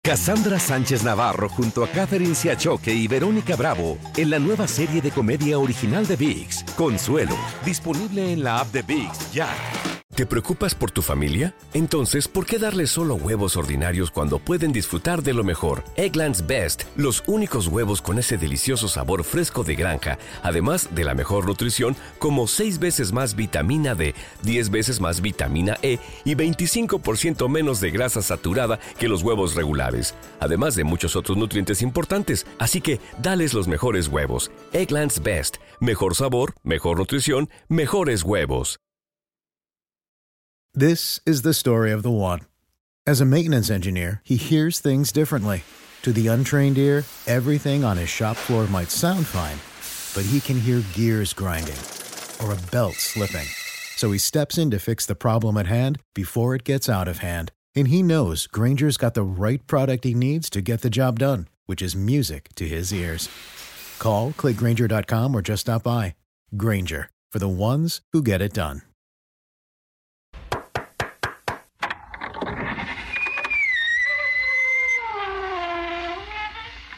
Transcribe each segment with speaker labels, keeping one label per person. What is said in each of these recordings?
Speaker 1: Cassandra Sánchez Navarro junto a Catherine Siachoque y Verónica Bravo en la nueva serie de comedia original de VIX, Consuelo, disponible en la app de VIX ya.
Speaker 2: ¿Te preocupas por tu familia? Entonces, ¿por qué darles solo huevos ordinarios cuando pueden disfrutar de lo mejor? Eggland's Best, los únicos huevos con ese delicioso sabor fresco de granja, además de la mejor nutrición, como 6 veces más vitamina D, 10 veces más vitamina E y 25% menos de grasa saturada que los huevos regulares, además de muchos otros nutrientes importantes. Así que, dales los mejores huevos. Eggland's Best, mejor sabor, mejor nutrición, mejores huevos.
Speaker 3: This is the story of the one. As a maintenance engineer, he hears things differently. To the untrained ear, everything on his shop floor might sound fine, but he can hear gears grinding or a belt slipping. So he steps in to fix the problem at hand before it gets out of hand. And he knows Granger's got the right product he needs to get the job done, which is music to his ears. Call, click Granger.com, or just stop by. Granger, for the ones who get it done.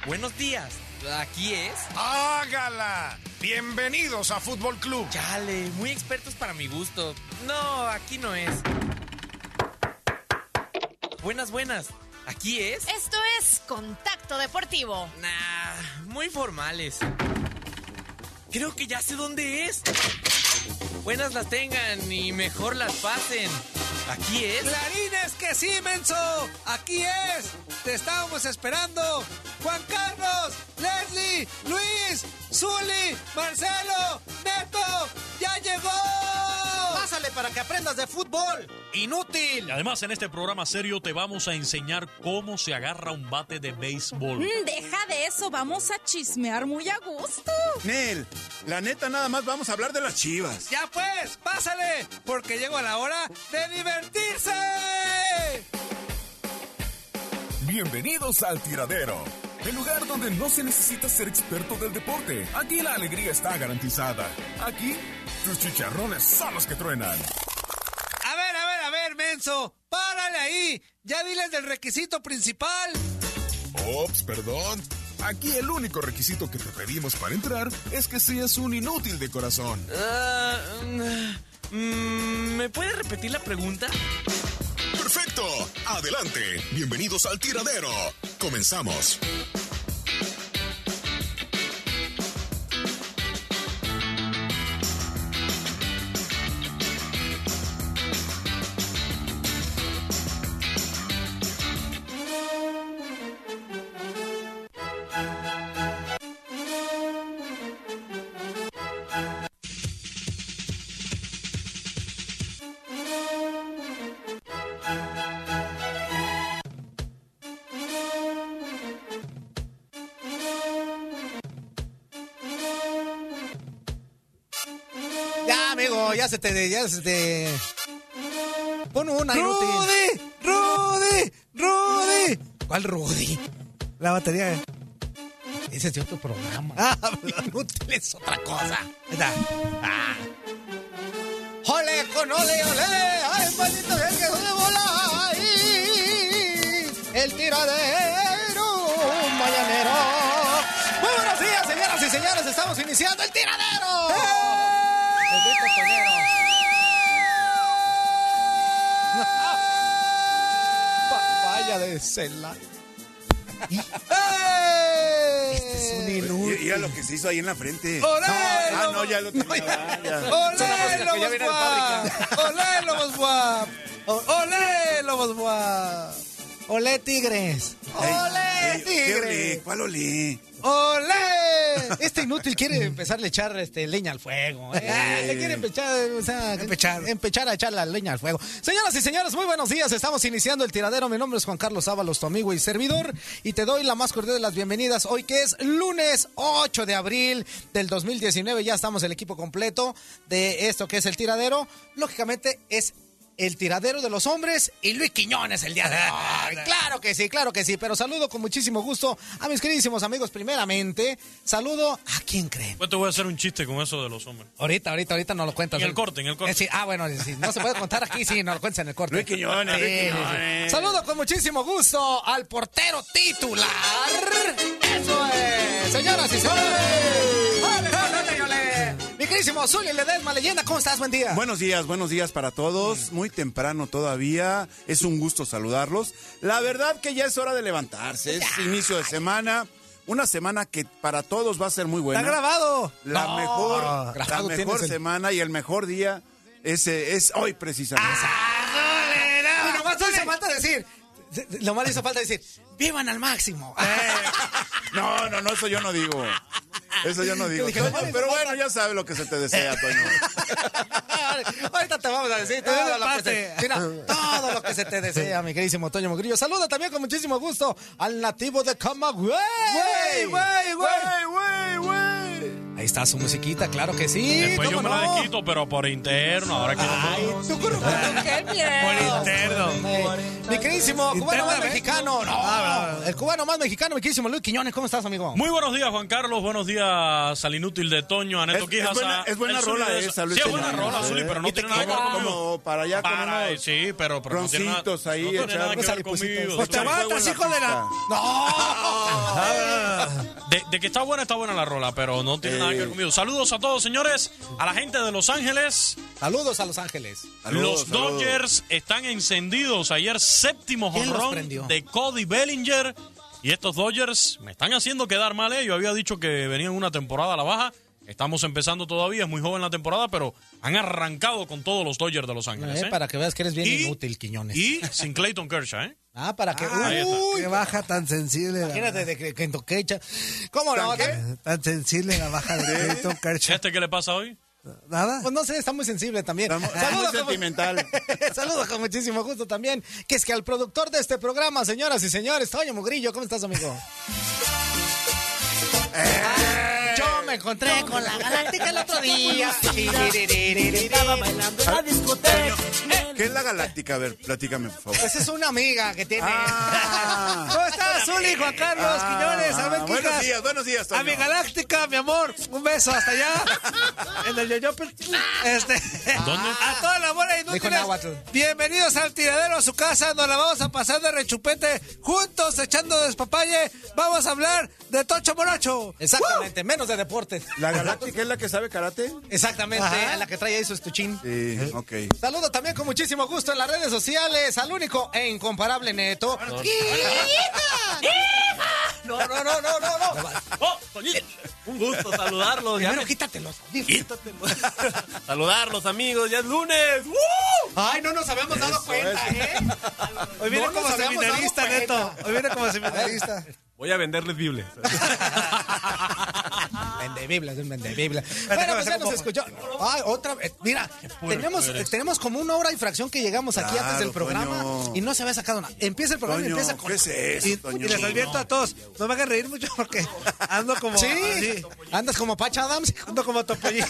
Speaker 4: Buenos días, aquí es.
Speaker 5: ¡Hágala! Bienvenidos a Fútbol Club.
Speaker 4: Chale, muy expertos para mi gusto. No, aquí no es. Buenas, buenas, aquí es.
Speaker 6: Esto es Contacto Deportivo.
Speaker 4: Nah, muy formales. Creo que ya sé dónde es. Buenas las tengan y mejor las pasen. Aquí es.
Speaker 7: ¡Clarines que sí, menso! ¡Aquí es! ¡Te estábamos esperando! ¡Juan Carlos! ¡Leslie! ¡Luis! ¡Zuli! ¡Marcelo! ¡Neto! ¡Ya llegó!
Speaker 8: ¡Pásale para que aprendas de fútbol! ¡Inútil!
Speaker 9: Además, en este programa serio te vamos a enseñar cómo se agarra un bate de béisbol.
Speaker 6: Mm, deja de eso, vamos a chismear muy a gusto.
Speaker 10: Nel, la neta nada más vamos a hablar de las chivas.
Speaker 7: ¡Ya pues! ¡Pásale! Porque llegó la hora de divertirse.
Speaker 11: Bienvenidos al tiradero. El lugar donde no se necesita ser experto del deporte. Aquí la alegría está garantizada. Aquí, tus chicharrones son los que truenan.
Speaker 7: A ver, a ver, a ver, menso. Párale ahí. Ya diles del requisito principal.
Speaker 11: Ops, perdón. Aquí el único requisito que te pedimos para entrar es que seas un inútil de corazón.
Speaker 4: Uh, Ah, mm, ¿Me puede repetir la pregunta?
Speaker 11: Perfecto. Adelante. Bienvenidos al tiradero. Comenzamos.
Speaker 8: ya se te. Ya se te...
Speaker 7: Pon una ¡Rudy! ¡Rudy! ¡Rudy!
Speaker 8: ¿Cuál Rudy?
Speaker 7: La batería.
Speaker 8: Ese es de otro programa.
Speaker 7: Ah, inútil es otra cosa. Está. Ah.
Speaker 8: ¡Ole con ole, ole! ¡Ay, maldito el que de bola! ¡Ay! ¡El tiradero mañanero! Muy buenos días, señoras y señores. Estamos iniciando el tiradero. ¡Eh!
Speaker 7: Papaya de Cela.
Speaker 8: Este
Speaker 10: es un inútil. Mira lo que se hizo ahí en la frente.
Speaker 7: ¡Olé!
Speaker 10: No, ah, no, ya lo tenía.
Speaker 7: ¡Olé, Lobos Guap! ¡Olé, Lobos Guap! ¡Olé, Lobos Guap!
Speaker 6: ¡Olé, Tigres!
Speaker 12: ¡Olé,
Speaker 6: Ey,
Speaker 12: tigre!
Speaker 6: qué rico.
Speaker 10: ¿Cuál olí?
Speaker 6: ¡Olé! Este inútil quiere empezarle a echar este, leña al fuego. ¿eh? Ah, Le quiere empechar, o sea, empechar. a echar la leña al fuego. Señoras y señores, muy buenos días. Estamos iniciando el tiradero. Mi nombre es Juan Carlos Ábalos, tu amigo y servidor. Y te doy la más cordial de las bienvenidas hoy que es lunes 8 de abril del 2019. Ya estamos el equipo completo de esto que es el tiradero. Lógicamente es el tiradero de los hombres y Luis Quiñones el día de hoy. Ah, Claro que sí, claro que sí. Pero saludo con muchísimo gusto a mis queridísimos amigos. Primeramente, saludo a quién creen.
Speaker 9: Yo Pues te voy a hacer un chiste con eso de los hombres.
Speaker 6: Ahorita, ahorita, ahorita no lo cuentas.
Speaker 9: En el corte, en el corte.
Speaker 6: Eh, sí, ah, bueno, sí, no se puede contar aquí, sí, no lo cuentas en el corte.
Speaker 9: Luis Quiñones, Luis Quiñones.
Speaker 6: Saludo con muchísimo gusto al portero titular. Eso es, señoras y señores. ¡Ole, ole, ole! Mi queridísimo Zully Ledesma, leyenda, ¿cómo estás? Buen día.
Speaker 10: Buenos días, buenos días para todos. Muy temprano todavía. Es un gusto saludarlos. La verdad que ya es hora de levantarse. Es inicio de semana. Una semana que para todos va a ser muy buena.
Speaker 6: Está grabado.
Speaker 10: La
Speaker 6: No,
Speaker 10: mejor,
Speaker 6: grabado
Speaker 10: la
Speaker 6: tienes
Speaker 10: mejor
Speaker 6: el-
Speaker 10: semana y el mejor día es, eh, es hoy precisamente.
Speaker 6: Ah. Y nomás hizo falta decir. Nomás le hizo falta decir, vivan al máximo.
Speaker 10: No, no, no, eso yo no digo. Eso yo no digo.
Speaker 6: Yo dije,
Speaker 10: Toño,
Speaker 6: no mames,
Speaker 10: pero bueno, ya sabe lo que se te desea, Toño.
Speaker 6: Ahorita te vamos a decir todo lo, que se, mira, todo lo que se te desea, mi queridísimo Toño Mugrillo. Saluda también con muchísimo gusto al nativo de Camagüey.
Speaker 12: Güey, güey, güey,
Speaker 10: güey, güey.
Speaker 6: Ahí está su musiquita, claro que sí.
Speaker 9: Después yo
Speaker 6: ¿cómo
Speaker 9: me la
Speaker 6: no?
Speaker 9: desquito, pero por interno. Ahora que no puedo.
Speaker 6: ¡Qué miedo! Eh, Mi queridísimo cubano más mexicano. No, el cubano más mexicano, mi queridísimo Luis Quiñones. ¿Cómo estás, amigo?
Speaker 9: Muy buenos días, Juan Carlos. Buenos días al inútil de Toño, a Neto
Speaker 10: Es- es
Speaker 9: Quijas.
Speaker 10: buena-
Speaker 9: a-
Speaker 10: es buena
Speaker 9: el Zuli
Speaker 10: rola
Speaker 9: de-
Speaker 10: esa, Luis
Speaker 9: Sí, es buena
Speaker 10: Toño,
Speaker 9: rola,
Speaker 10: ¿eh?
Speaker 9: Zuli, pero
Speaker 10: Y
Speaker 9: no
Speaker 10: te
Speaker 9: tiene nada que ver
Speaker 10: queda
Speaker 9: conmigo.
Speaker 10: como para allá con unos
Speaker 9: Sí, pero, pero no tiene nada-
Speaker 10: broncitos ahí,
Speaker 9: no tiene nada que
Speaker 10: echar-
Speaker 9: ver conmigo.
Speaker 10: Pues te
Speaker 9: Toño.
Speaker 10: aguantas, hijo de la-
Speaker 9: De, de que está buena, está buena la rola, pero no tiene nada que ver conmigo. Saludos a todos, señores. A la gente de Los Ángeles.
Speaker 6: Saludos a Los Ángeles.
Speaker 9: los Dodgers están encendidos. Ayer séptimo
Speaker 6: ¿Quién los
Speaker 9: jonrón
Speaker 6: prendió?
Speaker 9: de Cody Bellinger. Y estos Dodgers me están haciendo quedar mal. eh. Yo había dicho que venían una temporada a la baja. Estamos empezando todavía, es muy joven la temporada, pero han arrancado con todos los Dodgers de Los Ángeles.
Speaker 6: Eh,
Speaker 9: eh.
Speaker 6: Para que veas que eres bien
Speaker 9: Y-
Speaker 6: inútil, Quiñones.
Speaker 9: Y sin Clayton Kershaw, ¿eh?
Speaker 6: Ah, para que.
Speaker 9: ahí está.
Speaker 6: uy,
Speaker 7: Qué baja tan sensible. la-
Speaker 6: imagínate de que- que en Toquecha. ¿Cómo no?
Speaker 7: tan, tan sensible la baja de Clayton Kershaw.
Speaker 9: ¿Este qué le pasa hoy?
Speaker 6: Nada. Pues no sé, está muy sensible también. Saludos con-
Speaker 10: sentimental.
Speaker 6: Saludos con muchísimo gusto también. Que es que al productor de este programa, señoras y señores, Toño Mugrillo, ¿cómo estás, amigo? Ah, Yo me encontré con la galáctica el otro día. Estaba bailando en la discoteca.
Speaker 10: ¿Qué es la galáctica? A ver, platícame, por favor.
Speaker 6: Esa pues es una amiga que tiene. ¿Cómo estás, Zuli, Juan Carlos,
Speaker 10: Ah,
Speaker 6: Quiñones, Albert
Speaker 10: buenos
Speaker 6: Quijas?
Speaker 10: días, buenos días, Toño.
Speaker 6: A mi galáctica, mi amor. Un beso hasta allá. en el yoyope. Este.
Speaker 9: ¿Dónde?
Speaker 6: A toda la bola
Speaker 7: Dijo
Speaker 6: inútiles.
Speaker 7: Nahuatl.
Speaker 6: Bienvenidos al tiradero a su casa. Nos la vamos a pasar de rechupete. Juntos, echando despapalle. Vamos a hablar de Tocho Morocho. Exactamente, menos de deportes.
Speaker 10: ¿La galáctica es la que sabe karate?
Speaker 6: Exactamente,
Speaker 10: Ajá.
Speaker 6: a la que trae ahí su estuchín.
Speaker 10: Sí, ok.
Speaker 6: Saludo también con muchísimo gusto en las redes sociales al único e incomparable Neto. No, no, no, no, no, no.
Speaker 13: Un gusto saludarlos.
Speaker 6: Primero quítatelos.
Speaker 13: Saludarlos, amigos. Ya es lunes. ¡Woo!
Speaker 6: Ay, no nos habíamos dado cuenta, ¿eh?
Speaker 7: Hoy viene como seminarista, Neto. Hoy viene como seminarista.
Speaker 13: Voy a venderles Biblia.
Speaker 6: Vende Biblia, es un vende Biblia. Bueno, pues ya nos escuchó. Ay, otra vez. Mira, tenemos,
Speaker 7: eres.
Speaker 6: tenemos como una hora y fracción que llegamos aquí
Speaker 7: Claro,
Speaker 6: antes del programa
Speaker 7: Toño.
Speaker 6: y no se había sacado nada. Empieza el programa y
Speaker 7: Toño,
Speaker 6: empieza con.
Speaker 7: ¿qué es eso,
Speaker 6: y,
Speaker 7: Toño?
Speaker 6: y les advierto a todos, no me hagan reír mucho porque ando como. Sí, andas como Pacha Adams. Ando como Topollillo.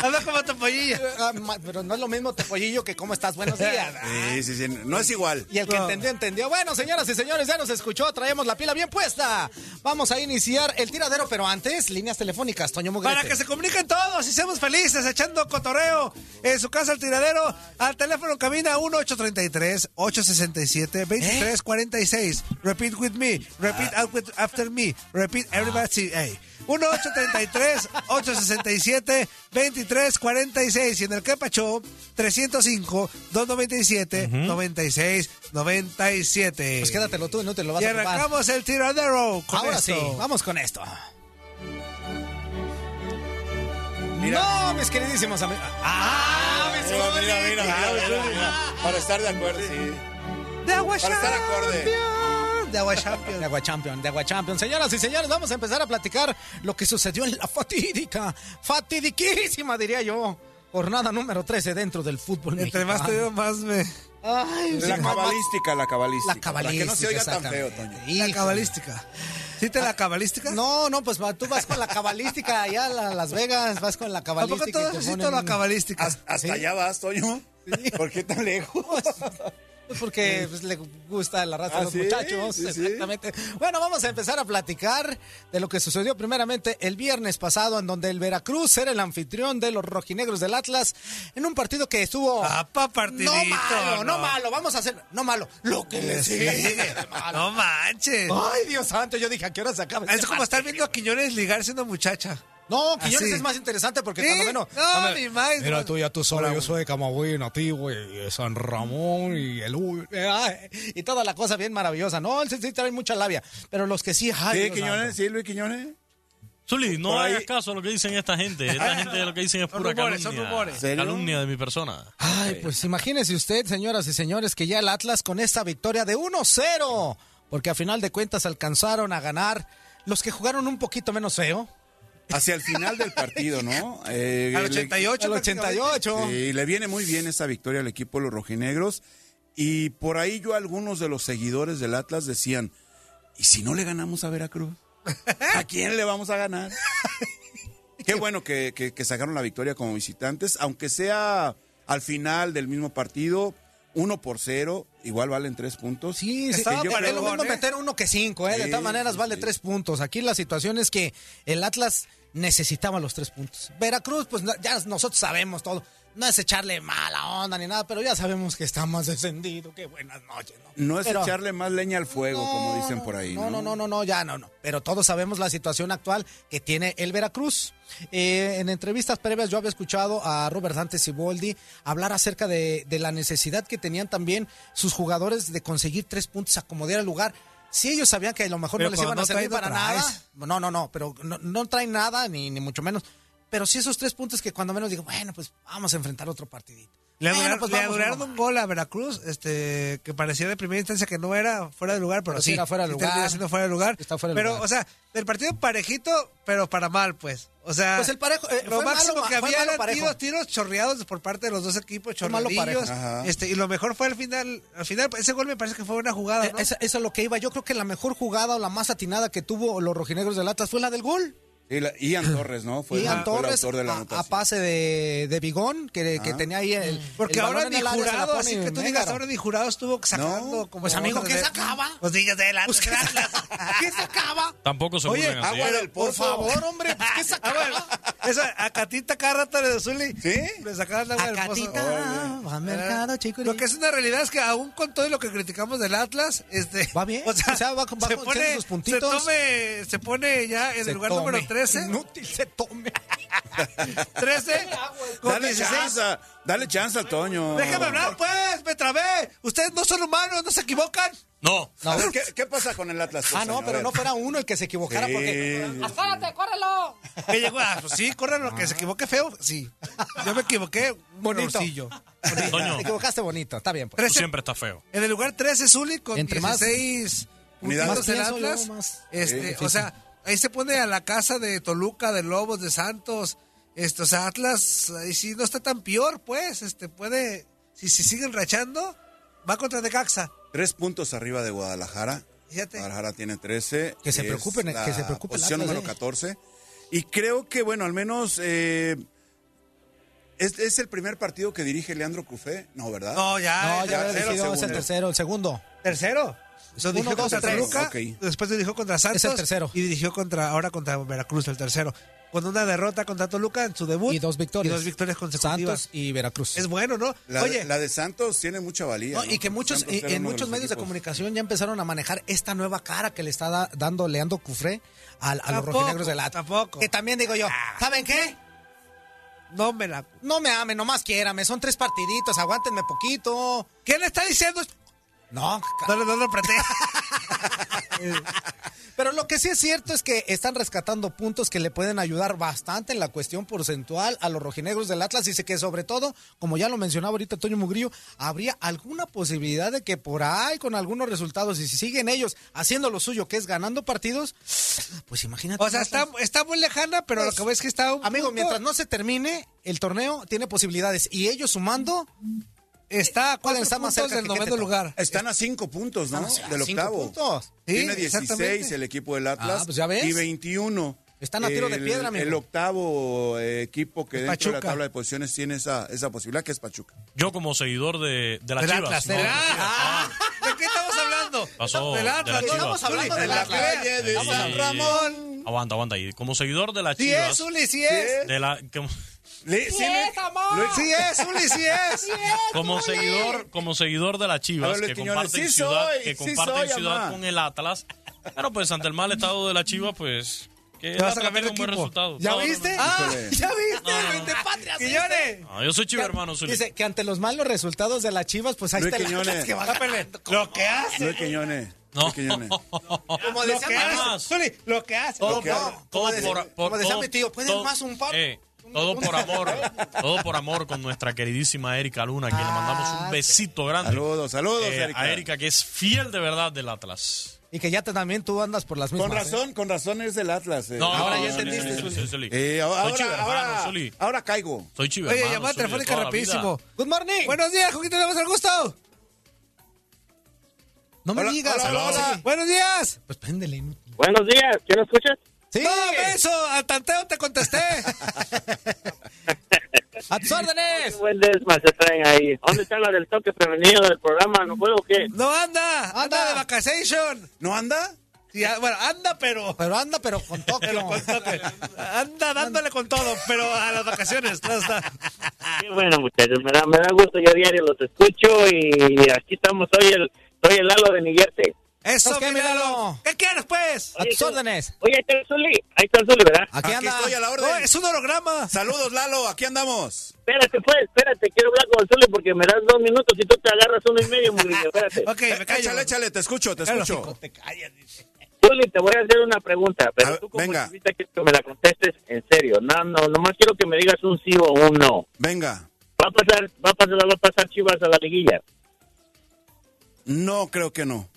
Speaker 6: ando como Topollillo. Ah, pero no es lo mismo Topollillo que cómo estás. Buenos días.
Speaker 10: Sí, sí, sí. No es igual.
Speaker 6: Y el que entendió, entendió. Bueno, señoras y señores, ya nos escuchó. Traemos la pila bien puesta. Vamos a iniciar el tiradero, pero antes, líneas telefónicas, Toño Mugrete.
Speaker 7: Para que se comuniquen todos y seamos felices echando cotorreo en su casa al tiradero al teléfono cabina 1833-867-2346. Repeat with me, repeat out with- after me, repeat everybody. Hey. 1833-867-2346 y en el Capacho 305-297-96-97. Pues
Speaker 6: quédatelo tú, no te lo vas
Speaker 7: y
Speaker 6: a ocupar.
Speaker 7: arrancamos el tiradero con
Speaker 6: Ahora
Speaker 7: esto.
Speaker 6: sí, vamos con esto. No, mis queridísimos amigos. Ah, mis
Speaker 10: Mira, mira, mira,
Speaker 6: Zuli.
Speaker 10: mira, mira. Para estar de acuerdo, sí.
Speaker 6: Ah, De agua
Speaker 10: Para estar acorde.
Speaker 6: Champion. De agua champion, de agua champion, de agua champion. Señoras y señores, vamos a empezar a platicar lo que sucedió en la fatídica, fatidiquísima, diría yo, jornada número 13 dentro del fútbol
Speaker 7: Entre más te
Speaker 6: mexicano.
Speaker 7: digo, más me.
Speaker 6: Ay, sí,
Speaker 10: La
Speaker 6: mamá.
Speaker 10: cabalística, la cabalística.
Speaker 6: La cabalística.
Speaker 10: que no se oiga tan feo,
Speaker 6: exactamente.
Speaker 10: Toño.
Speaker 7: La cabalística. ¿Sí te la cabalística?
Speaker 6: Ah, No, no, pues va- tú vas con la cabalística allá a la- Las Vegas, vas con la
Speaker 7: ¿A poco
Speaker 6: cabalística.
Speaker 7: todos necesitan la cabalística?
Speaker 10: Hasta allá vas, Toño. ¿Por qué tan lejos?
Speaker 6: Pues porque pues, le gusta la raza
Speaker 10: Ah,
Speaker 6: a los
Speaker 10: ¿sí?
Speaker 6: muchachos.
Speaker 10: Sí, sí.
Speaker 6: Exactamente. Bueno, vamos a empezar a platicar de lo que sucedió primeramente el viernes pasado, en donde el Veracruz era el anfitrión de los rojinegros del Atlas, en un partido que estuvo.
Speaker 7: Papá Ah, partidito.
Speaker 6: no malo, no. malo, vamos a hacer. No malo, lo que le
Speaker 7: Sí.
Speaker 6: sigue. de malo.
Speaker 7: No manches. Ah,
Speaker 6: Ay, Dios santo, yo dije, ¿a qué hora se acaba?
Speaker 7: Es
Speaker 6: este
Speaker 7: como
Speaker 6: partido?
Speaker 7: estar viendo a Quiñones ligarse a una muchacha.
Speaker 6: No, Quiñones
Speaker 7: Así.
Speaker 6: es más interesante porque
Speaker 7: ¿Sí?
Speaker 6: cuando menos.
Speaker 7: No,
Speaker 6: a ver,
Speaker 7: mi madre.
Speaker 6: Mira, tú ya tú solo, yo soy de Camagüey nativo y de San Ramón y el U- eh, ay, y toda la cosa bien maravillosa. No, él sí, sí trae mucha labia, pero los que sí, ay,
Speaker 10: Sí,
Speaker 6: Dios
Speaker 10: Quiñones,
Speaker 6: santo.
Speaker 10: sí, Luis Quiñones.
Speaker 9: Zuli, no
Speaker 10: Por ahí-
Speaker 9: hagas caso a lo que dicen esta gente. Esta gente lo que dicen es
Speaker 7: Son
Speaker 9: pura
Speaker 7: rumores, son
Speaker 9: calumnia.
Speaker 7: rumores.
Speaker 10: ¿Serio?
Speaker 9: Calumnia de mi persona.
Speaker 6: Ay, pues imagínese usted, señoras y señores, que ya el Atlas con esta victoria de 1-0, porque a final de cuentas alcanzaron a ganar los que jugaron un poquito menos feo.
Speaker 10: Hacia el final del partido, ¿no? Eh,
Speaker 7: Al
Speaker 10: le-
Speaker 7: 88.
Speaker 6: El 88.
Speaker 10: Sí, le viene muy bien esta victoria al equipo de los rojinegros. Y por ahí yo, algunos de los seguidores del Atlas decían: ¿Y si no le ganamos a Veracruz? ¿A quién le vamos a ganar? Qué bueno que, que- que sacaron la victoria como visitantes, aunque sea al final del mismo partido, uno por cero, igual valen tres puntos.
Speaker 6: Sí, sí,
Speaker 10: Que yo
Speaker 6: pero es lo
Speaker 10: creo-
Speaker 6: mismo meter uno que cinco, ¿eh? de
Speaker 10: Sí,
Speaker 6: todas maneras
Speaker 10: sí,
Speaker 6: vale
Speaker 10: sí.
Speaker 6: tres puntos. Aquí la situación es que el Atlas necesitaba los tres puntos. Veracruz, pues no- ya nosotros sabemos todo. No es echarle mala onda ni nada, pero ya sabemos que está más descendido. Qué buenas noches, ¿no?
Speaker 10: No es
Speaker 6: Pero-
Speaker 10: echarle más leña al fuego, como dicen por ahí.
Speaker 6: No, no, no, no, no, ya no, no. Pero todos sabemos la situación actual que tiene el Veracruz. Eh, en entrevistas previas yo había escuchado a Robert Dante Siboldi hablar acerca de, de la necesidad que tenían también sus jugadores de conseguir tres puntos, acomodar el lugar. Si ellos sabían que a lo mejor no
Speaker 7: Pero
Speaker 6: les iban
Speaker 7: cuando
Speaker 6: a
Speaker 7: no
Speaker 6: servir
Speaker 7: traes,
Speaker 6: para
Speaker 7: no
Speaker 6: nada.
Speaker 7: traes.
Speaker 6: No, no, no, pero no, no traen nada, ni, ni mucho menos. Pero sí esos tres puntos que cuando menos digo, bueno, pues vamos a enfrentar otro partidito.
Speaker 7: Le,
Speaker 6: Bueno,
Speaker 7: adoraron-
Speaker 6: pues
Speaker 7: le
Speaker 6: vamos,
Speaker 7: adoraron
Speaker 6: uno
Speaker 7: un
Speaker 6: más.
Speaker 7: gol a Veracruz, este, que parecía de primera instancia que no era fuera de lugar, pero,
Speaker 6: Pero sí
Speaker 7: sí.
Speaker 6: era fuera de
Speaker 7: sí
Speaker 6: lugar.
Speaker 7: termina siendo fuera de lugar.
Speaker 6: Está fuera de
Speaker 7: pero,
Speaker 6: lugar.
Speaker 7: o sea, del partido parejito, pero para mal, pues. O sea,
Speaker 6: Pues el parejo, eh,
Speaker 7: lo
Speaker 6: fue
Speaker 7: máximo
Speaker 6: malo,
Speaker 7: que
Speaker 6: fue
Speaker 7: había
Speaker 6: malo
Speaker 7: eran
Speaker 6: parejo.
Speaker 7: tiros, tiros chorreados por parte de los dos equipos,
Speaker 6: Fue malo
Speaker 7: chorreadillos.
Speaker 6: parejo.
Speaker 10: Ajá.
Speaker 7: Este, y lo mejor fue al final, al final, ese gol me parece que fue una jugada,
Speaker 6: Eh,
Speaker 7: ¿no?
Speaker 6: Esa, eso es lo que iba. Yo creo que la mejor jugada o la más atinada que tuvo los rojinegros del Atlas fue la del gol.
Speaker 10: Y la- Ian Torres, ¿no? Fue, fue
Speaker 6: Ian
Speaker 10: el
Speaker 6: Torres ah,
Speaker 10: autor de la
Speaker 6: a- a,
Speaker 10: anotación.
Speaker 6: pase de, de Bigón, que, que tenía ahí el.
Speaker 7: Porque
Speaker 6: el
Speaker 7: ahora
Speaker 6: balón en
Speaker 7: ni
Speaker 6: el área, se la
Speaker 7: jurado,
Speaker 6: pone
Speaker 7: así que tú digas,
Speaker 6: Mégaro.
Speaker 7: ahora ni jurado estuvo sacando
Speaker 10: No.
Speaker 7: como.
Speaker 6: Pues, amigo,
Speaker 7: otras
Speaker 6: ¿qué
Speaker 7: veces.
Speaker 6: sacaba?
Speaker 7: Los niños de la.
Speaker 6: Pues, ¿qué saca- ¿Qué sacaba?
Speaker 9: Tampoco se
Speaker 7: Oye,
Speaker 9: burlen así.
Speaker 10: agua del
Speaker 6: Por
Speaker 10: pozo.
Speaker 6: favor, hombre, pues, ¿qué
Speaker 7: Ah,
Speaker 6: sacaba?
Speaker 7: bueno, esa, a Catita cada rato de Zuli.
Speaker 10: ¿Sí?
Speaker 7: Le sacaban la agua
Speaker 6: A
Speaker 7: del pozo. Eh,
Speaker 6: Catita, va al mercado, chico.
Speaker 7: Lo que es una realidad es que aún con todo lo que criticamos del Atlas, este,
Speaker 6: Va bien,
Speaker 7: O sea,
Speaker 6: o sea, va con- va
Speaker 7: se
Speaker 6: con-
Speaker 7: pone,
Speaker 6: tiene sus puntitos.
Speaker 7: Se, tome- se pone ya en
Speaker 6: Se
Speaker 7: el lugar
Speaker 6: tome.
Speaker 7: número 13.
Speaker 6: Inútil, se tome.
Speaker 7: 13 con
Speaker 10: Dale
Speaker 7: 16.
Speaker 10: chance, dale chance a Toño.
Speaker 7: Déjame hablar, pues, me trabé. Ustedes no son humanos, no se equivocan. Pues,
Speaker 9: No.
Speaker 10: A ver, ¿qué, qué pasa con el Atlas?
Speaker 6: Ah,
Speaker 10: Toño?
Speaker 6: no,
Speaker 10: A
Speaker 6: pero
Speaker 10: ver.
Speaker 6: no fuera uno el que se equivocara
Speaker 10: Sí,
Speaker 6: porque.
Speaker 10: sí, sí.
Speaker 14: ¡Afárate, córrelo!
Speaker 7: Que llegó, ah, pues sí, corran lo que se equivoque feo. Sí, yo me equivoqué.
Speaker 6: Bonito.
Speaker 7: Bonito.
Speaker 9: Toño,
Speaker 6: Te equivocaste bonito, está bien. Pues.
Speaker 9: tú
Speaker 7: 13.
Speaker 9: siempre estás feo.
Speaker 7: En el lugar 13, Zuli con
Speaker 6: Entre más-
Speaker 7: 16
Speaker 10: Unidades. Más
Speaker 7: puntitos del
Speaker 6: pienso yo,
Speaker 7: Atlas.
Speaker 6: más-
Speaker 7: Este,
Speaker 6: Sí.
Speaker 7: o sea, ahí se pone a la casa de Toluca, de Lobos, de Santos. Este, o sea, Atlas, ahí sí no está tan peor, pues. Este, puede, si, si siguen rachando, va contra Necaxa.
Speaker 10: Tres puntos arriba de Guadalajara.
Speaker 7: Fíjate.
Speaker 10: Guadalajara tiene 13.
Speaker 6: Que se
Speaker 10: es
Speaker 6: preocupen,
Speaker 10: la
Speaker 6: que se preocupe el
Speaker 10: Posición
Speaker 6: Atlas,
Speaker 10: número
Speaker 6: eh.
Speaker 10: 14. Y creo que, bueno, al menos eh, es, es el primer partido que dirige Leandro Cufé. No, ¿verdad?
Speaker 7: No, ya.
Speaker 6: No,
Speaker 7: eh,
Speaker 6: ya había
Speaker 10: tercero,
Speaker 6: decidido, es el
Speaker 10: segundo.
Speaker 6: tercero, el segundo.
Speaker 7: Tercero. Lo dirigió
Speaker 6: dos,
Speaker 7: contra
Speaker 6: tres.
Speaker 7: Toluca,
Speaker 10: Ok.
Speaker 7: después dirigió contra Santos.
Speaker 6: tercero.
Speaker 7: Y dirigió contra, ahora contra Veracruz, el tercero. Con una derrota contra Toluca en su debut.
Speaker 6: Y dos victorias.
Speaker 7: Y dos victorias consecutivas.
Speaker 6: Santos y Veracruz.
Speaker 7: Es bueno, ¿no?
Speaker 10: La,
Speaker 7: Oye,
Speaker 10: la de Santos tiene mucha valía.
Speaker 6: No,
Speaker 10: ¿no?
Speaker 6: y que muchos,
Speaker 10: Santos
Speaker 6: y-
Speaker 10: era
Speaker 6: en
Speaker 10: uno
Speaker 6: muchos
Speaker 10: los
Speaker 6: medios de
Speaker 10: equipos.
Speaker 6: comunicación ya empezaron a manejar esta nueva cara que le está da- dando Leandro Cufré al- a, los
Speaker 7: Tampoco,
Speaker 6: rojinegros del Atlas.
Speaker 7: tampoco.
Speaker 6: Que también digo yo, ¿saben qué?
Speaker 7: no me la.
Speaker 6: Ah. No me amen, nomás quiérame, son tres partiditos, aguántenme poquito.
Speaker 7: ¿Qué le está diciendo?
Speaker 6: No, ca-
Speaker 7: No, le- no lo apreté.
Speaker 6: Pero lo que sí es cierto es que están rescatando puntos que le pueden ayudar bastante en la cuestión porcentual a los rojinegros del Atlas. Y sé que sobre todo, como ya lo mencionaba ahorita Toño Mugrillo, habría alguna posibilidad de que por ahí con algunos resultados, y si siguen ellos haciendo lo suyo, que es ganando partidos, pues imagínate.
Speaker 7: O sea, está, está muy lejana, pero lo que ves que está... un
Speaker 6: Amigo,
Speaker 7: punto-
Speaker 6: mientras no se termine el torneo, tiene posibilidades. Y ellos sumando... Está, ¿cuál
Speaker 7: cuatro
Speaker 6: está más
Speaker 7: puntos
Speaker 6: cerca
Speaker 7: del
Speaker 6: que qué te
Speaker 7: noveno
Speaker 6: toca?
Speaker 7: lugar.
Speaker 10: Están a cinco puntos, ¿no?
Speaker 6: Están a
Speaker 10: Del
Speaker 6: cinco
Speaker 10: octavo.
Speaker 6: puntos. Sí,
Speaker 10: Tiene 16
Speaker 6: exactamente.
Speaker 10: el equipo del Atlas.
Speaker 6: Ah, pues ya ves.
Speaker 10: Y 21.
Speaker 6: Están a tiro de
Speaker 10: El-
Speaker 6: piedra, amigo.
Speaker 10: El octavo eh, equipo que
Speaker 6: Es
Speaker 10: dentro de la
Speaker 6: Pachuca.
Speaker 10: tabla de posiciones tiene esa, esa posibilidad, que es Pachuca.
Speaker 9: Yo como seguidor de, de las
Speaker 10: Del
Speaker 9: Chivas.
Speaker 10: Atlas,
Speaker 9: no,
Speaker 10: del
Speaker 9: de las Chivas. Ah.
Speaker 7: ¿De qué estamos hablando?
Speaker 9: Pasó
Speaker 7: Del Atlas,
Speaker 9: de las
Speaker 7: no
Speaker 9: Chivas.
Speaker 7: estamos hablando
Speaker 9: Juli,
Speaker 7: del Atlas.
Speaker 9: calle de
Speaker 7: Sí,
Speaker 9: San
Speaker 7: sí, sí.
Speaker 9: Ramón. Aguanta, aguanta ahí. Como seguidor de las
Speaker 7: Sí
Speaker 9: Chivas.
Speaker 7: es, Uli, sí es.
Speaker 9: De la, como,
Speaker 7: Sí es, amor.
Speaker 10: Luis-
Speaker 7: Sí es, Uli, sí es.
Speaker 9: como seguidor, como seguidor de las Chivas
Speaker 10: Habla,
Speaker 9: que
Speaker 10: Quiñones.
Speaker 9: comparten
Speaker 10: Sí
Speaker 9: ciudad,
Speaker 10: soy,
Speaker 9: que
Speaker 10: sí
Speaker 9: comparten
Speaker 10: soy,
Speaker 9: ciudad
Speaker 10: amá.
Speaker 9: con el Atlas. Pero pues ante el mal estado de las Chivas, pues
Speaker 7: Te
Speaker 9: que el
Speaker 7: vas a
Speaker 9: Atlas
Speaker 7: cambiar
Speaker 9: tenga
Speaker 7: de
Speaker 9: un buen
Speaker 7: equipo.
Speaker 9: resultado.
Speaker 6: ¿Ya
Speaker 9: No, no,
Speaker 6: viste?
Speaker 9: no.
Speaker 6: Ah,
Speaker 10: Híjole.
Speaker 6: ¿Ya viste? Vente, patria, señores.
Speaker 9: No, yo soy chiva hermano, Zuli.
Speaker 6: Dice que ante los malos resultados de las Chivas, pues ahí
Speaker 10: Luis
Speaker 6: está el
Speaker 10: Quiñones.
Speaker 6: Atlas que va ganando. Lo que hace.
Speaker 10: Luis Quiñones. Luis Quiñones.
Speaker 6: Como
Speaker 7: Lo que hace. Zuli, lo que hace.
Speaker 9: Todo
Speaker 7: Lo que
Speaker 9: por-
Speaker 7: hace.
Speaker 9: todo
Speaker 6: decía-
Speaker 9: por-
Speaker 6: como
Speaker 9: por-
Speaker 6: decía
Speaker 9: todo-
Speaker 6: mi tío, ¿pueden
Speaker 9: todo-
Speaker 6: más un par?
Speaker 9: eh, todo por amor, todo por amor con nuestra queridísima Erika Luna, que le mandamos un besito grande.
Speaker 10: Ah, Saludos, saludos,
Speaker 9: Eh,
Speaker 10: Erika.
Speaker 9: A Erika, que es fiel de verdad del Atlas.
Speaker 6: Y que ya te- también tú andas por las mismas. ¿eh?
Speaker 10: Con razón, con razón es del Atlas. eh.
Speaker 9: No,
Speaker 10: ahora
Speaker 9: no,
Speaker 10: ya
Speaker 9: no,
Speaker 10: entendiste,
Speaker 9: no, no,
Speaker 10: Zuli.
Speaker 9: no, no, Zuli.
Speaker 10: Eh, ahora,
Speaker 9: Soy chivermano,
Speaker 10: ahora-
Speaker 9: Zuli.
Speaker 10: ahora caigo.
Speaker 9: Soy chiva
Speaker 7: Oye,
Speaker 9: hermano,
Speaker 7: llamada
Speaker 9: Zuli, de
Speaker 7: telefónica
Speaker 9: toda la
Speaker 7: rapidísimo.
Speaker 9: vida.
Speaker 6: Good morning.
Speaker 7: Buenos días, Juquito, tenemos el gusto.
Speaker 6: no me
Speaker 7: Hola,
Speaker 6: digas.
Speaker 7: hola,
Speaker 6: Alonso.
Speaker 7: hola. Buenos días.
Speaker 6: Pues préndele. inútil.
Speaker 4: Buenos días, ¿quién nos escucha?
Speaker 6: Sí.
Speaker 7: No, beso, al tanteo te contesté.
Speaker 6: ¡A tus órdenes!
Speaker 4: Buen desma se traen ahí. ¿Dónde está la del toque femenino del programa? ¿No puedo o qué?
Speaker 7: No anda, anda,
Speaker 6: Anda.
Speaker 7: de vacation.
Speaker 10: ¿No anda?
Speaker 7: Sí, ah, bueno, anda, pero.
Speaker 6: Pero anda, pero con toque.
Speaker 7: Anda dándole con todo, pero a las vacaciones. no está.
Speaker 4: Qué bueno, muchachos, me da, me da gusto, yo diario los escucho y aquí estamos, soy el, soy el Lalo de Niguerte.
Speaker 7: Eso,
Speaker 6: ¿Sabes qué,
Speaker 7: mi
Speaker 6: mi Lalo?
Speaker 7: Lalo. ¿Qué quieres, pues?
Speaker 6: ¡A tus órdenes!
Speaker 4: Oye, ahí está el Zuli, ahí está el Zuli, ¿verdad?
Speaker 6: Aquí
Speaker 10: Aquí
Speaker 6: anda.
Speaker 10: estoy a la orden.
Speaker 7: No, es un holograma.
Speaker 10: Saludos, Lalo. Aquí andamos.
Speaker 4: Espérate, pues, espérate, quiero hablar con el Zuli porque me das dos minutos y tú te agarras uno y medio, Murillo, espérate.
Speaker 7: Ok, me callo.
Speaker 10: Échale, échale. Te escucho, te
Speaker 7: Claro,
Speaker 10: escucho.
Speaker 4: Zuli, te voy a hacer una pregunta, pero
Speaker 10: A ver,
Speaker 4: tú como
Speaker 10: venga.
Speaker 4: entrevista quiero que me la contestes en serio. No, no, nomás quiero que me digas un sí o un no.
Speaker 10: Venga.
Speaker 4: Va a pasar, va a pasar, va a pasar Chivas a la liguilla.
Speaker 10: No, creo que no.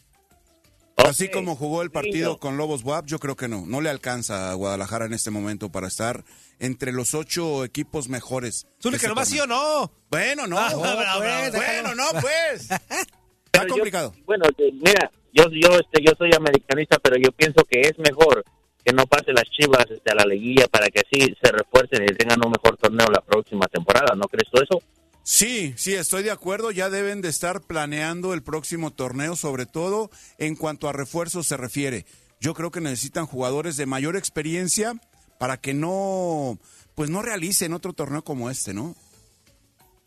Speaker 4: Ok.
Speaker 10: Así como jugó el partido con Lobos Buap, yo creo que no. No le alcanza a Guadalajara en este momento para estar entre los ocho equipos mejores.
Speaker 7: Zuli,
Speaker 10: de este
Speaker 7: que nomás sí o
Speaker 10: torneo.
Speaker 7: no.
Speaker 10: Bueno, no.
Speaker 7: Ah, bravo,
Speaker 10: pues,
Speaker 7: bravo,
Speaker 10: bueno,
Speaker 7: déjalo.
Speaker 10: no, pues.
Speaker 4: Pero
Speaker 10: Está
Speaker 4: yo-
Speaker 10: complicado.
Speaker 4: bueno, eh, mira, yo yo este yo soy americanista, pero yo pienso que es mejor que no pase las Chivas este, a la liguilla para que así se refuercen y tengan un mejor torneo la próxima temporada, ¿no crees tú eso?
Speaker 10: Sí, sí, estoy de acuerdo. Ya deben de estar planeando el próximo torneo, sobre todo en cuanto a refuerzos se refiere. Yo creo que necesitan jugadores de mayor experiencia para que no, pues no realicen otro torneo como este, ¿no?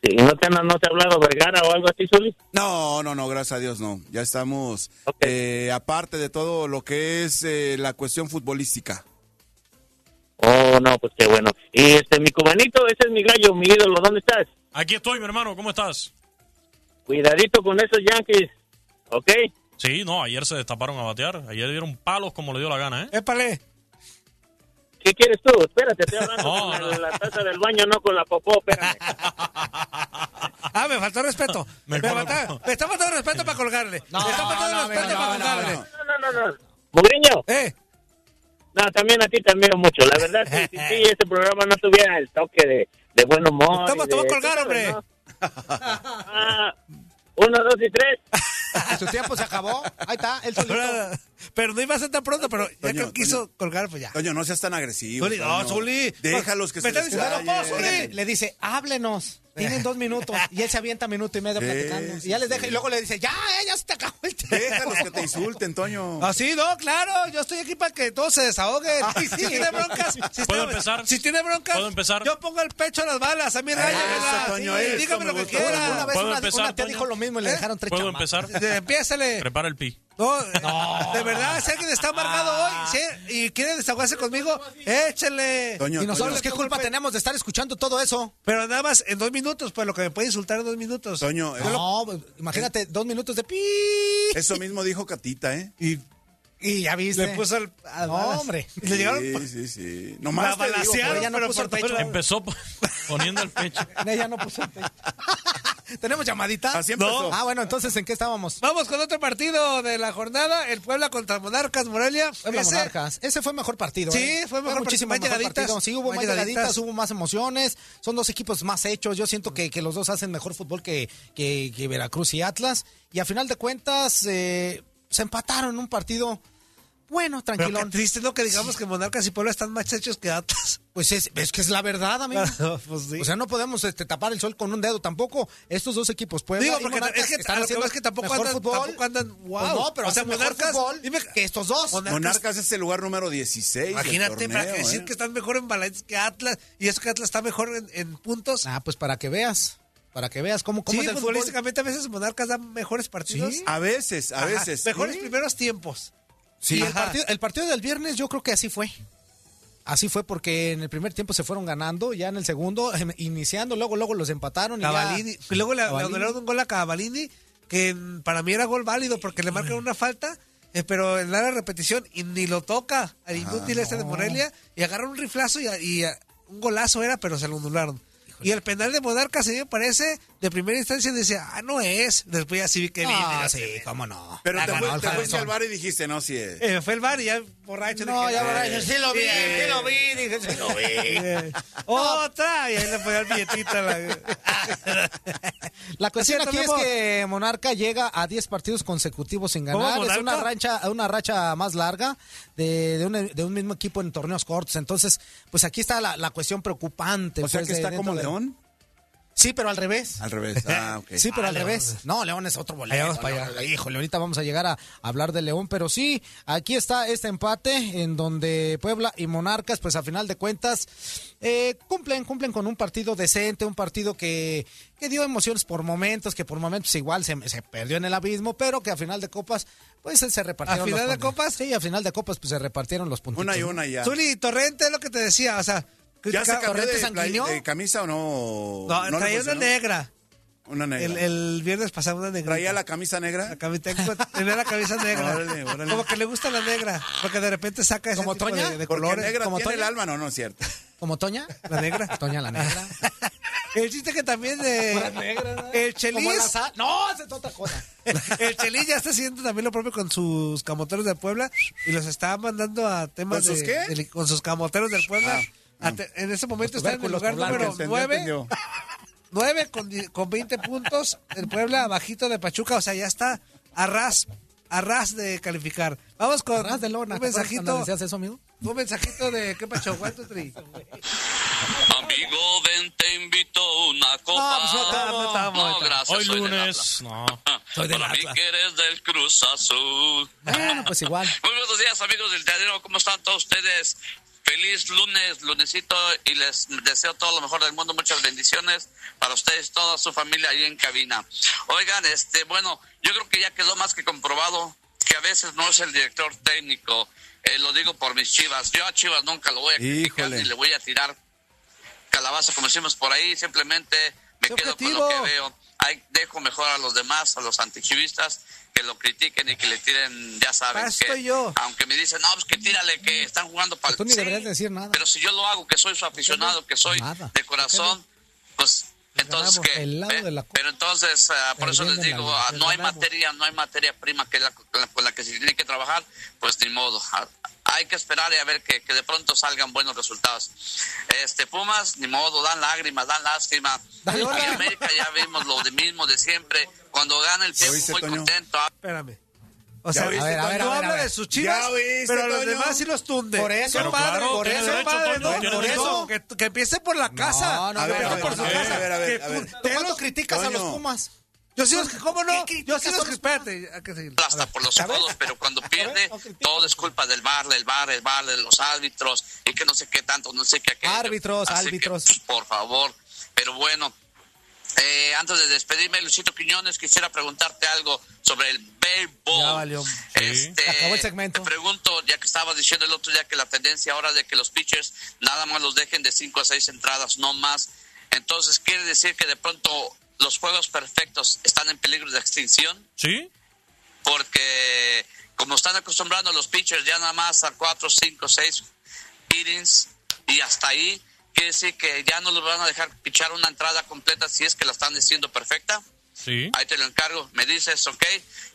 Speaker 4: Sí, ¿y ¿No te, han, no te ha hablado Vergara o algo así, Zuli?
Speaker 10: No, no, no, gracias a Dios no. Ya estamos,
Speaker 4: Ok.
Speaker 10: eh, aparte de todo lo que es eh, la cuestión futbolística.
Speaker 4: Oh, no, pues qué bueno. Y este, mi cubanito, ese es mi gallo, mi ídolo, ¿dónde estás?
Speaker 9: Aquí estoy, mi hermano, ¿cómo estás?
Speaker 4: Cuidadito con esos Yankees, ¿ok?
Speaker 9: Sí, no, ayer se destaparon a batear. Ayer dieron palos como le dio la gana, ¿eh?
Speaker 7: Épale.
Speaker 4: ¿Qué quieres tú? Espérate, estoy hablando
Speaker 9: No,
Speaker 4: con
Speaker 9: no.
Speaker 4: la, la taza del baño, no con la popó, espérame.
Speaker 7: Ah, me faltó respeto. me,
Speaker 9: Me
Speaker 7: falta- me está faltando respeto para colgarle. me está faltando
Speaker 6: no,
Speaker 7: respeto
Speaker 6: no,
Speaker 7: para
Speaker 6: no,
Speaker 7: colgarle.
Speaker 4: No, no, no, no. Mugriño,
Speaker 7: Eh,
Speaker 4: No, también a ti te admiro mucho. La verdad, sí, sí, sí, este programa no tuviera el toque de, de buen humor.
Speaker 7: Toma,
Speaker 4: y
Speaker 7: te voy
Speaker 4: de-
Speaker 7: a colgar,
Speaker 4: ¿sabes,
Speaker 7: hombre.
Speaker 4: no? Ah, uno, dos y tres.
Speaker 6: Su tiempo se acabó. Ahí está, el solito.
Speaker 7: ahora- pero no iba a ser tan pronto, pero ya
Speaker 10: Toño,
Speaker 7: que quiso colgar, pues ya.
Speaker 10: Oye, no seas tan agresivo.
Speaker 7: Zuli, no, Zuli.
Speaker 10: Déjalos que
Speaker 7: Me
Speaker 10: se
Speaker 7: estás
Speaker 10: les
Speaker 7: diciendo,
Speaker 10: calle.
Speaker 7: no, Zuli.
Speaker 6: Le dice, háblenos. Tienen dos minutos. Y él se avienta minuto y medio
Speaker 10: Sí,
Speaker 6: platicando.
Speaker 10: sí,
Speaker 6: Y ya les deja.
Speaker 10: sí.
Speaker 6: Y luego le dice, ya, eh, ya se te acabó el tiempo.
Speaker 10: Déjalos que te insulten, Toño.
Speaker 7: Ah, sí, no, claro, yo estoy aquí para que todos se desahoguen.
Speaker 6: Ah,
Speaker 7: Si tiene broncas, si está-
Speaker 9: ¿Puedo empezar?
Speaker 7: Si tiene broncas,
Speaker 9: ¿Puedo empezar?
Speaker 7: yo pongo el pecho a las balas, a mí
Speaker 10: eso, Toño,
Speaker 7: ráyamela.
Speaker 10: eso me
Speaker 7: Dígame lo que
Speaker 10: gustó,
Speaker 7: quiera.
Speaker 10: Toño.
Speaker 6: Una vez
Speaker 9: ¿Puedo
Speaker 6: una,
Speaker 9: empezar,
Speaker 6: una tía
Speaker 9: Toño?
Speaker 6: dijo lo mismo y le dejaron tres
Speaker 9: ¿Puedo
Speaker 6: chamacas.
Speaker 9: empezar?
Speaker 7: Eh, Empiézale.
Speaker 9: Prepara el pi.
Speaker 7: No, de verdad, si alguien está amargado
Speaker 6: Ah.
Speaker 7: hoy si- y quiere desahogarse conmigo, échele.
Speaker 10: Toño,
Speaker 6: Y nosotros,
Speaker 10: Toño,
Speaker 6: ¿qué culpa tenemos de estar escuchando todo eso?
Speaker 7: Pero nada más en dos minutos, pues lo que me puede insultar en dos minutos.
Speaker 10: Toño, eh,
Speaker 6: No, pues, imagínate, dos minutos de pi.
Speaker 10: eso mismo dijo Catita, ¿eh?
Speaker 7: Y
Speaker 6: Y ya viste.
Speaker 7: Le puso al. al
Speaker 6: No, hombre.
Speaker 7: Y le llegaron.
Speaker 10: Ah, Sí, sí, sí.
Speaker 7: La
Speaker 10: Nomás te digo,
Speaker 7: balacearon,
Speaker 10: pero
Speaker 6: ya no
Speaker 10: pero
Speaker 6: puso
Speaker 10: por
Speaker 6: el
Speaker 10: todos
Speaker 6: pecho.
Speaker 10: lados.
Speaker 9: Empezó po- poniendo el pecho.
Speaker 6: Ella no puso el pecho. ¿Tenemos llamadita?
Speaker 10: Así empezó.
Speaker 6: Ah, bueno, entonces, ¿en qué estábamos?
Speaker 7: Vamos con otro partido de la jornada. El Puebla contra Monarcas Morelia.
Speaker 6: Puebla
Speaker 7: Ese-
Speaker 6: Monarcas. Ese fue mejor partido.
Speaker 7: Sí,
Speaker 6: ¿eh?
Speaker 7: fue mejor partido,
Speaker 6: muchísimo
Speaker 7: más
Speaker 6: mejor
Speaker 7: llegaditas.
Speaker 6: partido. Sí, hubo más,
Speaker 7: Más
Speaker 6: llegaditas.
Speaker 7: llegaditas.
Speaker 6: hubo más emociones. Son dos equipos más hechos. Yo siento que, que los dos hacen mejor fútbol que, que- que Veracruz y Atlas. Y a final de cuentas, eh, se empataron en un partido bueno,
Speaker 7: Pero
Speaker 6: tranquilón.
Speaker 7: qué triste, ¿no? Que digamos que Monarcas y Puebla están más hechos que Atlas.
Speaker 6: Pues es, es que es la verdad, amigo.
Speaker 7: pues sí.
Speaker 6: O sea, no podemos este, tapar el sol con un dedo tampoco. Estos dos equipos, Puebla
Speaker 7: Digo,
Speaker 6: y
Speaker 7: porque
Speaker 6: Monarcas,
Speaker 7: es que,
Speaker 6: están
Speaker 7: a lo que
Speaker 6: haciendo
Speaker 7: voy es que tampoco
Speaker 6: mejor
Speaker 7: andan,
Speaker 6: fútbol.
Speaker 7: tampoco andan, wow.
Speaker 6: Pues no, pero
Speaker 7: o sea,
Speaker 6: hacen mejor
Speaker 7: Monarcas,
Speaker 6: fútbol
Speaker 7: dime-
Speaker 6: que estos dos.
Speaker 7: Monarcas-
Speaker 10: Monarcas es el lugar número 16. del
Speaker 7: Imagínate, para
Speaker 10: torneo,
Speaker 7: que decir
Speaker 10: ¿eh?
Speaker 7: que están mejor en balance que Atlas, y eso que Atlas está mejor en, en puntos.
Speaker 6: Ah, pues para que veas. Para que veas cómo, cómo
Speaker 7: sí,
Speaker 6: es el fútbol.
Speaker 7: futbolísticamente a veces Monarcas dan mejores partidos.
Speaker 6: Sí.
Speaker 10: A veces, a
Speaker 7: Ajá,
Speaker 10: veces.
Speaker 7: Mejores
Speaker 10: Sí.
Speaker 7: primeros tiempos.
Speaker 6: Y
Speaker 10: Sí.
Speaker 6: el partido, el partido del viernes yo creo que así fue. Así fue porque en el primer tiempo se fueron ganando, ya en el segundo, em, iniciando, luego luego los empataron. y ya-
Speaker 7: Cavalini. Y Luego le, le
Speaker 6: Cavalini.
Speaker 7: anularon un gol a Cavalini, que mm, para mí era gol válido porque le marcan una falta, eh, pero en la repetición y ni lo toca al
Speaker 10: Ah,
Speaker 7: inútil este de Morelia y agarra un riflazo y, a- y a- un golazo era, pero se lo anularon. Y el penal de Monarca, se me parece, de primera instancia dice, ah, no es. Después ya sí vi que viene.
Speaker 6: Ah,
Speaker 7: ya
Speaker 6: sí,
Speaker 7: se ve.
Speaker 6: cómo no.
Speaker 10: Pero
Speaker 6: Ah,
Speaker 10: te,
Speaker 6: ganó
Speaker 10: fue-
Speaker 6: el
Speaker 10: te fuiste
Speaker 6: Cabezón.
Speaker 10: al bar y dijiste, no, sí es.
Speaker 7: Eh, fue el bar y ya borracho.
Speaker 6: No,
Speaker 7: dije,
Speaker 6: ya
Speaker 7: "Eh".
Speaker 6: borracho, sí lo vi, sí lo vi, dije, sí lo vi.
Speaker 7: Eh, Otra, y ahí le ponía el billetito. a la-
Speaker 6: La cuestión
Speaker 7: Lo
Speaker 6: aquí es
Speaker 7: siento, mi amor.
Speaker 6: que Monarca llega a 10 partidos consecutivos sin
Speaker 7: ¿Cómo,
Speaker 6: ganar. Es
Speaker 7: Monarca?
Speaker 6: una racha, una racha más larga de, de un, de un mismo equipo en torneos cortos. Entonces, pues aquí está la, la cuestión preocupante.
Speaker 10: O sea
Speaker 6: pues,
Speaker 10: que
Speaker 6: de-
Speaker 10: está
Speaker 6: dentro
Speaker 10: como
Speaker 6: de-
Speaker 10: León.
Speaker 6: Sí, pero al revés.
Speaker 10: Al revés. Ah, ok.
Speaker 6: Sí, pero
Speaker 7: Ah,
Speaker 6: al
Speaker 7: León.
Speaker 6: revés. No, León es otro boleto.
Speaker 7: Ahí vamos para
Speaker 6: León.
Speaker 7: allá.
Speaker 6: Híjole, ahorita vamos a llegar a hablar de León, pero sí, aquí está este empate en donde Puebla y Monarcas, pues a final de cuentas, eh, cumplen, cumplen con un partido decente, un partido que, que dio emociones por momentos, que por momentos igual se, se perdió en el abismo, pero que a final de copas, pues se repartieron.
Speaker 7: ¿A final
Speaker 6: los
Speaker 7: de
Speaker 6: puntos.
Speaker 7: copas?
Speaker 6: Sí, a final de copas, pues se repartieron los puntos.
Speaker 10: Una y una ya.
Speaker 7: Zuli, Torrente es lo que te decía, o sea...
Speaker 10: ¿Ya se
Speaker 7: criticaba-
Speaker 10: cambió
Speaker 6: Torrente
Speaker 10: de,
Speaker 6: sanguíneo?
Speaker 10: play- de camisa o no?
Speaker 7: No,
Speaker 10: le
Speaker 7: traía una
Speaker 10: funcionó?
Speaker 7: negra.
Speaker 10: Una negra.
Speaker 7: El, el viernes pasaba una negra.
Speaker 10: ¿Traía la camisa negra?
Speaker 7: tenía la camisa negra.
Speaker 10: Órale, órale.
Speaker 7: Como que le gusta la negra. Porque de repente saca ese
Speaker 6: ¿Como
Speaker 7: tipo
Speaker 6: Toña?
Speaker 7: de, de
Speaker 10: Porque
Speaker 7: colores.
Speaker 10: negra
Speaker 7: como
Speaker 10: tiene el
Speaker 7: Toña.
Speaker 10: alma, no, no es cierto.
Speaker 6: ¿Como Toña?
Speaker 7: La negra.
Speaker 6: Toña la negra.
Speaker 7: El chiste que también de. El
Speaker 6: Como la
Speaker 7: Chelis.
Speaker 6: sa- No, esa es otra cosa.
Speaker 7: El Chelis ya está haciendo también lo propio con sus camoteros de Puebla. Y los está mandando a temas
Speaker 10: ¿Con sus
Speaker 7: de-
Speaker 10: qué? Ah,
Speaker 7: de- con sus camoteros del Puebla. A te- en ese momento está en el
Speaker 6: tubérculos
Speaker 7: lugar
Speaker 6: poblanos.
Speaker 7: número
Speaker 10: Entendió,
Speaker 7: 9.
Speaker 10: entendió.
Speaker 7: 9 con, di- con 20 puntos. El Puebla abajito de Pachuca. O sea, ya está a ras, a ras de calificar. Vamos con
Speaker 6: Ras de lona.
Speaker 7: un
Speaker 6: ¿te acuerdas cuando
Speaker 7: mensajito.
Speaker 6: decías eso, amigo?
Speaker 7: Un mensajito de qué pacho, one, two, three.
Speaker 15: Amigo, ven, te invito a una
Speaker 7: No, pues, no estamos, no estamos, no
Speaker 15: No,
Speaker 7: estamos.
Speaker 15: gracias.
Speaker 9: Hoy
Speaker 15: soy del
Speaker 9: lunes. No.
Speaker 15: Atlas. Para mí que eres del Cruz Azul.
Speaker 7: Ah.
Speaker 6: Bueno, pues igual.
Speaker 15: Muy buenos días, amigos del Teatro. ¿Cómo están todos ustedes? Feliz lunes, lunesito, y les deseo todo lo mejor del mundo. Muchas bendiciones para ustedes, toda su familia ahí en cabina. Oigan, este, bueno, yo creo que ya quedó más que comprobado que a veces no es el director técnico. Eh, lo digo por mis chivas. Yo a chivas nunca lo voy a criticar
Speaker 10: Híjole.
Speaker 15: ni le voy a tirar calabaza, como decimos por ahí, simplemente me
Speaker 7: Sé
Speaker 15: quedo
Speaker 7: objetivo.
Speaker 15: con lo que veo. Ahí dejo mejor a los demás, a los antichivistas, que lo critiquen y que le tiren, ya saben.
Speaker 7: Para eso
Speaker 15: que,
Speaker 7: estoy yo.
Speaker 15: Aunque me dicen, no, pues que tírale, que están jugando para
Speaker 6: Tú ni deberías decir nada.
Speaker 15: Pero si yo lo hago, que soy su aficionado, que soy
Speaker 6: Nada.
Speaker 15: de corazón, pues entonces
Speaker 6: ganamos
Speaker 15: que.
Speaker 6: el lado de la copa.
Speaker 15: Pero entonces, ah, por eso les
Speaker 6: Perdiendo
Speaker 15: digo,
Speaker 6: la-
Speaker 15: ah,
Speaker 6: les
Speaker 15: no hay
Speaker 6: ganamos.
Speaker 15: materia, no hay materia prima que la, la- con la que se tiene que trabajar, pues ni modo. Ah, Hay que esperar y a ver que, que de pronto salgan buenos resultados. Este Pumas, ni modo, dan lágrimas, dan lástima.
Speaker 6: Dan
Speaker 15: Y
Speaker 6: lástima.
Speaker 15: América ya vimos lo de mismo de siempre. Cuando gana el tiempo,
Speaker 10: oíste,
Speaker 15: muy
Speaker 10: Toño?
Speaker 15: contento. ah,
Speaker 7: Espérame. O sea,
Speaker 10: oíste,
Speaker 7: a ver, a ver,
Speaker 6: Toño?
Speaker 7: no
Speaker 6: a
Speaker 7: habla
Speaker 6: ver.
Speaker 7: de sus chivas,
Speaker 10: Ya oíste,
Speaker 7: pero a los
Speaker 10: Toño.
Speaker 7: demás sí los tunde.
Speaker 6: Por eso,
Speaker 7: Qué padre,
Speaker 9: claro,
Speaker 7: por
Speaker 9: tiene
Speaker 7: eso,
Speaker 9: derecho,
Speaker 7: padre,
Speaker 9: Toño,
Speaker 7: no,
Speaker 9: tiene
Speaker 7: por
Speaker 9: derecho.
Speaker 7: eso, que, que empiece por la casa.
Speaker 6: No, no,
Speaker 10: A ver, a
Speaker 7: Que
Speaker 10: ver,
Speaker 7: empiece por su
Speaker 10: a ver,
Speaker 7: casa.
Speaker 10: a ver, a ver,
Speaker 7: Que
Speaker 10: a ver.
Speaker 7: tú-
Speaker 6: ¿Tú
Speaker 7: te
Speaker 6: ¿Cuándo
Speaker 7: los-
Speaker 6: criticas a los
Speaker 10: Toño.
Speaker 6: Pumas?
Speaker 7: Yo sí los, ¿cómo no?
Speaker 6: ¿Qué
Speaker 7: Yo sí
Speaker 6: criticas
Speaker 7: los,
Speaker 6: a los-
Speaker 7: espérate, hay que seguir.
Speaker 15: aplasta por los codos, pero cuando pierde,
Speaker 6: no critiques.
Speaker 15: todo es culpa del bar, del bar, del bar, de los árbitros, y que no sé qué tanto, no sé qué aquello.
Speaker 6: Árbitros,
Speaker 15: Así que, pues,
Speaker 6: árbitros.
Speaker 15: por favor, pero bueno, eh, antes de despedirme, Luisito Quiñones, quisiera preguntarte algo sobre el béisbol.
Speaker 7: Ya valió.
Speaker 15: Este,
Speaker 6: Se acabó el segmento.
Speaker 15: Te pregunto, ya que estabas diciendo el otro día que la tendencia ahora de que los pitchers nada más los dejen de 5 a 6 entradas, no más. Entonces, ¿quiere decir que de pronto los juegos perfectos están en peligro de extinción?
Speaker 9: ¿Sí?
Speaker 15: porque como está están acostumbrando los pitchers ya nada más a 4, 5, 6 innings y hasta ahí. Quiere decir que ya no los van a dejar pichar una entrada completa si es que la están diciendo perfecta.
Speaker 9: Sí.
Speaker 15: Ahí te lo encargo. Me dices, ok.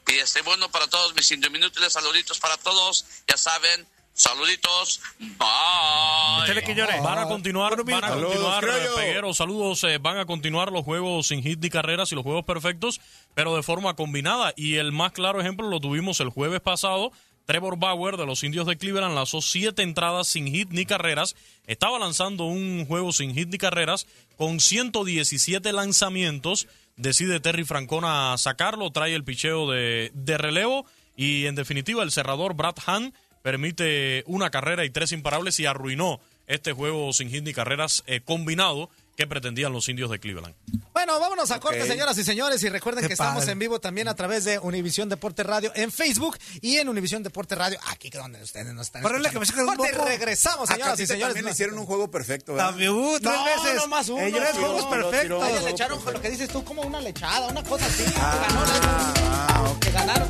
Speaker 15: Y este bueno para todos mis inútiles Saluditos para todos. Ya saben. Saluditos. Bye.
Speaker 9: Van a continuar, van a
Speaker 15: Saludos,
Speaker 9: continuar,
Speaker 15: creo yo.
Speaker 9: eh, Peguero, saludos, eh, van a continuar los juegos sin hit ni carreras y los juegos perfectos, pero de forma combinada. Y el más claro ejemplo lo tuvimos el jueves pasado. Trevor Bauer de los Indios de Cleveland lanzó siete entradas sin hit ni carreras. Estaba lanzando un juego sin hit ni carreras con 117 lanzamientos. Decide Terry Francona sacarlo, trae el picheo de, de relevo y en definitiva el cerrador Brad Hahn permite una carrera y tres imparables y arruinó este juego sin hit ni carreras eh, combinado que pretendían los indios de Cleveland.
Speaker 6: Bueno, vámonos a corte,
Speaker 9: Ok.
Speaker 6: señoras y señores. Y recuerden
Speaker 9: Qué
Speaker 6: que estamos
Speaker 9: padre.
Speaker 6: en vivo también a través de Univisión Deporte Radio en Facebook y en Univisión Deporte Radio. Aquí que donde ustedes nos están.
Speaker 7: Corre la
Speaker 6: escuchando.
Speaker 7: que me saca un
Speaker 6: Corte,
Speaker 7: moco.
Speaker 6: regresamos,
Speaker 7: A
Speaker 6: señoras y
Speaker 7: Catita
Speaker 6: señores.
Speaker 7: también le
Speaker 10: Hicieron un juego perfecto, ¿verdad?
Speaker 7: También, uh, tres
Speaker 6: no,
Speaker 7: veces.
Speaker 6: no más uno.
Speaker 7: Eh, tres
Speaker 6: tiró,
Speaker 7: juegos
Speaker 6: lo
Speaker 7: perfectos.
Speaker 6: tiró, Ellos le echaron con lo que dices tú, como una lechada, una cosa así. que ganaron.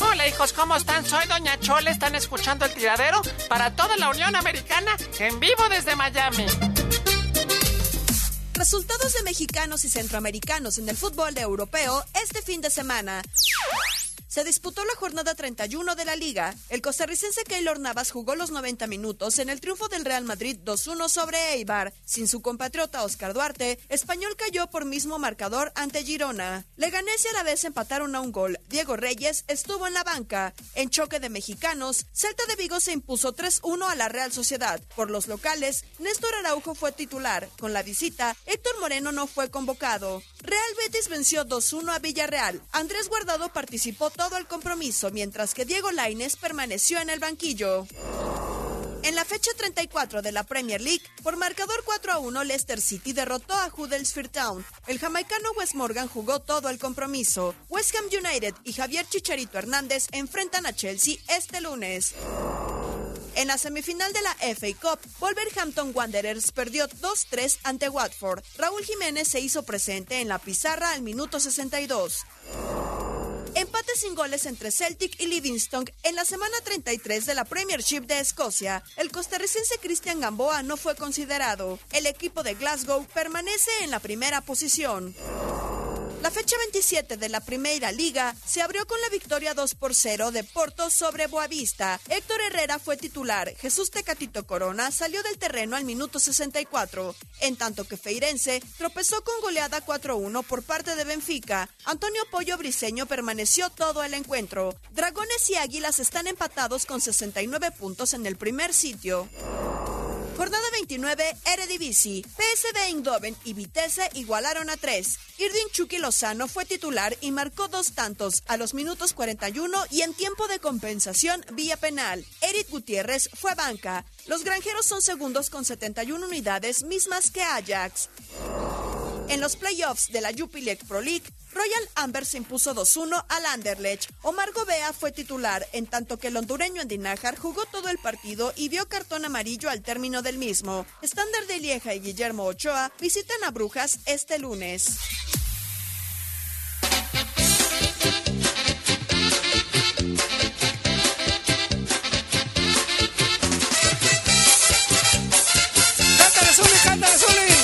Speaker 16: Hola hijos, ¿cómo están? Soy Doña Chole, están escuchando el tiradero para toda la Unión Americana en vivo desde Miami.
Speaker 17: Resultados de mexicanos y centroamericanos en el fútbol europeo este fin de semana. Se disputó la jornada 31 de la liga. El costarricense Keylor Navas jugó los 90 minutos en el triunfo del Real Madrid 2-1 sobre Eibar. Sin su compatriota Oscar Duarte, Español cayó por mismo marcador ante Girona. Leganés y a la vez empataron a un gol. Diego Reyes estuvo en la banca. En choque de mexicanos, Celta de Vigo se impuso 3-1 a la Real Sociedad. Por los locales, Néstor Araujo fue titular. Con la visita, Héctor Moreno no fue convocado. Real Betis venció 2-1 a Villarreal. Andrés Guardado participó todo el compromiso, mientras que Diego Lainez permaneció en el banquillo. En la fecha 34 de la Premier League, por marcador 4 a 1, Leicester City derrotó a Huddersfield Town. El jamaicano Wes Morgan jugó todo el compromiso. West Ham United y Javier Chicharito Hernández enfrentan a Chelsea este lunes. En la semifinal de la FA Cup, Wolverhampton Wanderers perdió 2-3 ante Watford. Raúl Jiménez se hizo presente en la pizarra al minuto 62. Empate sin goles entre Celtic y Livingston en la semana 33 de la Premiership de Escocia. El costarricense Cristian Gamboa no fue considerado. El equipo de Glasgow permanece en la primera posición. La fecha 27 de la Primera Liga se abrió con la victoria 2 por 0 de Porto sobre Boavista. Héctor Herrera fue titular, Jesús Tecatito Corona salió del terreno al minuto 64, en tanto que Feirense tropezó con goleada 4-1 por parte de Benfica. Antonio Pollo Briseño permaneció todo el encuentro. Dragones y Águilas están empatados con 69 puntos en el primer sitio. Jornada 29, Eredivisie. PSV Eindhoven y Vitesse igualaron a 3. Irving Chucky Lozano fue titular y marcó dos tantos a los minutos 41 y en tiempo de compensación vía penal. Eric Gutiérrez fue banca. Los granjeros son segundos con 71 unidades, mismas que Ajax. En los playoffs de la Jupiler Pro League, Royal Amber se impuso 2-1 al Anderlecht. Omar Gobea fue titular, en tanto que el hondureño Andinajar jugó todo el partido y vio cartón amarillo al término del mismo. Estándar de Lieja y Guillermo Ochoa visitan a Brujas este lunes.
Speaker 12: ¡Cántale, Zuli, cántale, Zuli!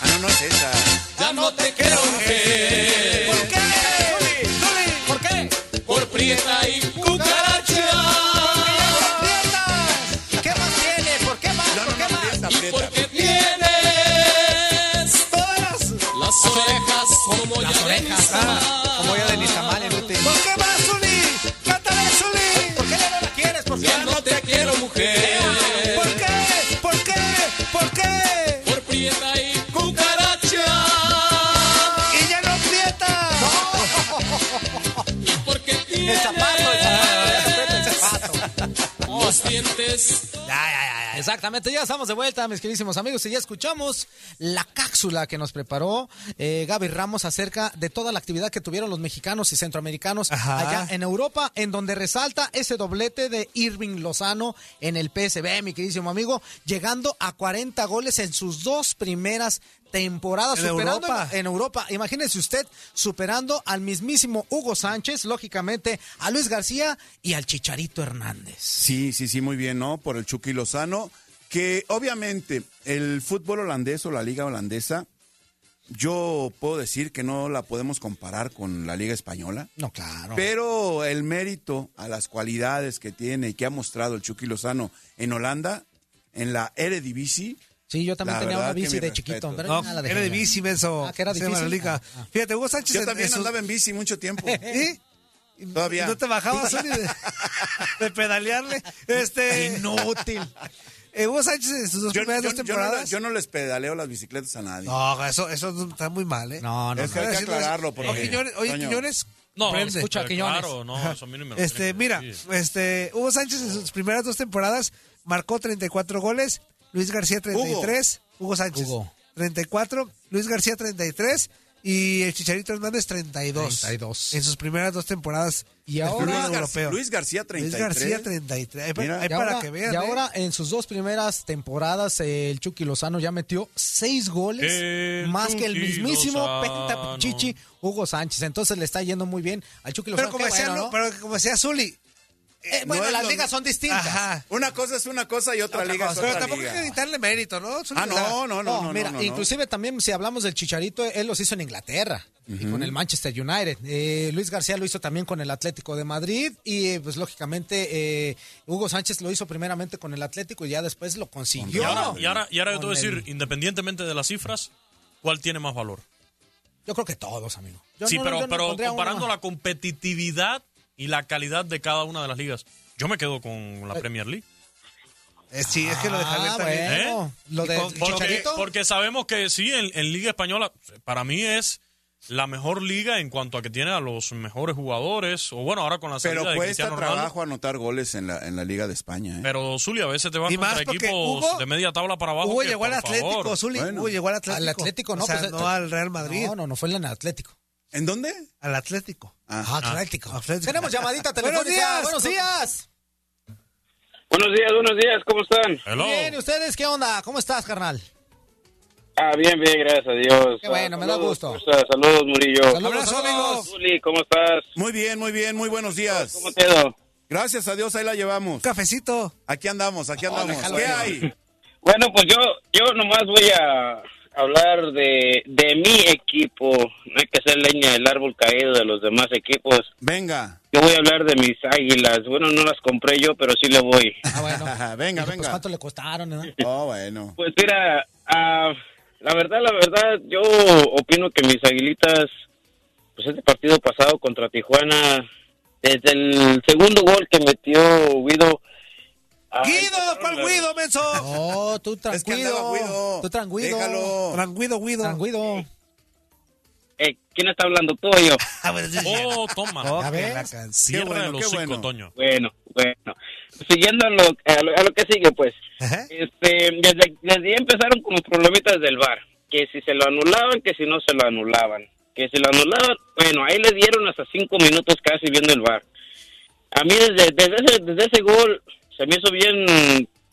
Speaker 10: Ah, no, no es esa.
Speaker 12: Ya no te quiero mujer. ¿Por qué? ¿Por qué? Por prieta y cucaracha. ¿Qué más tiene? ¿Por qué más? ¿Por qué más? ¿Y por qué tienes todas las orejas como las orejas?
Speaker 6: ah, Como ya de mis tamales, no te-
Speaker 12: ¿Por qué más, Zuli? Cántale, Zuli. ¿Por qué ya no la quieres? ¿Por qué? Ya no te quiero, mujer. ¿Por qué? ¿Por qué? ¿Por qué? Por prieta y cucaracha. Y ya no prieta. ¿Y por qué tienes? El zapato, el zapato. Los dientes
Speaker 6: Exactamente, ya estamos de vuelta, mis queridísimos amigos, y ya escuchamos la cápsula que nos preparó eh, Gaby Ramos acerca de toda la actividad que tuvieron los mexicanos y centroamericanos
Speaker 7: Ajá.
Speaker 6: allá en Europa, en donde resalta ese doblete de Irving Lozano en el PSV, mi queridísimo amigo, llegando a 40 goles en sus dos primeras temporadas
Speaker 7: En
Speaker 6: superando
Speaker 7: Europa.
Speaker 6: en Europa. Imagínense usted superando al mismísimo Hugo Sánchez, lógicamente a Luis García y al Chicharito Hernández.
Speaker 10: Sí, sí, sí, muy bien, ¿no? Por el Chucky Lozano, que obviamente el fútbol holandés o la liga holandesa, yo puedo decir que no la podemos comparar con la liga española.
Speaker 6: No, claro.
Speaker 10: Pero el mérito a las cualidades que tiene y que ha mostrado el Chucky Lozano en Holanda, en la Eredivisie.
Speaker 6: Sí, yo también tenía una bici de chiquito. Pero ya la dejé
Speaker 7: era de
Speaker 6: ya.
Speaker 7: bici, menso.
Speaker 6: Ah, que era
Speaker 7: Se llama la
Speaker 6: difícil.
Speaker 7: liga.
Speaker 6: Ah, ah.
Speaker 7: Fíjate, Hugo Sánchez.
Speaker 10: Yo
Speaker 7: en-
Speaker 10: también
Speaker 7: en su-
Speaker 10: andaba en bici mucho tiempo.
Speaker 7: ¿Sí?
Speaker 10: Todavía.
Speaker 7: No te bajabas Zuli, de, de pedalearle. Este...
Speaker 6: Inútil.
Speaker 7: Eh, Hugo Sánchez en sus dos
Speaker 10: Yo,
Speaker 7: primeras
Speaker 10: yo-
Speaker 7: dos
Speaker 10: yo no, le-
Speaker 7: temporadas.
Speaker 10: yo no les pedaleo las bicicletas a nadie.
Speaker 7: No, eso, eso está muy mal, ¿eh?
Speaker 6: No,
Speaker 10: no, Es que no. hay que
Speaker 7: Decirlo es-
Speaker 10: aclararlo, porque,
Speaker 7: O Quiñones- Oye,
Speaker 10: Toño.
Speaker 7: Quiñones.
Speaker 9: No,
Speaker 7: prende.
Speaker 9: escucha, pero Quiñones. claro, no, eso a mí no me lo
Speaker 7: Este,
Speaker 9: tienen que
Speaker 7: mira,
Speaker 9: decir.
Speaker 7: este, Hugo Sánchez en sus primeras dos temporadas marcó 34 goles, Luis García 33, Hugo, Sánchez 34, Luis García 33 y el Chicharito Hernández 32.
Speaker 6: 32.
Speaker 7: En sus primeras dos temporadas.
Speaker 6: Y
Speaker 7: del
Speaker 6: ahora-
Speaker 7: fútbol
Speaker 6: Luis Gar-
Speaker 7: europeo.
Speaker 10: Luis García 33.
Speaker 7: Luis García 33. Ahí pa-
Speaker 10: Mira.
Speaker 7: ahí
Speaker 6: Y
Speaker 7: para
Speaker 6: ahora-
Speaker 7: que vean.
Speaker 6: Y
Speaker 7: ¿eh?
Speaker 6: ahora en sus dos primeras temporadas eh, el Chucky Lozano ya metió seis goles,
Speaker 9: El
Speaker 6: más que el
Speaker 9: Chucky
Speaker 6: mismísimo
Speaker 9: Lozano.
Speaker 6: Pentapichichi Hugo Sánchez. Entonces le está yendo muy bien al Chucky
Speaker 7: pero,
Speaker 6: Lozano.
Speaker 7: como
Speaker 6: qué
Speaker 7: decía,
Speaker 6: bueno,
Speaker 7: Lu-
Speaker 6: ¿no?
Speaker 7: pero como decía Zuli,
Speaker 6: Eh, bueno,
Speaker 10: No es
Speaker 6: las
Speaker 10: lo-
Speaker 6: ligas son distintas.
Speaker 7: Ajá.
Speaker 10: Una cosa es una cosa y otra,
Speaker 7: Otra
Speaker 10: liga
Speaker 7: cosa.
Speaker 10: es
Speaker 7: Pero
Speaker 10: otra
Speaker 7: tampoco hay que
Speaker 10: liga.
Speaker 7: quitarle mérito, ¿no?
Speaker 10: Ah, no, no, no, no, no,
Speaker 6: mira,
Speaker 10: no, no.
Speaker 6: inclusive también si hablamos del Chicharito, él los hizo en Inglaterra y con el Manchester United. Eh, Luis García lo hizo también con el Atlético de Madrid y eh, pues lógicamente eh, Hugo Sánchez lo hizo primeramente con el Atlético y ya después lo consiguió.
Speaker 9: Y ahora, y ahora, y ahora yo te voy a
Speaker 6: Con el-
Speaker 9: decir, independientemente de las cifras, ¿cuál tiene más valor?
Speaker 6: Yo creo que todos, amigo. Yo
Speaker 9: sí,
Speaker 6: no-
Speaker 9: pero,
Speaker 6: yo no
Speaker 9: pero
Speaker 6: pondría uno
Speaker 9: comparando
Speaker 6: más.
Speaker 9: la competitividad y la calidad de cada una de las ligas, yo me quedo con la Premier League.
Speaker 7: Eh, sí, es que lo de Javier
Speaker 6: Ah,
Speaker 7: también.
Speaker 6: bueno. Lo de
Speaker 7: con-
Speaker 9: ¿Eh? Porque,
Speaker 6: Chicharito.
Speaker 9: porque sabemos que sí, en, en Liga Española, para mí es la mejor liga en cuanto a que tiene a los mejores jugadores, o bueno, ahora con la salida
Speaker 10: Pero
Speaker 9: de
Speaker 10: cuesta
Speaker 9: Cristiano Ronaldo.
Speaker 10: trabajo anotar goles en la, en la Liga de España. ¿eh?
Speaker 9: Pero Zuli, a veces te vas
Speaker 7: Y más
Speaker 9: contra
Speaker 7: porque
Speaker 9: equipos
Speaker 7: Hugo-
Speaker 9: de media tabla para abajo.
Speaker 7: Hugo
Speaker 9: que,
Speaker 7: llegó al
Speaker 9: por
Speaker 7: Atlético,
Speaker 9: favor.
Speaker 7: Zuli.
Speaker 10: Bueno.
Speaker 7: Hugo llegó al Atlético.
Speaker 6: Al Atlético, no,
Speaker 7: O sea,
Speaker 6: pues,
Speaker 7: no al Real Madrid.
Speaker 6: No, no, no fue en el Atlético.
Speaker 10: ¿En dónde?
Speaker 7: Al Atlético.
Speaker 10: Ah,
Speaker 6: Atlético.
Speaker 7: Atlético.
Speaker 6: Tenemos llamadita
Speaker 7: Buenos
Speaker 6: telefónica.
Speaker 7: días.
Speaker 6: Buenos días.
Speaker 18: Buenos días, buenos días, ¿cómo están?
Speaker 9: Hello.
Speaker 6: Bien, ¿y ustedes qué onda? ¿Cómo estás, carnal?
Speaker 18: Ah, bien, bien, gracias a Dios.
Speaker 6: Qué bueno,
Speaker 18: Ah,
Speaker 6: me da
Speaker 18: saludos,
Speaker 6: gusto.
Speaker 18: Rosa, saludos, Murillo.
Speaker 6: Abrazo, amigos.
Speaker 18: Zuli, ¿cómo estás?
Speaker 10: Muy bien, muy bien, muy buenos días.
Speaker 18: ¿Cómo te ha ido?
Speaker 10: Gracias a Dios, ahí la llevamos.
Speaker 7: Cafecito.
Speaker 10: Aquí andamos, aquí andamos.
Speaker 6: déjalo
Speaker 10: ¿Qué
Speaker 6: ir.
Speaker 10: hay?
Speaker 18: Bueno, pues yo, yo nomás voy a hablar de, de mi equipo. No hay que hacer leña del árbol caído de los demás equipos.
Speaker 10: Venga,
Speaker 18: Yo voy a hablar de mis águilas. Bueno, no las compré yo, pero sí le voy.
Speaker 6: Ah, bueno.
Speaker 10: venga,
Speaker 6: Pues,
Speaker 10: venga.
Speaker 6: ¿Cuánto le costaron? eh?
Speaker 10: Oh, bueno.
Speaker 18: Pues mira, ah, la verdad, la verdad, yo opino que mis aguilitas, pues este partido pasado contra Tijuana, desde el segundo gol que metió Guido. ah,
Speaker 7: Guido, ¿cuál Guido, menso?
Speaker 6: No, tú
Speaker 10: Es que andaba
Speaker 6: tranquilo.
Speaker 10: Guido.
Speaker 6: Tú tranquilo.
Speaker 10: Déjalo.
Speaker 7: Tranguido, Guido.
Speaker 6: Tranquilo.
Speaker 18: eh, ¿Quién está hablando, tú o yo?
Speaker 7: Ah, bueno, sí,
Speaker 9: Oh, toma.
Speaker 7: Oh, que
Speaker 6: ves?
Speaker 7: la
Speaker 9: Cierra
Speaker 7: canción.
Speaker 10: bueno,
Speaker 9: el
Speaker 10: qué
Speaker 9: hocico,
Speaker 10: bueno.
Speaker 9: Toño.
Speaker 18: Bueno, bueno. Siguiendo a lo, a lo, a lo que sigue, pues.
Speaker 7: Ajá.
Speaker 18: Este, desde, desde ahí empezaron con los problemitas del VAR. Que si se lo anulaban, que si no se lo anulaban. Que si lo anulaban, bueno, ahí le dieron hasta cinco minutos casi viendo el VAR. A mí desde, desde, ese, desde ese gol se me hizo bien,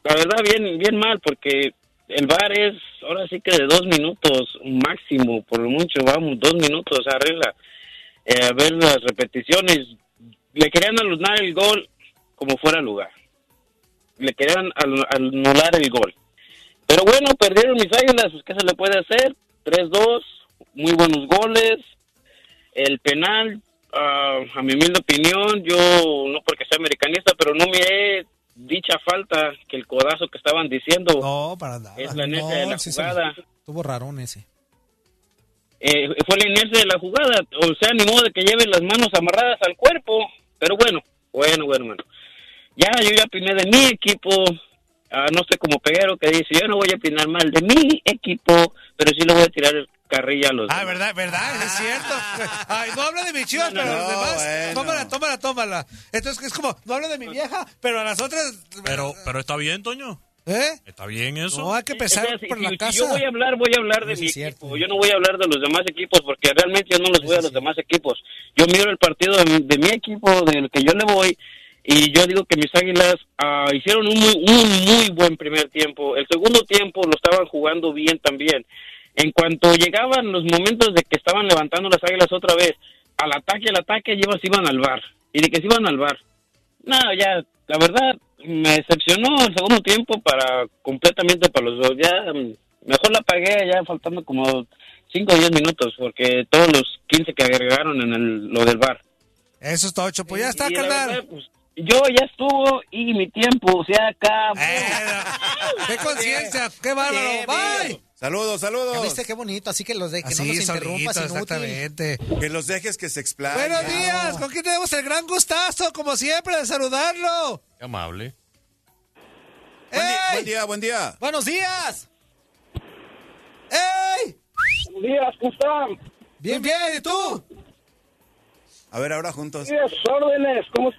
Speaker 18: la verdad, bien, bien mal, porque el VAR es ahora sí que de dos minutos máximo, por lo mucho, vamos, dos minutos, arregla. Eh, a ver las repeticiones, le querían anular el gol como fuera lugar le querían al- anular el gol. Pero bueno, perdieron mis águilas, pues ¿qué se le puede hacer? 3-2, muy buenos goles. El penal, ah, a mi humilde opinión, yo no porque sea americanista, pero no miré dicha falta que el codazo que estaban diciendo
Speaker 7: No, para nada.
Speaker 18: es la neta de la
Speaker 6: No, sí se le-
Speaker 18: jugada.
Speaker 6: Tuvo rarón ese.
Speaker 18: eh, fue la inercia de la jugada. O sea, ni modo de que lleve las manos amarradas al cuerpo. Pero bueno, bueno, bueno, bueno. Ya, yo ya opiné de mi equipo. Ah, no sé como Peguero que dice, yo no voy a opinar mal de mi equipo, pero sí le voy a tirar carrilla a los
Speaker 7: Ah,
Speaker 18: demás.
Speaker 7: ¿verdad? ¿Verdad? Es cierto. Ay, no habla de mis chivas,
Speaker 18: No,
Speaker 7: pero
Speaker 18: no,
Speaker 7: los demás,
Speaker 18: bueno.
Speaker 7: tómala, tómala, tómala. Entonces es como, no hablo de mi vieja, pero a las otras,
Speaker 9: Pero, pero está bien, Toño.
Speaker 7: ¿eh?
Speaker 9: Está bien eso.
Speaker 7: No, hay que empezar
Speaker 18: O sea, si-
Speaker 7: por
Speaker 18: si-
Speaker 7: la
Speaker 18: si
Speaker 7: casa.
Speaker 18: yo voy a hablar, voy a hablar de mi equipo. Yo no voy a hablar de los demás equipos porque realmente yo no les voy a los demás equipos. Yo miro el partido de mi, de mi equipo, del que yo le voy, y yo digo que mis águilas ah, hicieron un muy, un muy buen primer tiempo. El segundo tiempo lo estaban jugando bien también. En cuanto llegaban los momentos de que estaban levantando las águilas otra vez, al ataque, al ataque, y ellos iban al bar. Y de que se iban al bar. No, ya, la verdad, me decepcionó el segundo tiempo para completamente para los dos. Ya, mm, mejor la pagué ya faltando como 5 o 10 minutos, porque todos los 15 que agregaron en el- lo del bar.
Speaker 7: Eso está ocho, pues ya está,
Speaker 18: Y la
Speaker 7: carnal.
Speaker 18: verdad, pues, yo ya estuvo y mi tiempo se acabó.
Speaker 6: Eh,
Speaker 7: Qué conciencia, qué
Speaker 6: Sí,
Speaker 7: bárbaro. Bye. Ah,
Speaker 6: amigo.
Speaker 4: Saludos,
Speaker 6: ¿Ya
Speaker 4: saludos.
Speaker 6: viste qué bonito? Así que los de, que
Speaker 4: Así,
Speaker 6: no los interrumpas
Speaker 4: solito,
Speaker 6: inútil.
Speaker 4: exactamente. Que los dejes que se explayen.
Speaker 7: Buenos días, ¿con quién tenemos el gran gustazo, como siempre, de saludarlo?
Speaker 9: Qué amable.
Speaker 4: Buen, di- buen día, buen día.
Speaker 6: ¡Buenos días!
Speaker 7: ¡Ey!
Speaker 19: Buenos días, ¿cómo están?
Speaker 7: Bien, bien, ¿y tú?
Speaker 4: A ver, ahora juntos.
Speaker 19: Días, órdenes, ¿cómo,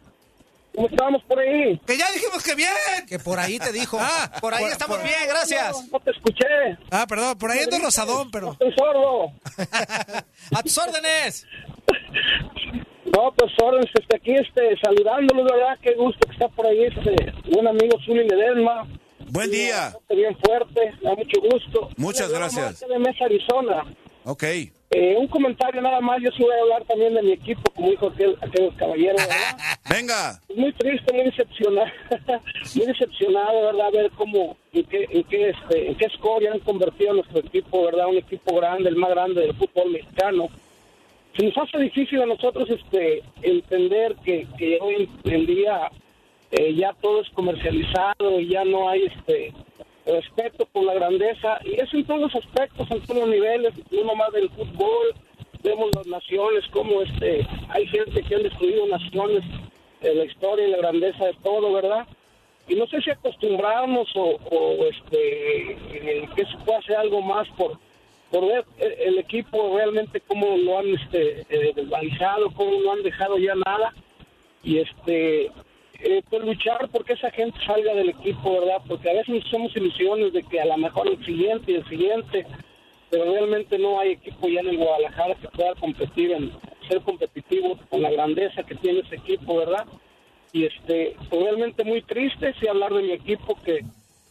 Speaker 19: cómo estamos por ahí?
Speaker 7: Que ya dijimos que bien.
Speaker 6: Que por ahí te dijo.
Speaker 7: Ah,
Speaker 6: por ahí estamos bien, gracias.
Speaker 19: No, no te escuché.
Speaker 7: Ah, perdón, por ahí ando rosadón,
Speaker 19: No
Speaker 7: pero.
Speaker 19: estoy sordo.
Speaker 6: ¡A tus órdenes!
Speaker 19: No, pues órdenes, este, aquí este, saludándolos, ¿verdad? Qué gusto que está por ahí este, un amigo Zuli Ledesma.
Speaker 4: Buen día.
Speaker 19: Bien fuerte, da mucho gusto.
Speaker 4: Muchas
Speaker 19: Hola,
Speaker 4: gracias.
Speaker 19: Marta De Mesa, Arizona.
Speaker 4: Ok.
Speaker 19: Eh, un comentario nada más, yo sí voy a hablar también de mi equipo, como dijo aquel, aquel caballero, ¿verdad?
Speaker 4: Venga.
Speaker 19: muy triste, muy decepcionado, muy decepcionado, ¿verdad? Ver cómo, en qué, en qué, este, en qué score han convertido a nuestro equipo, ¿verdad? Un equipo grande, el más grande del fútbol mexicano. Se nos hace difícil a nosotros este, entender que, que hoy en día eh, ya todo es comercializado y ya no hay este respeto por la grandeza. Y es en todos los aspectos, en todos los niveles, uno más del fútbol, vemos las naciones, como este, hay gente que han destruido naciones, eh, la historia y la grandeza de todo, ¿verdad? Y no sé si acostumbramos o, o, este, eh, que se puede hacer algo más por, por ver el, el equipo realmente cómo lo han este, eh, desvalijado, cómo no han dejado ya nada. Y este, eh, pues luchar porque esa gente salga del equipo, ¿verdad? Porque a veces nos hacemos ilusiones de que a lo mejor el siguiente y el siguiente, pero realmente no hay equipo ya en el Guadalajara que pueda competir, en ser competitivo con la grandeza que tiene ese equipo, ¿verdad? Y este, pues realmente muy triste si hablar de mi equipo que,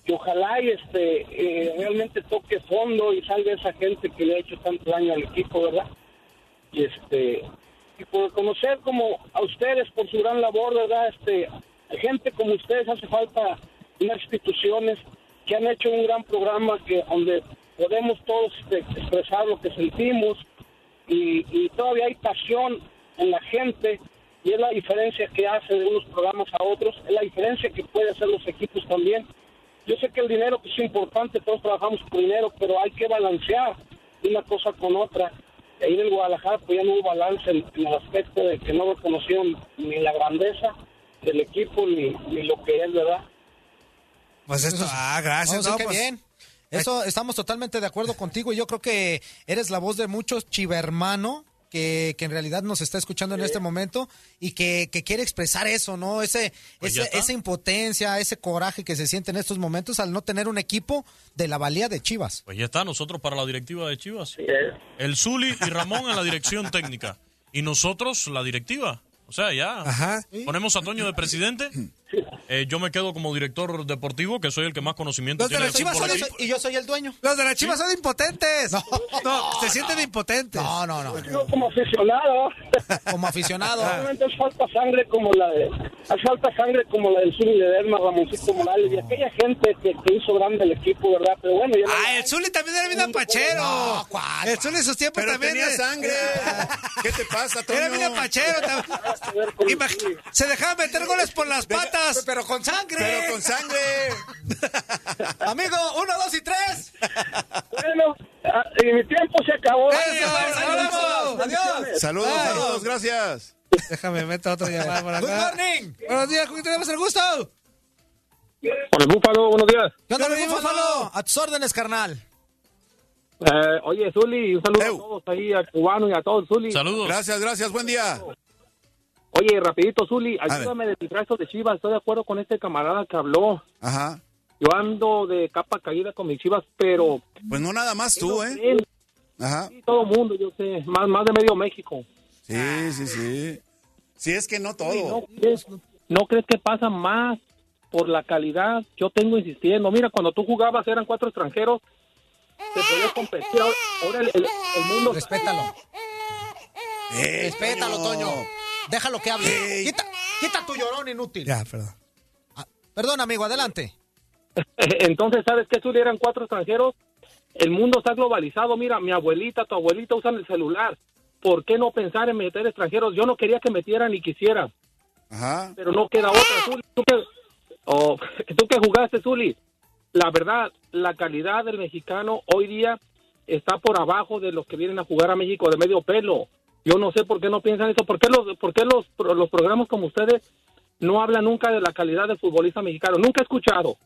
Speaker 19: que ojalá y este eh, realmente toque fondo y salga esa gente que le ha hecho tanto daño al equipo, ¿verdad? Y este, y por conocer como a ustedes por su gran labor, ¿verdad? Este, gente como ustedes hace falta unas instituciones que han hecho un gran programa que donde podemos todos este, expresar lo que sentimos y, y todavía hay pasión en la gente y es la diferencia que hace de unos programas a otros, es la diferencia que puede hacer los equipos también. Yo sé que el dinero pues, es importante, todos trabajamos por dinero, pero hay que balancear una cosa con otra. Ahí en el Guadalajara pues, ya no hubo balance en, en el aspecto de que no reconocieron ni la grandeza del equipo ni, ni lo que es, ¿verdad?
Speaker 7: Pues esto, ah, gracias,
Speaker 6: No, sí,
Speaker 7: no,
Speaker 6: qué
Speaker 7: pues-
Speaker 6: bien. Eso, estamos totalmente de acuerdo contigo y yo creo que eres la voz de muchos chivermano que, que en realidad nos está escuchando en este momento y que, que quiere expresar eso, ¿no? Ese,
Speaker 9: Pues ya
Speaker 6: ese-
Speaker 9: está.
Speaker 6: esa impotencia, ese coraje que se siente en estos momentos al no tener un equipo de la valía de Chivas.
Speaker 9: Pues ya está, nosotros para la directiva de Chivas. El Zuli y Ramón a la dirección técnica. Y nosotros la directiva. O sea, ya
Speaker 7: Ajá.
Speaker 9: ponemos a Toño de presidente. Eh, yo me quedo como director deportivo, que soy el que más conocimiento
Speaker 7: Los de
Speaker 9: tiene
Speaker 7: las
Speaker 9: del
Speaker 7: Chivas
Speaker 9: fútbol
Speaker 7: son
Speaker 9: aquí.
Speaker 7: los-
Speaker 6: Y yo soy el dueño.
Speaker 7: Los de las chivas son impotentes. No, se sienten impotentes. No,
Speaker 6: no, no.
Speaker 19: Yo como aficionado.
Speaker 6: Como aficionado.
Speaker 19: Realmente es falta sangre como la de. Hace falta sangre como la del Zuli Ledesma, Ramoncito Morales y aquella gente que, que hizo grande el equipo, ¿verdad? Pero bueno, ya.
Speaker 7: Ah, el Zuli también era bien apachero. el Zuli en sus tiempos
Speaker 4: Pero
Speaker 7: también.
Speaker 4: tenía
Speaker 7: eh,
Speaker 4: sangre. ¿Qué te pasa, Toño?
Speaker 7: Era bien apachero. tam- Imag- Se dejaba meter goles por las patas.
Speaker 6: Pero con sangre.
Speaker 4: Pero con sangre.
Speaker 6: Amigo, uno, dos y tres.
Speaker 19: Bueno, ah, y mi tiempo se acabó.
Speaker 7: Adiós.
Speaker 4: Saludos,
Speaker 7: Bye.
Speaker 4: saludos, gracias.
Speaker 7: Déjame meter otra llamada por acá.
Speaker 6: Good morning.
Speaker 7: Buenos días, ¿con quién tenemos el gusto?
Speaker 19: Por el Búfalo, buenos días.
Speaker 6: ¿Qué onda, mi Búfalo? A tus órdenes, carnal.
Speaker 20: Eh, oye, Zuli, un saludo a todos ahí, al cubano y a todos, Zuli.
Speaker 10: Saludos. Gracias, gracias, buen día.
Speaker 20: Oye, rapidito, Zuli, ayúdame del disfrazo de Chivas. Estoy de acuerdo con este camarada que habló.
Speaker 10: Ajá.
Speaker 20: Yo ando de capa caída con mis Chivas, pero...
Speaker 10: Pues no nada más tú, ¿eh? Ajá.
Speaker 20: Sí, todo mundo, yo sé. Más, más de medio México.
Speaker 10: Sí, sí, sí. Si es que no
Speaker 20: Zuli,
Speaker 10: todo.
Speaker 20: ¿no crees, no crees que pasa más por la calidad? Yo tengo insistiendo. Mira, cuando tú jugabas eran cuatro extranjeros. Se podía competir. Ahora- Ahora el, el- el mundo...
Speaker 6: Respétalo.
Speaker 4: Eh,
Speaker 6: Respétalo, Toño. Déjalo que hable. Quita, quita tu llorón inútil. Ah,
Speaker 20: Ya, perdón.
Speaker 6: Perdón, amigo, adelante.
Speaker 20: Entonces, ¿sabes qué? Zuli? eran cuatro extranjeros. El mundo está globalizado. Mira, mi abuelita, tu abuelita usan el celular. ¿Por qué no pensar en meter extranjeros? Yo no quería que metieran ni quisiera.
Speaker 10: Ajá.
Speaker 20: Pero no queda otra, Zuli. Tú que, oh, tú que jugaste, Zuli. La verdad, la calidad del mexicano hoy día está por abajo de los que vienen a jugar a México de medio pelo. Yo no sé por qué no piensan eso. ¿Por qué los, por qué los, pro- los programas como ustedes no hablan nunca de la calidad del futbolista mexicano? Nunca he escuchado.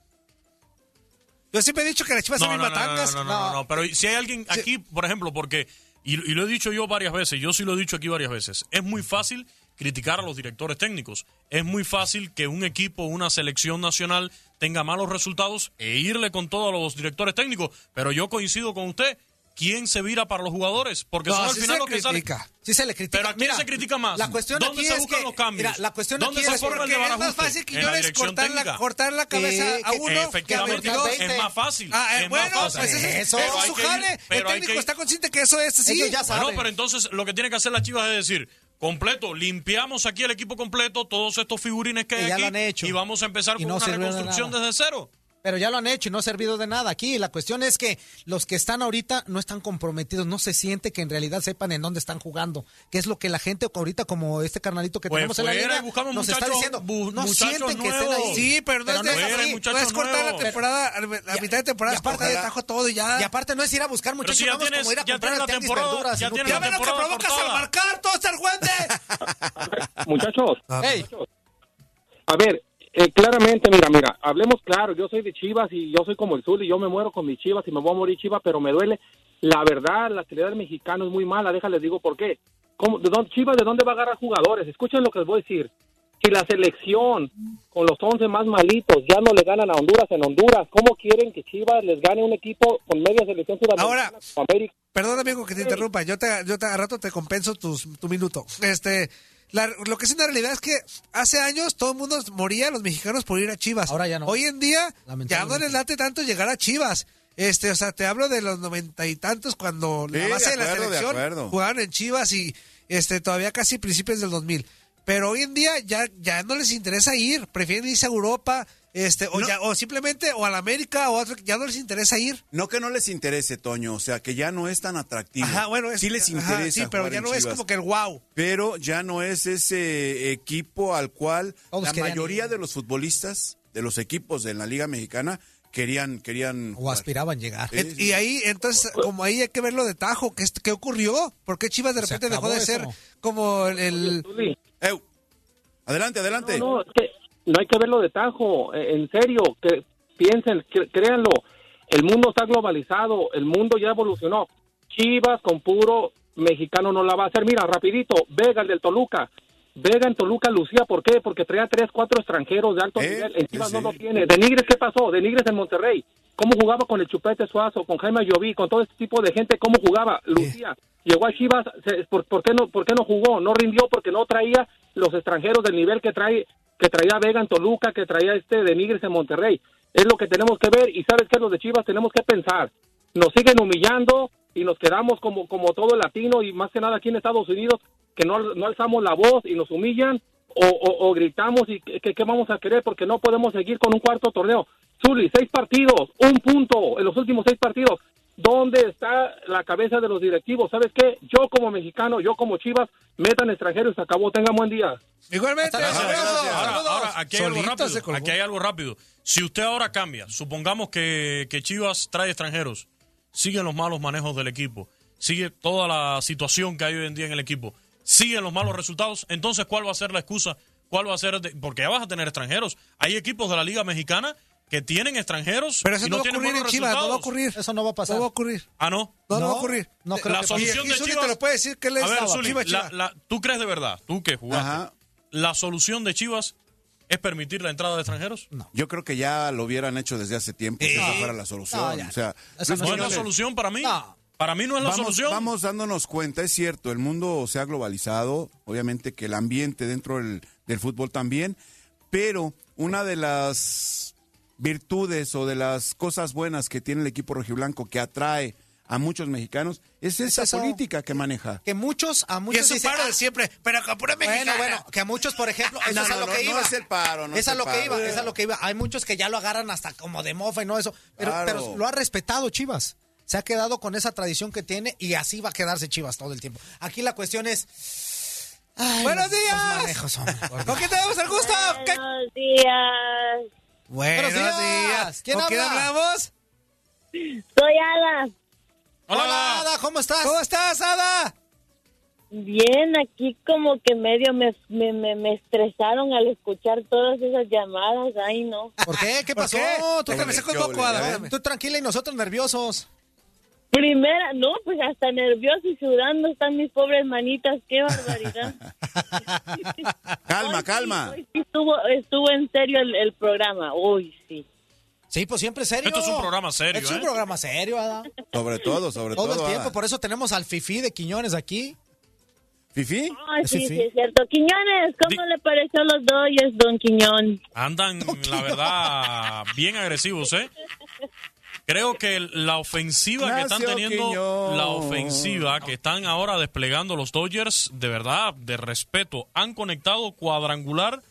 Speaker 7: Yo siempre he dicho que las chivas son mis matangas.
Speaker 9: No, no, no, no, pero si hay alguien aquí, por ejemplo, porque, y, y lo he dicho yo varias veces, yo sí lo he dicho aquí varias veces, es muy fácil criticar a los directores técnicos, es muy fácil que un equipo, una selección nacional tenga malos resultados e irle con todos los directores técnicos, pero yo coincido con usted, ¿quién se vira para los jugadores? Porque
Speaker 6: No,
Speaker 9: son al
Speaker 6: sí
Speaker 9: final
Speaker 6: se
Speaker 9: los que salen.
Speaker 6: critica, Sí se le critica.
Speaker 9: Pero ¿a quién
Speaker 6: Mira,
Speaker 9: se critica más?
Speaker 6: La cuestión
Speaker 9: ¿Dónde
Speaker 6: aquí
Speaker 9: se
Speaker 6: es
Speaker 9: buscan
Speaker 6: que-
Speaker 9: los cambios?
Speaker 6: Mira, la cuestión
Speaker 9: ¿Dónde
Speaker 6: aquí
Speaker 9: se
Speaker 6: es
Speaker 9: forma el
Speaker 6: porque
Speaker 9: de
Speaker 6: es más
Speaker 9: Barajuste?
Speaker 6: fácil que
Speaker 9: En
Speaker 6: yo
Speaker 9: la
Speaker 6: les
Speaker 9: dirección
Speaker 6: cortar la,
Speaker 9: técnica.
Speaker 6: cortar la cabeza
Speaker 9: Sí,
Speaker 6: a
Speaker 9: que-
Speaker 6: uno que a
Speaker 9: efectivamente,
Speaker 6: 22.
Speaker 9: es más fácil,
Speaker 6: Ah, eh,
Speaker 9: es más
Speaker 6: bueno,
Speaker 9: fácil.
Speaker 6: pues ese-
Speaker 9: Eso.
Speaker 6: ese es
Speaker 9: Pero hay
Speaker 6: su
Speaker 9: que ir-
Speaker 6: jale. El
Speaker 9: pero hay
Speaker 6: técnico
Speaker 9: que ir-
Speaker 6: está consciente que eso es
Speaker 7: este
Speaker 6: sí.
Speaker 9: Bueno, pero entonces lo que tiene que hacer la Chivas es decir, completo, limpiamos aquí el equipo completo, todos estos figurines que
Speaker 6: Y
Speaker 9: hay
Speaker 6: ya
Speaker 9: aquí
Speaker 6: lo han hecho.
Speaker 9: y vamos a empezar
Speaker 6: Y
Speaker 9: con
Speaker 6: no
Speaker 9: una
Speaker 6: sirvieron de
Speaker 9: reconstrucción
Speaker 6: nada.
Speaker 9: desde cero.
Speaker 6: Pero ya lo han hecho y no ha servido de nada aquí. La cuestión es que los que están ahorita no están comprometidos, no se siente que en realidad sepan en dónde están jugando, que es lo que la gente ahorita como este carnalito que
Speaker 9: Pues
Speaker 6: tenemos en la
Speaker 9: fuera
Speaker 6: liga
Speaker 9: y buscamos
Speaker 6: nos está
Speaker 9: muchachos-
Speaker 6: diciendo,
Speaker 9: bu-
Speaker 6: no
Speaker 9: muchachos
Speaker 6: sienten que estén
Speaker 9: nuevos.
Speaker 6: ahí.
Speaker 7: Sí, pero no, es,
Speaker 6: no
Speaker 7: dejar-
Speaker 6: es
Speaker 7: no
Speaker 6: así.
Speaker 7: es cortar la temporada, a la mitad de
Speaker 6: y
Speaker 7: temporada, es cortar de
Speaker 6: aparte-
Speaker 7: tajo todo y ya.
Speaker 6: Y aparte no es ir a buscar muchachos,
Speaker 7: si ya
Speaker 6: nuevos
Speaker 7: tienes-
Speaker 6: como ir a
Speaker 7: ya
Speaker 6: comprar al
Speaker 7: tienes la
Speaker 6: tianguis
Speaker 7: temporada-
Speaker 6: verduras,
Speaker 7: ya
Speaker 6: inútil.
Speaker 7: tienes la
Speaker 6: ven lo que
Speaker 7: temporada
Speaker 6: provocas al
Speaker 7: cortada.
Speaker 6: marcar.
Speaker 7: ¡Cartos, Argüende!
Speaker 20: Muchachos,
Speaker 6: Ey.
Speaker 20: a ver, eh, claramente, mira, mira, hablemos claro, yo soy de Chivas y yo soy como el Zuli, yo me muero con mis Chivas y me voy a morir Chivas, pero me duele. La verdad, la calidad del mexicano es muy mala, déjales digo por qué. ¿Cómo, de dónde, Chivas, ¿de dónde va a agarrar jugadores? Escuchen lo que les voy a decir. Si la selección con los 11 más malitos ya no le ganan a Honduras en Honduras, ¿cómo quieren que Chivas les gane un equipo con media selección sudamericana?
Speaker 7: Ahora,
Speaker 20: como América?
Speaker 7: Perdón, amigo, que te interrumpa. Yo te, yo te, a rato te compenso tus, tu minuto. Este, la- lo que es una realidad es que hace años todo el mundo moría, los mexicanos, por ir a Chivas. Ahora ya no. Hoy en día, ya no les late tanto llegar a Chivas. Este, o sea, te hablo de los noventa y tantos cuando
Speaker 10: Sí,
Speaker 7: la
Speaker 10: de
Speaker 7: base de,
Speaker 10: acuerdo, de
Speaker 7: la
Speaker 10: acuerdo.
Speaker 7: selección jugaban en Chivas y este todavía casi principios del 2000. Pero hoy en día ya, ya no les interesa ir, prefieren irse a Europa, este, o, ya- o simplemente o a la América o a otro, ya no les interesa ir.
Speaker 10: No que no les interese, Toño, o sea, que ya no es tan atractivo.
Speaker 7: Ajá, bueno, es-
Speaker 10: sí les
Speaker 7: ajá,
Speaker 10: interesa.
Speaker 7: sí, pero
Speaker 10: jugar
Speaker 7: ya
Speaker 10: en
Speaker 7: no es
Speaker 10: Chivas.
Speaker 7: como que el wow.
Speaker 10: Pero ya no es ese equipo al cual
Speaker 7: Todos
Speaker 10: la
Speaker 7: Oh, pues querían
Speaker 10: mayoría de los futbolistas de los equipos de la Liga Mexicana querían querían
Speaker 6: O aspiraban llegar.
Speaker 7: En- Y ahí, entonces, como ahí hay que verlo de tajo, ¿qué, es- qué ocurrió? ¿Por qué Chivas de
Speaker 10: Se
Speaker 7: repente dejó
Speaker 10: acabó
Speaker 7: de
Speaker 10: eso.
Speaker 7: ser como el... el-
Speaker 10: Adelante, adelante.
Speaker 20: No, no, es que no hay que verlo de tajo, eh, en serio, que piensen, cre- créanlo, el mundo está globalizado, el mundo ya evolucionó. Chivas con puro mexicano no la va a hacer. Mira, rapidito, Vega, el del Toluca. Vega en Toluca lucía, ¿por qué? Porque traía tres, cuatro extranjeros de alto nivel. En Chivas no lo tiene. De Nigres, ¿qué pasó? De Nigres en Monterrey. ¿Cómo jugaba con el Chupete Suazo, con Jaime Lloví, con todo este tipo de gente? ¿Cómo jugaba? Lucía. Llegó a Chivas, se- ¿por, por qué no, ¿por qué no jugó? No rindió porque no traía los extranjeros del nivel que trae que traía Vega en Toluca, que traía este de Nigres en Monterrey. Es lo que tenemos que ver y sabes que los de Chivas tenemos que pensar. Nos siguen humillando y nos quedamos como, como todo latino y más que nada aquí en Estados Unidos que no, al- no alzamos la voz y nos humillan o, o- o gritamos y que, que- que vamos a querer porque no podemos seguir con un cuarto torneo. Zuli, seis partidos, un punto en los últimos seis partidos. ¿Dónde está la cabeza de los directivos? ¿Sabes qué? Yo como mexicano, yo como Chivas, metan extranjeros, se acabó. Tengan buen día.
Speaker 7: Igualmente,
Speaker 9: Ahora, ahora, aquí, hay algo
Speaker 7: Solito se
Speaker 9: rápido, aquí hay algo rápido. Si usted ahora cambia, supongamos que, que Chivas trae extranjeros, siguen los malos manejos del equipo, sigue toda la situación que hay hoy en día en el equipo, siguen los malos resultados, entonces ¿cuál va a ser la excusa? ¿Cuál va a ser? de- porque ya vas a tener extranjeros. Hay equipos de la Liga Mexicana que tienen extranjeros
Speaker 7: Pero eso
Speaker 9: y
Speaker 7: no,
Speaker 9: no
Speaker 7: va a
Speaker 9: tienen
Speaker 7: ocurrir en
Speaker 9: buenos
Speaker 7: Chivas, no va a
Speaker 9: resultados.
Speaker 7: ocurrir.
Speaker 6: Eso no va a
Speaker 7: pasar. No va a ocurrir.
Speaker 9: Ah, no.
Speaker 7: No, no va a ocurrir.
Speaker 9: la solución
Speaker 7: y,
Speaker 9: de
Speaker 7: y Zuli
Speaker 9: Chivas.
Speaker 7: te lo puede decir que él es
Speaker 9: a ver,
Speaker 7: Chivas,
Speaker 9: Zuli,
Speaker 7: Chivas,
Speaker 9: la-
Speaker 7: Chivas.
Speaker 9: la- tú crees de verdad, tú que jugaste. La solución de Chivas es permitir la entrada de extranjeros.
Speaker 10: Yo creo que ya lo hubieran hecho desde hace tiempo, si esa fuera la solución.
Speaker 9: No, ya.
Speaker 10: o sea,
Speaker 9: Esa no es la
Speaker 10: Quiñones-
Speaker 9: solución para mí. Para mí no es la
Speaker 10: vamos,
Speaker 9: solución.
Speaker 10: Vamos dándonos cuenta, es cierto, el mundo se ha globalizado, obviamente que el ambiente dentro del, del fútbol también, pero una de las virtudes o de las cosas buenas que tiene el equipo rojiblanco que atrae a muchos mexicanos es esa
Speaker 6: eso.
Speaker 10: política que maneja.
Speaker 6: Que muchos, a muchos.
Speaker 10: es su
Speaker 6: dicen,
Speaker 10: paro
Speaker 6: "Ah,
Speaker 10: de siempre, pero con pura
Speaker 6: Bueno,
Speaker 10: mexicana".
Speaker 6: bueno, que a muchos, por ejemplo,
Speaker 7: Ah,
Speaker 6: eso
Speaker 10: No,
Speaker 6: es a
Speaker 10: no,
Speaker 6: lo
Speaker 10: no,
Speaker 6: que
Speaker 10: no
Speaker 6: iba.
Speaker 10: es el paro, no
Speaker 6: es
Speaker 10: es
Speaker 6: a
Speaker 10: el
Speaker 6: lo que
Speaker 10: paro.
Speaker 6: iba, es a lo que iba. Hay muchos que ya lo agarran hasta como de mofa y no eso. Pero,
Speaker 10: Claro.
Speaker 6: pero lo ha respetado Chivas. Se ha quedado con esa tradición que tiene y así va a quedarse Chivas todo el tiempo. Aquí la cuestión es. ay,
Speaker 7: ¡Buenos
Speaker 6: los- los
Speaker 7: días!
Speaker 6: manejos, hombre. ¿Con quién tenemos el gusto? ¿Qué-
Speaker 21: Buenos días.
Speaker 6: Buenos días. ¿Quién
Speaker 7: ¿Con quién
Speaker 6: habla?
Speaker 7: hablamos?
Speaker 21: Soy Ada.
Speaker 6: Hola, Ada, ¿cómo estás? ¿Cómo estás, Ada?
Speaker 21: Bien, aquí como que medio me, me, me, me estresaron al escuchar todas esas llamadas. Ay, no.
Speaker 6: ¿Por qué? ¿Qué pasó? Tú te me sacas un poco, Ada. Tú tranquila y nosotros nerviosos.
Speaker 21: Primera, no, pues hasta nervioso y sudando están mis pobres manitas. Qué barbaridad.
Speaker 10: Calma, calma.
Speaker 21: Hoy sí estuvo, estuvo en serio el, el programa. Uy, sí.
Speaker 6: Sí, pues siempre serio.
Speaker 9: Esto es un programa serio,
Speaker 6: Es un
Speaker 9: ¿eh?
Speaker 6: programa serio, Ada.
Speaker 10: Sobre todo, sobre
Speaker 6: Todo
Speaker 10: todo. ah.
Speaker 6: el tiempo,
Speaker 10: Ada.
Speaker 6: por eso tenemos al Fifi de Quiñones aquí.
Speaker 10: ¿Fifi?
Speaker 21: Ay, sí, sí, es cierto. Quiñones, ¿cómo le pareció a los doyes, don Quiñón?
Speaker 9: Andan, la verdad, bien agresivos, ¿eh? Creo que la ofensiva que están
Speaker 10: Ignacio
Speaker 9: teniendo,
Speaker 10: Quiñón.
Speaker 9: la ofensiva que están ahora desplegando los Dodgers, de verdad, de respeto, han conectado cuadrangular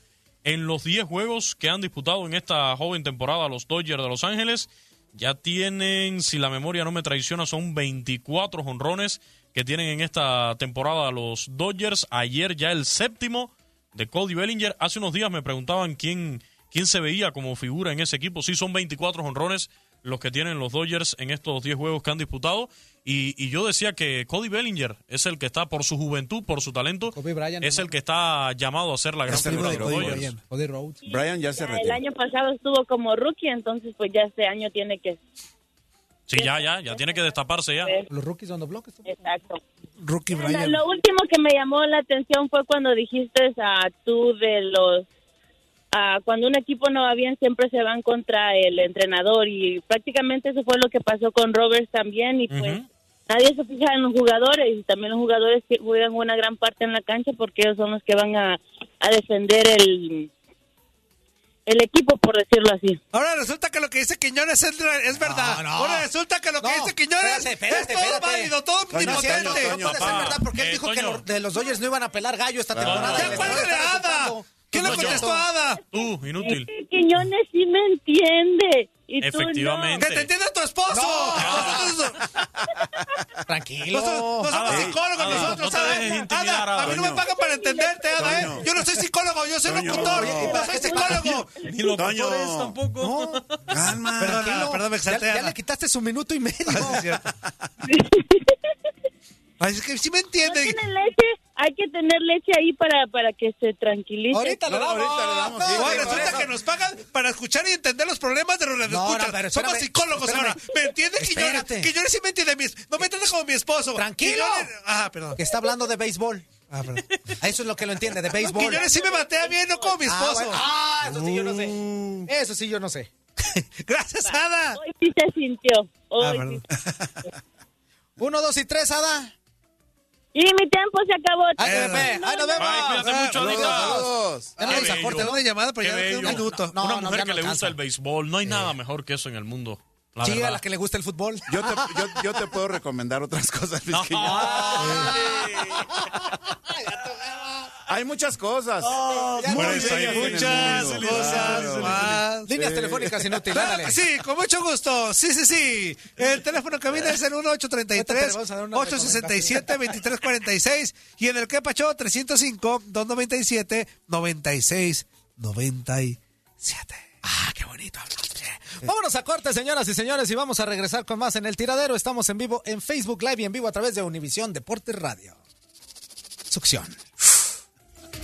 Speaker 9: en los 10 juegos que han disputado en esta joven temporada los Dodgers de Los Ángeles. Ya tienen, si la memoria no me traiciona, son 24 honrones que tienen en esta temporada los Dodgers. Ayer ya el séptimo de Cody Bellinger. Hace unos días me preguntaban quién, quién se veía como figura en ese equipo. Sí, son 24 honrones los que tienen los Dodgers en estos 10 juegos que han disputado. Y, y yo decía que Cody Bellinger es el que está, por su juventud, por su talento, es el que está llamado a ser la gran
Speaker 10: Es el
Speaker 9: figura de los
Speaker 10: Cody
Speaker 9: Dodgers.
Speaker 10: Bellinger. Brian ya se
Speaker 21: Ya, el
Speaker 10: retiró.
Speaker 21: año pasado estuvo como rookie, entonces pues ya este año tiene que...
Speaker 9: Sí, ya, ya, ya tiene que destaparse ya.
Speaker 6: Los rookies on the block.
Speaker 21: Exacto.
Speaker 6: Rookie
Speaker 21: Ana, Lo último que me llamó la atención fue cuando dijiste a tú de los ah, cuando un equipo no va bien siempre se van contra el entrenador y prácticamente eso fue lo que pasó con Roberts también y pues nadie se fija en los jugadores y también los jugadores que juegan una gran parte en la cancha porque ellos son los que van a, a defender el el equipo por decirlo así.
Speaker 7: Ahora resulta que lo que dice Quiñones es, es verdad.
Speaker 21: no.
Speaker 7: Ahora resulta que lo que dice Quiñones
Speaker 6: Espérate, espérate,
Speaker 7: es todo
Speaker 6: espérate.
Speaker 7: válido, todo
Speaker 6: Toño,
Speaker 7: omnipotente.
Speaker 6: Toño, Toño, No puede ser papá. verdad, porque él Eh, dijo que Toño. los- de los Dodgers no iban a pelar gallo esta temporada.
Speaker 7: ¡Ya cuélgale a Ada! ¿Qué le
Speaker 9: Toño.
Speaker 7: contestó a Ada?
Speaker 9: Tú, inútil.
Speaker 21: Quiñones sí me entiende y tú no.
Speaker 9: Efectivamente. ¡Que te
Speaker 7: entienda tu esposo!
Speaker 6: Tranquilo.
Speaker 7: No somos, no
Speaker 4: Ah,
Speaker 7: somos
Speaker 9: Ada,
Speaker 7: psicólogos
Speaker 9: Ada,
Speaker 7: nosotros,
Speaker 9: no te
Speaker 7: Ada.
Speaker 9: dejes intimidar,
Speaker 7: Ada, a mí
Speaker 9: Ada.
Speaker 7: no me pagan para entenderte, Ada, ¿eh?
Speaker 9: Toño.
Speaker 7: Yo no soy psicólogo, yo soy
Speaker 9: Toño.
Speaker 7: locutor,
Speaker 9: Oye,
Speaker 7: no soy psicólogo.
Speaker 9: Ni locutores tampoco.
Speaker 10: Calma.
Speaker 7: Perdón, ah, perdón, me exalté,
Speaker 6: Ya, ya
Speaker 7: Ada.
Speaker 6: le quitaste su minuto y
Speaker 7: Ah,
Speaker 6: medio.
Speaker 7: Ay, es que sí me
Speaker 21: No tiene leche, hay que tener leche ahí para, para que se tranquilice.
Speaker 7: No, resulta que nos pagan para escuchar y entender los problemas de los
Speaker 6: no,
Speaker 7: radioescuchas.
Speaker 6: pero
Speaker 7: Somos
Speaker 6: espérame,
Speaker 7: psicólogos
Speaker 6: espérame.
Speaker 7: ahora. ¿Me entiendes, Quiñones?
Speaker 6: Espérate.
Speaker 7: Quiñones sí me entiende. mi- No me entiende como mi esposo.
Speaker 6: Tranquilo.
Speaker 7: Quiñones- Ah, perdón.
Speaker 6: Que está hablando de béisbol. Ah, perdón. Eso es lo que lo entiende, de béisbol.
Speaker 7: Quiñones sí me batea bien, no como mi
Speaker 6: Ah,
Speaker 7: esposo.
Speaker 6: bueno. Ah, eso sí yo no sé. Eso sí yo no sé.
Speaker 7: Uh. Gracias, Ada.
Speaker 21: Hoy sí se sintió.
Speaker 7: Ah,
Speaker 21: Hoy
Speaker 7: perdón.
Speaker 21: sí.
Speaker 6: Uno, dos y tres, Ada.
Speaker 21: Y mi tiempo se acabó.
Speaker 6: Ay, bebé, ahí nos vemos.
Speaker 9: Bye, cuídate mucho,
Speaker 6: Saludos,
Speaker 9: Anita.
Speaker 6: saludos. Ya no
Speaker 9: Qué
Speaker 6: vamos a
Speaker 9: bello.
Speaker 6: corte, ¿no?
Speaker 7: Una llamada, pero
Speaker 9: Qué
Speaker 7: ya nos queda un
Speaker 9: bello.
Speaker 7: minuto.
Speaker 9: Una
Speaker 7: No, no,
Speaker 9: mujer
Speaker 7: ya
Speaker 9: que
Speaker 7: no
Speaker 9: le
Speaker 7: alcanza.
Speaker 9: gusta el béisbol. No hay nada mejor que eso en el mundo. La
Speaker 6: Sí, a
Speaker 9: verdad.
Speaker 6: las que le gusta el fútbol.
Speaker 10: Yo te, yo- yo te puedo recomendar otras cosas, Luis Quiñones. Hay muchas cosas.
Speaker 6: ya
Speaker 10: Muy
Speaker 6: no
Speaker 10: bellas
Speaker 6: hay
Speaker 10: en el
Speaker 7: Oh, muchas
Speaker 10: mundo.
Speaker 7: cosas
Speaker 10: Claro.
Speaker 7: más.
Speaker 6: Líneas telefónicas inútiles.
Speaker 7: Claro
Speaker 6: ándale.
Speaker 7: que sí, con mucho gusto. Sí, sí, sí. El teléfono que viene es el 1833-867-2346 y en el que Pacho 305-297-9697.
Speaker 6: Ah, qué bonito. Vámonos a corte, señoras y señores, y vamos a regresar con más en el tiradero. Estamos en vivo en Facebook Live y en vivo a través de Univisión Deportes Radio. Succión.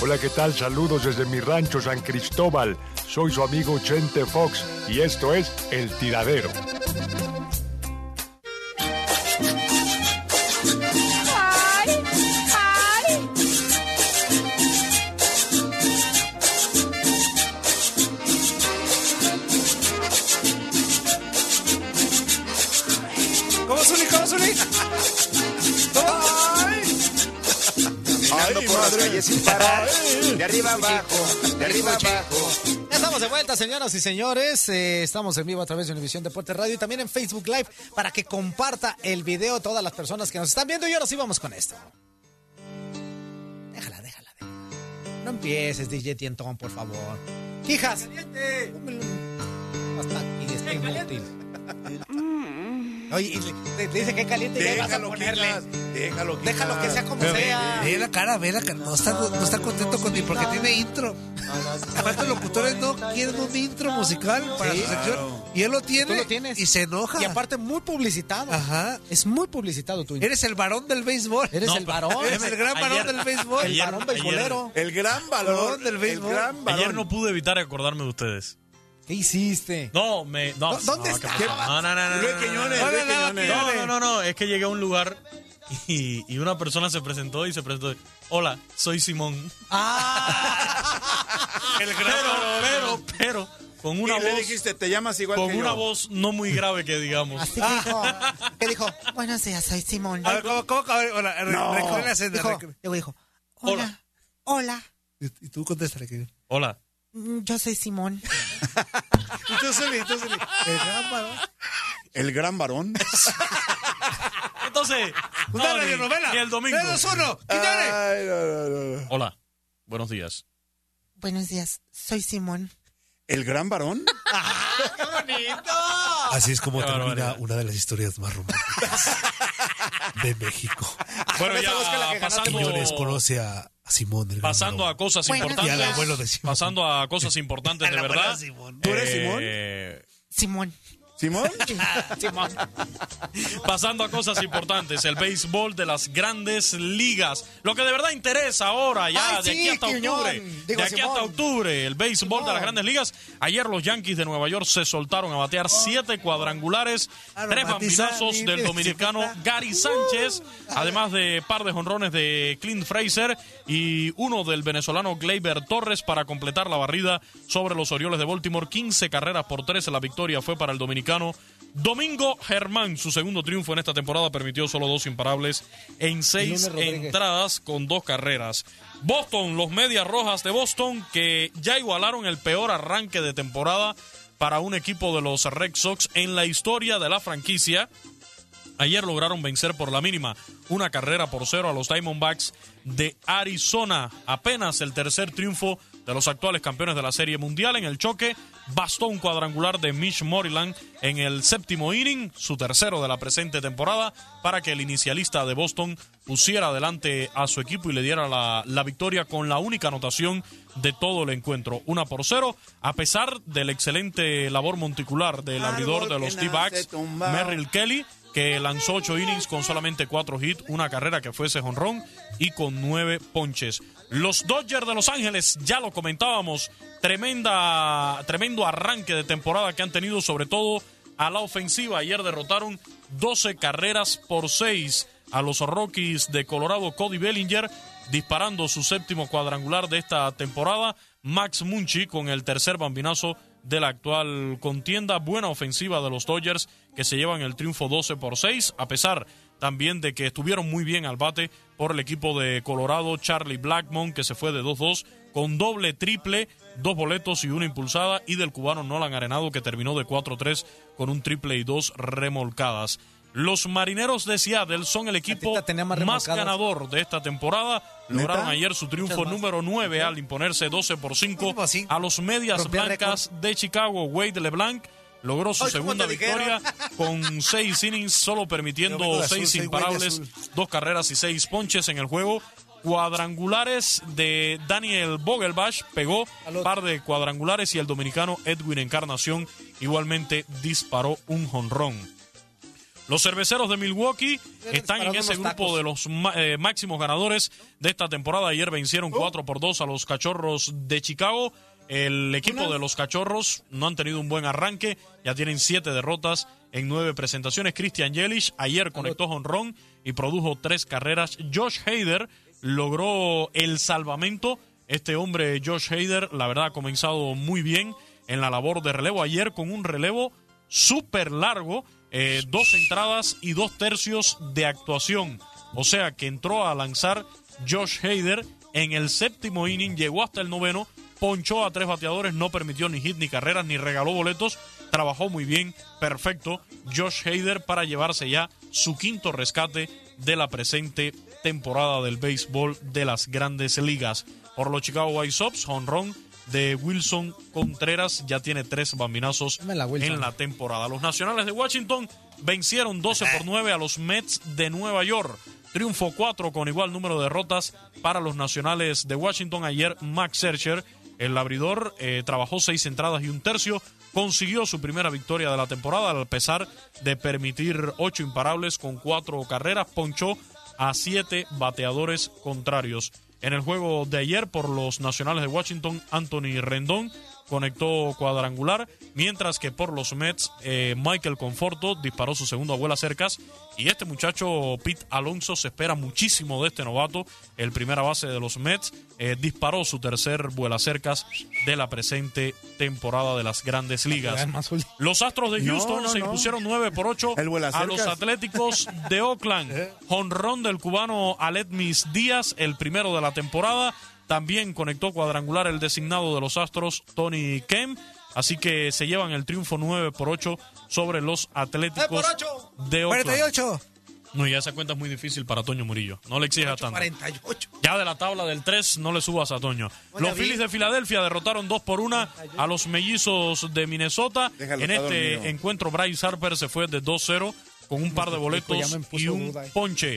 Speaker 1: Hola, ¿qué tal? Saludos desde mi rancho San Cristóbal. Soy su amigo Chente Fox y esto es El Tiradero.
Speaker 12: ¡Ay!
Speaker 6: Pues,
Speaker 12: ¡Ay!
Speaker 6: ¿Cómo Zuli? ¿Cómo Zuli?
Speaker 22: Caminando por las calles sin parar. De arriba abajo, de arriba abajo.
Speaker 6: Ya estamos de vuelta, señoras y señores. Eh, estamos en vivo a través de Univisión Deporte Radio y también en Facebook Live para que comparta el video todas las personas que nos están viendo. Y ahora sí vamos con esto. Déjala, déjala, déjala. No empieces, DJ Tientón, por favor. Hijas. Hasta aquí, está inútil. Oye, y le- le, le dice que caliente y ya vas a
Speaker 10: Déjalo,
Speaker 6: ponerle.
Speaker 10: Déjalo,
Speaker 6: Déjalo que sea como sea.
Speaker 7: Ve la cara, ve la cara. No está, no está contento con ni porque tiene intro. ¿Cuántos locutores no quieren un intro musical para
Speaker 6: Sí.
Speaker 7: su sección?
Speaker 6: Claro.
Speaker 7: Y él lo
Speaker 6: Y tú
Speaker 7: tiene
Speaker 6: lo tienes.
Speaker 7: y se enoja.
Speaker 6: Y aparte, muy publicitado.
Speaker 7: Ajá.
Speaker 6: Es muy publicitado tu
Speaker 7: Eres el varón del béisbol.
Speaker 6: Eres el varón.
Speaker 7: Eres el gran varón del béisbol.
Speaker 6: El varón beisbolero.
Speaker 10: El gran
Speaker 7: varón del béisbol.
Speaker 9: Ayer no pude evitar acordarme de ustedes.
Speaker 6: ¿Qué hiciste?
Speaker 9: No, me. No,
Speaker 6: ¿Dónde
Speaker 9: no,
Speaker 6: está?
Speaker 9: ¿qué pasó? No, no, no, no,
Speaker 6: Luis
Speaker 9: no,
Speaker 6: Quiñones,
Speaker 9: no, no,
Speaker 6: Luis
Speaker 9: no, no,
Speaker 6: Quiñones.
Speaker 9: No, no, no, no. Es que llegué a un lugar y, y una persona se presentó y se presentó. Hola, soy Simón.
Speaker 10: Ah. El
Speaker 9: Pero, pero, pero, con una
Speaker 10: y le
Speaker 9: voz.
Speaker 10: dijiste, te llamas igual
Speaker 9: con
Speaker 10: que
Speaker 9: una
Speaker 10: yo.
Speaker 9: voz no muy grave que digamos.
Speaker 6: Así que dijo, ¿qué dijo? Buenos días, soy Simón.
Speaker 7: A ver, ¿cómo, cómo, a ver, hola, re-
Speaker 6: No.
Speaker 7: recoge la senda,
Speaker 6: Dijo,
Speaker 7: recoge.
Speaker 6: luego dijo, hola, hola,
Speaker 7: Y y tú contéstale que.
Speaker 9: Hola.
Speaker 6: mm, yo soy Simón.
Speaker 7: Y tú, Zuli, y tú, Zuli. El gran varón.
Speaker 10: El gran varón.
Speaker 9: Entonces,
Speaker 7: Una
Speaker 9: no, ni-
Speaker 7: radionovela.
Speaker 9: ni el domingo.
Speaker 7: Tres, dos, uno.
Speaker 10: Ay, no, no, no, no.
Speaker 9: Hola, buenos días.
Speaker 6: Buenos días, soy Simón.
Speaker 10: ¿El gran varón?
Speaker 6: ¡Qué bonito!
Speaker 7: Así es como
Speaker 9: Qué
Speaker 7: termina
Speaker 9: barbaridad.
Speaker 7: una de las historias más románticas de México.
Speaker 9: Bueno, ya pasando,
Speaker 7: Quiñones conoce a, a Simón del Gran
Speaker 9: pasando a
Speaker 7: Varón.
Speaker 9: cosas
Speaker 7: Buenos
Speaker 9: importantes.
Speaker 7: días. Y al abuelo de Simón.
Speaker 9: Pasando a cosas importantes
Speaker 7: Al
Speaker 9: de
Speaker 7: abuelo
Speaker 9: verdad.
Speaker 7: de Simón.
Speaker 10: ¿Tú eres
Speaker 9: Eh,
Speaker 6: Simón. Ah,
Speaker 10: ¿Simón?
Speaker 6: Simón.
Speaker 9: Pasando a cosas importantes, el béisbol de las grandes ligas. Lo que de verdad interesa ahora,
Speaker 6: Ay,
Speaker 9: ya de
Speaker 6: sí,
Speaker 9: aquí hasta
Speaker 6: Quiñón.
Speaker 9: octubre.
Speaker 6: Digo,
Speaker 9: de aquí
Speaker 6: Simón.
Speaker 9: hasta octubre, el béisbol de las grandes ligas. Ayer los Yankees de Nueva York se soltaron a batear siete cuadrangulares, tres
Speaker 7: Aromatizar,
Speaker 9: bambinazos del
Speaker 7: limpio,
Speaker 9: dominicano Gary Sánchez, además de par de jonrones de Clint Fraser y uno del venezolano Gleyber Torres para completar la barrida sobre los Orioles de Baltimore. 15 carreras por 13. La victoria fue para el dominicano Domingo Germán. Su segundo triunfo en esta temporada permitió solo dos imparables en seis
Speaker 6: Lunes Rodríguez.
Speaker 9: entradas con dos carreras. Boston, los Medias Rojas de Boston, que ya igualaron el peor arranque de temporada para un equipo de los Red Sox en la historia de la franquicia. Ayer lograron vencer por la mínima una carrera por cero a los Diamondbacks de Arizona. Apenas el tercer triunfo de los actuales campeones de la Serie Mundial en el choque. Bastó un cuadrangular de Mitch Moreland en el séptimo inning, su tercero de la presente temporada, para que el inicialista de Boston pusiera adelante a su equipo y le diera la, la victoria con la única anotación de todo el encuentro. Una por cero, a pesar del excelente labor monticular del abridor de
Speaker 10: Árbol
Speaker 9: los
Speaker 10: que nace
Speaker 9: D-Backs,
Speaker 10: tumbado.
Speaker 9: Merrill Merrill Kelly, que lanzó ocho innings con solamente cuatro hits, una carrera que fuese jonrón y con nueve ponches. Los Dodgers de Los Ángeles, ya lo comentábamos, tremenda, tremendo arranque de temporada que han tenido, sobre todo a la ofensiva. Ayer derrotaron 12 carreras por seis a los Rockies de Colorado, Cody Bellinger, disparando su séptimo cuadrangular de esta temporada. Max Munchi con el tercer bambinazo de la actual contienda. Buena ofensiva de los Dodgers que se llevan el triunfo 12 por 6, a pesar también de que estuvieron muy bien al bate por el equipo de Colorado, Charlie Blackmon, que se fue de 2-2 con doble triple, dos boletos y una impulsada, y del cubano Nolan Arenado, que terminó de 4-3 con un triple y dos remolcadas. Los marineros de Seattle son el equipo
Speaker 6: tenía más
Speaker 9: más
Speaker 6: remolcadas.
Speaker 9: ganador de esta temporada.
Speaker 6: ¿Neta?
Speaker 9: Lograron ayer su triunfo
Speaker 6: Muchas más.
Speaker 9: número 9 al imponerse 12 por 5 a los medias
Speaker 6: Rompía
Speaker 9: blancas de Chicago. Wade LeBlanc logró su
Speaker 6: Ay, ¿cómo
Speaker 9: segunda
Speaker 6: te dijeron?
Speaker 9: victoria con seis innings, solo permitiendo
Speaker 6: Yo vengo de azul,
Speaker 9: seis
Speaker 6: soy Wade
Speaker 9: imparables,
Speaker 6: azul.
Speaker 9: dos carreras y seis ponches en el juego. Cuadrangulares de Daniel Vogelbach pegó par de cuadrangulares y el dominicano Edwin Encarnación igualmente disparó un jonrón. Los cerveceros de Milwaukee están en
Speaker 6: disparando
Speaker 9: ese
Speaker 6: unos
Speaker 9: grupo
Speaker 6: tacos.
Speaker 9: de los ma- eh, máximos ganadores de esta temporada. Ayer
Speaker 6: Uh.
Speaker 9: vencieron 4 por 2 a los cachorros de Chicago. El equipo de los cachorros no han tenido un buen arranque. Ya tienen 7 derrotas en 9 presentaciones. Christian Yelich ayer conectó jonrón y produjo 3 carreras. Josh Hader logró el salvamento. Este hombre, Josh Hader, la verdad ha comenzado muy bien en la labor de relevo. Ayer con un relevo súper largo, eh, dos entradas y dos tercios de actuación. O sea que entró a lanzar Josh Hader en el séptimo inning, llegó hasta el noveno, ponchó a tres bateadores, no permitió ni hit ni carreras, ni regaló boletos. Trabajó muy bien, perfecto. Josh Hader para llevarse ya su quinto rescate de la presente temporada del béisbol de las grandes ligas. Por los Chicago White Sox, honrón de Wilson Contreras ya tiene tres bambinazos en la temporada. Los Nacionales de Washington vencieron 12 por 9 a los Mets de Nueva York. Triunfo 4 con igual número de derrotas para los Nacionales de Washington. Ayer Max Scherzer, el abridor, eh, trabajó seis entradas y un tercio. Consiguió su primera victoria de la temporada al pesar de permitir ocho imparables con cuatro carreras. Ponchó a siete bateadores contrarios. En el juego de ayer por los Nacionales de Washington, Anthony Rendón conectó cuadrangular, mientras que por los Mets, eh, Michael Conforto disparó su segundo abuela cercas. Y este muchacho, Pete Alonso, se espera muchísimo de este novato, el primera base de los Mets, eh, disparó su tercer vuela cercas de la presente temporada de las grandes ligas. Los Astros de
Speaker 10: No,
Speaker 9: Houston
Speaker 10: no,
Speaker 9: se
Speaker 10: no.
Speaker 9: impusieron 9 por 8
Speaker 10: El vuela
Speaker 9: a los
Speaker 10: cercas.
Speaker 9: Atléticos de Oakland. Jonrón del cubano Aledmis Díaz, el primero de la temporada. También conectó cuadrangular el designado de los Astros, Tony Kemp. Así que se llevan el triunfo 9 por 8 sobre los Atléticos de Oakland.
Speaker 7: 48.
Speaker 9: No, ya esa cuenta es muy difícil para Toño Murillo. No le exijas tanto.
Speaker 7: 48.
Speaker 9: Ya de la tabla del 3 no le subas a Toño. los
Speaker 7: vi.
Speaker 9: Phillies de Filadelfia derrotaron 2 por 1 a los mellizos de Minnesota.
Speaker 10: Déjalo,
Speaker 9: en
Speaker 10: está
Speaker 9: este
Speaker 10: dormido.
Speaker 9: encuentro Bryce Harper se fue de 2-0 con un par de
Speaker 10: Este ya
Speaker 9: boletos
Speaker 10: me
Speaker 9: y
Speaker 10: puso
Speaker 9: un
Speaker 10: duda, eh.
Speaker 9: ponche.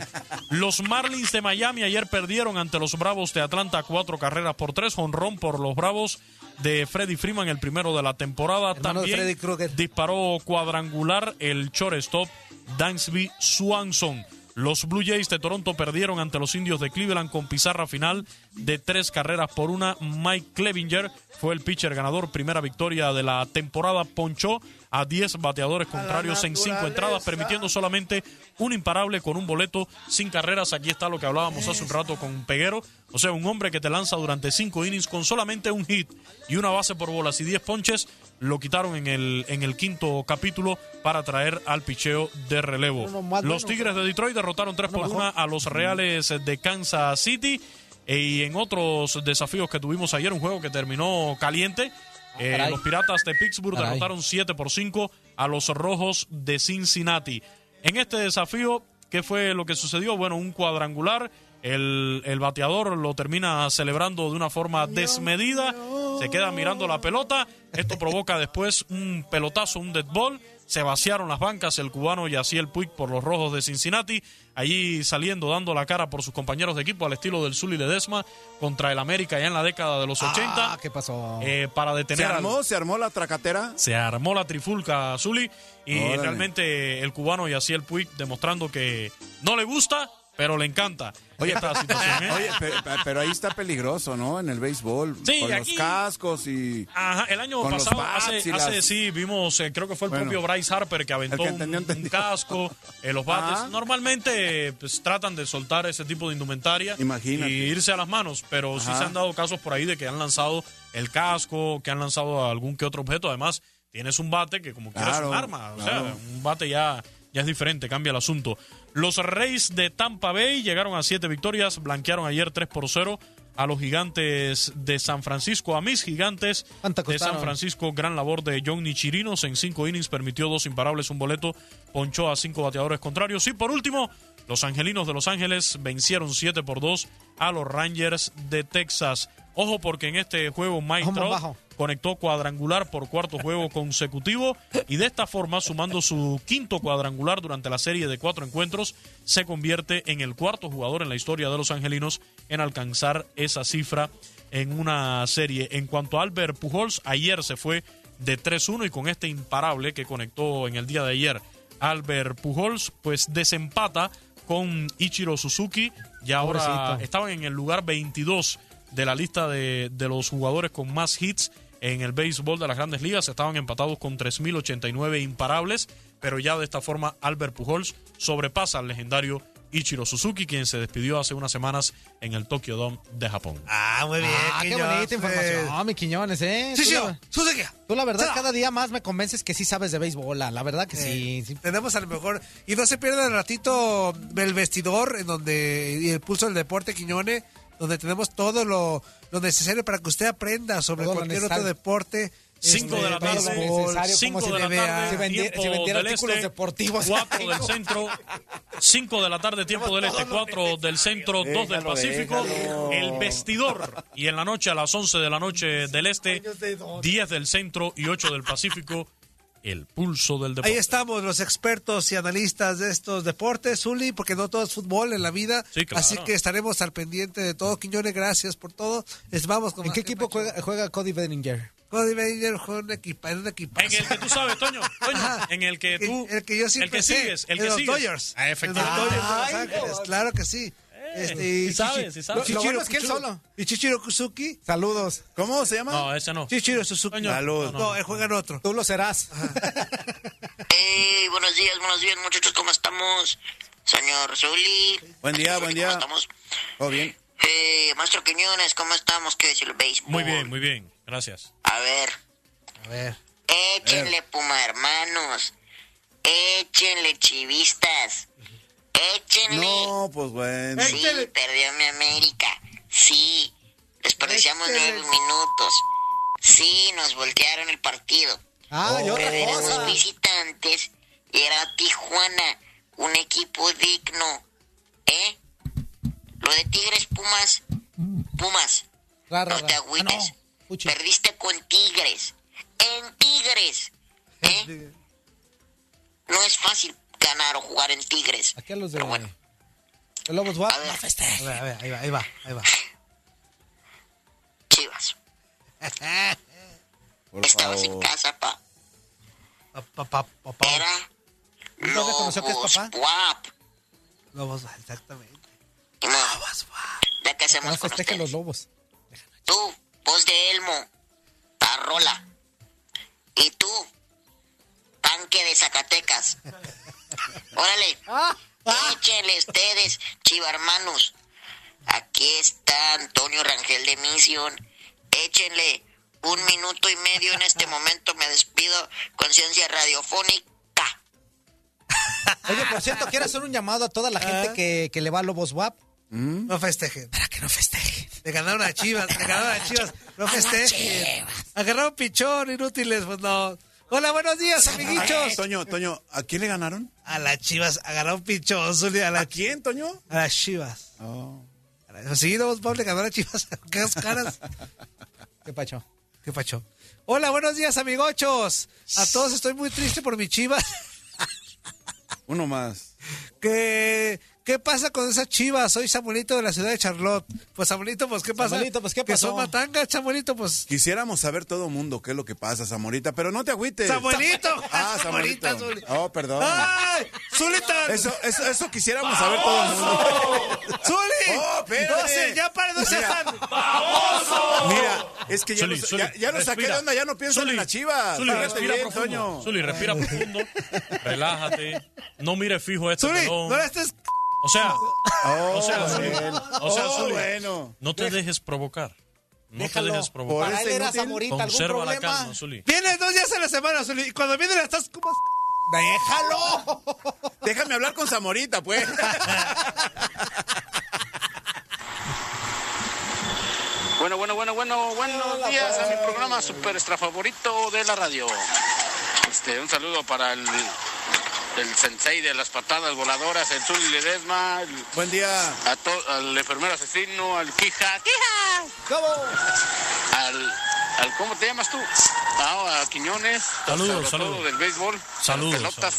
Speaker 9: Los Marlins de Miami ayer perdieron ante los Bravos de Atlanta cuatro carreras por tres. Honrón por los Bravos de Freddy Freeman, el primero de la temporada.
Speaker 6: Hermano de
Speaker 9: También
Speaker 6: Freddy
Speaker 9: disparó cuadrangular el shortstop Dansby Swanson. Los Blue Jays de Toronto perdieron ante los indios de Cleveland con pizarra final de tres carreras por una. Mike Clevinger fue el pitcher ganador, primera victoria de la temporada. Ponchó a 10 bateadores contrarios en cinco entradas, permitiendo solamente un imparable con un boleto sin carreras. Aquí está lo que hablábamos hace un rato con Peguero. O sea, un hombre que te lanza durante cinco innings con solamente un hit y una base por bolas y 10 ponches, lo quitaron en el, en el quinto capítulo para traer al picheo de relevo.
Speaker 6: Uno más
Speaker 9: Los
Speaker 6: bueno.
Speaker 9: Tigres de Detroit derrotaron 3 por 1 a los Reales de Kansas City. Eh, Y en otros desafíos que tuvimos ayer, un juego que terminó caliente. eh,
Speaker 6: caray.
Speaker 9: los Piratas de Pittsburgh
Speaker 6: Caray.
Speaker 9: derrotaron 7 por 5 a los Rojos de Cincinnati. En este desafío, ¿qué fue lo que sucedió? Bueno, un cuadrangular. El, el bateador lo termina celebrando de una forma desmedida. Se queda mirando la pelota. Esto provoca después un pelotazo, un dead ball. Se vaciaron las bancas el cubano Yaciel Puig por los rojos de Cincinnati. Allí saliendo, dando la cara por sus compañeros de equipo al estilo del Zully Ledesma contra el América ya en la década de los 80.
Speaker 6: ¿Qué pasó?
Speaker 9: eh, para
Speaker 10: ¿Se
Speaker 9: detener al-
Speaker 10: armó? ¿Se armó la tracatera?
Speaker 9: se armó la trifulca Zully y
Speaker 10: Órale.
Speaker 9: realmente el cubano Yaciel Puig demostrando que no le gusta, pero le encanta
Speaker 10: Oye,
Speaker 9: esta situación. ¿eh?
Speaker 10: Oye, pe- pe- pero, ahí está peligroso, ¿no? En el béisbol.
Speaker 9: Sí,
Speaker 10: con
Speaker 9: aquí-
Speaker 10: los cascos y.
Speaker 9: Ajá, el año
Speaker 10: con los
Speaker 9: pasado,
Speaker 10: bats
Speaker 9: hace,
Speaker 10: y las-
Speaker 9: hace- sí, vimos, eh, creo que fue el
Speaker 10: Bueno.
Speaker 9: propio Bryce Harper que aventó
Speaker 10: que
Speaker 9: un- un, casco, eh, los bates.
Speaker 10: Ajá.
Speaker 9: Normalmente pues, tratan de soltar ese tipo de indumentaria
Speaker 10: Imagínate.
Speaker 9: y irse a las manos, pero sí
Speaker 10: Ajá.
Speaker 9: se han dado casos por ahí de que han lanzado el casco, que han lanzado algún que otro objeto. Además, tienes un bate que como quieras es
Speaker 10: Claro,
Speaker 9: un arma, o sea,
Speaker 10: claro.
Speaker 9: un bate ya, ya es diferente, cambia el asunto. Los Reyes de Tampa Bay llegaron a siete victorias, blanquearon ayer 3 por 0 a los gigantes de San Francisco, a mis gigantes de
Speaker 6: costaron.
Speaker 9: San Francisco. Gran labor de Johnny Chirinos en cinco innings, permitió dos imparables, un boleto, ponchó a cinco bateadores contrarios. Y por último, los angelinos de Los Ángeles vencieron 7 por 2 a los Rangers de Texas. Ojo, porque en este juego Mike
Speaker 6: Ojo, más
Speaker 9: Trout
Speaker 6: bajo.
Speaker 9: conectó cuadrangular por cuarto juego consecutivo y de esta forma, sumando su quinto cuadrangular durante la serie de cuatro encuentros, se convierte en el cuarto jugador en la historia de los angelinos en alcanzar esa cifra en una serie. En cuanto a Albert Pujols, ayer se fue de 3-1 y con este imparable que conectó en el día de ayer Albert Pujols, pues desempata con Ichiro Suzuki y ahora
Speaker 13: Pobrecito.
Speaker 9: estaban en el lugar 22 de la lista de, de los jugadores con más hits en el béisbol de las grandes ligas. Estaban empatados con 3.089 imparables, pero ya de esta forma Albert Pujols sobrepasa al legendario Ichiro Suzuki, quien se despidió hace unas semanas en el Tokyo Dome de Japón.
Speaker 6: Ah, muy bien. qué
Speaker 7: Quiñones.
Speaker 6: bonita información. Ah, mi Quiñones, ¿eh?
Speaker 7: Sí,
Speaker 6: Tú
Speaker 7: sí,
Speaker 6: la- Tú, la verdad, cada día más me convences que sí sabes de béisbol. La, la verdad que sí. sí.
Speaker 7: Eh, Tenemos a lo mejor. Y no se pierdan el ratito el vestidor en donde. Y el pulso del deporte, Quiñone. Donde tenemos todo lo, lo necesario para que usted aprenda sobre
Speaker 6: Todo lo
Speaker 7: cualquier otro
Speaker 6: necesario.
Speaker 7: deporte.
Speaker 9: Cinco de la
Speaker 7: este,
Speaker 9: tarde,
Speaker 7: béisbol,
Speaker 9: cinco
Speaker 7: como
Speaker 9: de la
Speaker 7: se le vea.
Speaker 9: tarde,
Speaker 7: Si vendi-
Speaker 9: tiempo
Speaker 7: si vendiera
Speaker 9: del
Speaker 7: artículos
Speaker 9: este,
Speaker 7: deportivos.
Speaker 9: cuatro del centro, cinco de la tarde, tiempo del este, cuatro del centro, dos del
Speaker 7: Déjalo,
Speaker 9: Pacífico,
Speaker 7: déjalo.
Speaker 9: el vestidor y en la noche a las once de la noche del este, diez del centro y ocho del Pacífico, el pulso del
Speaker 7: Ahí
Speaker 9: deporte.
Speaker 7: estamos, los expertos y analistas de estos deportes, Zuli, porque no todo es fútbol en la vida.
Speaker 9: Sí, claro.
Speaker 7: Así que estaremos al pendiente de todo. Quiñones, gracias por todo. Es- vamos con
Speaker 6: ¿En qué equipo juega, juega Cody Bellinger?
Speaker 7: Cody Bellinger juega en un equipa- en un equipazo.
Speaker 9: En el que tú sabes, Toño, Toño, en el que tú,
Speaker 7: el que yo siempre
Speaker 9: el que
Speaker 7: sé,
Speaker 9: sigues, el
Speaker 7: en
Speaker 9: que
Speaker 7: los
Speaker 9: sigues.
Speaker 7: Dodgers.
Speaker 9: Ah,
Speaker 7: En los
Speaker 9: efectivamente.
Speaker 7: Dodgers de Los
Speaker 9: Ay, Eh,
Speaker 7: Ángeles,
Speaker 9: no.
Speaker 7: claro que sí. Este,
Speaker 9: sí sabes, sí sabes.
Speaker 7: Lo-
Speaker 9: Lo bueno es que él
Speaker 7: Kuzuki-
Speaker 9: solo.
Speaker 7: Y Chichiro Kuzuki.
Speaker 6: Saludos.
Speaker 7: ¿Cómo se llama?
Speaker 9: No, ese no.
Speaker 7: Chichiro Suzuki.
Speaker 9: Toño,
Speaker 7: Saludos.
Speaker 9: no,
Speaker 7: No,
Speaker 9: no.
Speaker 7: él juega en otro.
Speaker 6: Tú lo serás.
Speaker 14: Hey, buenos días, buenos días, muchachos, ¿cómo estamos? Señor Zuli.
Speaker 10: Buen día, buen día.
Speaker 14: ¿Cómo estamos?
Speaker 10: ¿Todo bien?
Speaker 14: Eh, Maestro Quiñones, ¿cómo estamos? ¿Qué es el béisbol?
Speaker 9: Muy bien, muy bien, gracias.
Speaker 14: A ver,
Speaker 9: A ver.
Speaker 14: échenle, Puma hermanos. Échenle, chivistas. Échenle.
Speaker 10: No, pues bueno.
Speaker 14: Sí, perdió mi América. Sí, desperdiciamos nueve minutos. Sí, nos voltearon el partido.
Speaker 6: Ah, y otra
Speaker 14: Pero éramos
Speaker 6: cosa.
Speaker 14: visitantes y era Tijuana, un equipo digno. ¿Eh? Lo de Tigres Pumas, Pumas,
Speaker 6: Rara,
Speaker 14: no te agüites. Perdiste con Tigres. En Tigres. ¿Eh? No es fácil ganar o jugar en Tigres.
Speaker 6: Aquí a los de... Los Lobos Guap. No festeje. A ver, a ver, ahí va, ahí va, ahí va.
Speaker 14: Chivas. Estabas en casa, pa. Era
Speaker 7: ¿No reconoció que es
Speaker 14: Lobos
Speaker 7: papá?
Speaker 14: Guap.
Speaker 7: Lobos, exactamente.
Speaker 14: Ni modo. ¿Ya qué hacemos
Speaker 6: No
Speaker 14: con
Speaker 6: festejen
Speaker 14: usted?
Speaker 6: los lobos.
Speaker 14: Tú, voz de Elmo, Parrola. Y tú, tanque de Zacatecas. Órale, échenle ustedes, chivarmanos. Aquí está Antonio Rangel de Misión. Échenle un minuto y medio en este momento. Me despido, conciencia radiofónica.
Speaker 6: Oye,
Speaker 14: Ah,
Speaker 6: por cierto, quiero hacer un llamado a toda la gente que, que le va a Lobos Guap.
Speaker 7: No festejen. Para que no festejen. Le ganaron a Chivas, le ganaron a Chivas. No festejen. Agarraron pichón, inútiles, pues no. Hola, buenos días, amiguitos.
Speaker 10: Toño, Toño, ¿a quién le ganaron?
Speaker 7: A las Chivas, agarraron pichón, Zuli. ¿A, la...
Speaker 10: quién, Toño?
Speaker 7: A las Chivas. A la- Oh. Sí, no, Pablo le ganó a las Chivas. ¿Qué caras?
Speaker 6: ¿Qué pacho?
Speaker 7: ¿Qué pacho? Hola, buenos días, amigochos. A todos estoy muy triste por mi Chivas.
Speaker 10: Uno más.
Speaker 7: ¿Qué, ¿Qué pasa con esas chivas? Soy Samuelito de la ciudad de Charlotte. Pues Samuelito, pues ¿qué pasa?
Speaker 6: Samuelito, pues, ¿qué
Speaker 7: Que
Speaker 6: pasó?
Speaker 7: son matangas, Samuelito, pues...
Speaker 10: Quisiéramos saber todo mundo qué es lo que pasa, Zamorita, pero no te agüites.
Speaker 7: Samuelito.
Speaker 10: Ah,
Speaker 7: Samuelita, Ah.
Speaker 10: Zamorita. Oh, perdón.
Speaker 7: ¡Ay! ¡Zulita!
Speaker 10: Eso, eso, eso quisiéramos saber todo el mundo.
Speaker 7: ¡Zuli!
Speaker 10: Oh, espérate.
Speaker 7: No sé, ya para, no seas tan-
Speaker 10: Mira, es que ya,
Speaker 9: Zuli,
Speaker 10: lo,
Speaker 9: Zuli,
Speaker 10: ya, ya lo saqué
Speaker 9: respira.
Speaker 10: de onda, ya no pienso en
Speaker 9: Zuli,
Speaker 10: la chiva.
Speaker 9: Zuli, respira profundo.
Speaker 10: Toño.
Speaker 9: Zuli, respira profundo. Relájate. No mires fijo este
Speaker 7: Zuli,
Speaker 9: telón.
Speaker 7: no Oh, la estés...
Speaker 9: O sea, o sea, Zuli,
Speaker 10: bueno.
Speaker 9: o sea,
Speaker 10: Oh,
Speaker 9: Zuli,
Speaker 10: bueno.
Speaker 9: no te dejes provocar. No
Speaker 7: Déjalo.
Speaker 9: te dejes provocar.
Speaker 7: Para él era Zamorita, ¿algún
Speaker 9: Conserva la
Speaker 7: problema?
Speaker 9: calma, Zuli.
Speaker 7: Vienes dos días a la semana, Zuli, y cuando vienes la estás... como-
Speaker 10: ¡Déjalo! Déjame hablar con Zamorita, pues.
Speaker 23: Bueno, bueno, bueno, bueno, buenos días a mi programa super extra favorito de la radio. Este, un saludo para el, el sensei de las patadas voladoras, el Zuli Ledesma.
Speaker 10: Buen día.
Speaker 23: al enfermero asesino, al Quija. ¡Quija!
Speaker 7: ¿Cómo?
Speaker 23: Al, al- ¿Cómo te llamas tú? Ah, a Quiñones. Sobre todo
Speaker 9: Saludos, saludos.
Speaker 23: del béisbol. de las
Speaker 9: Saludos,
Speaker 23: pelotas,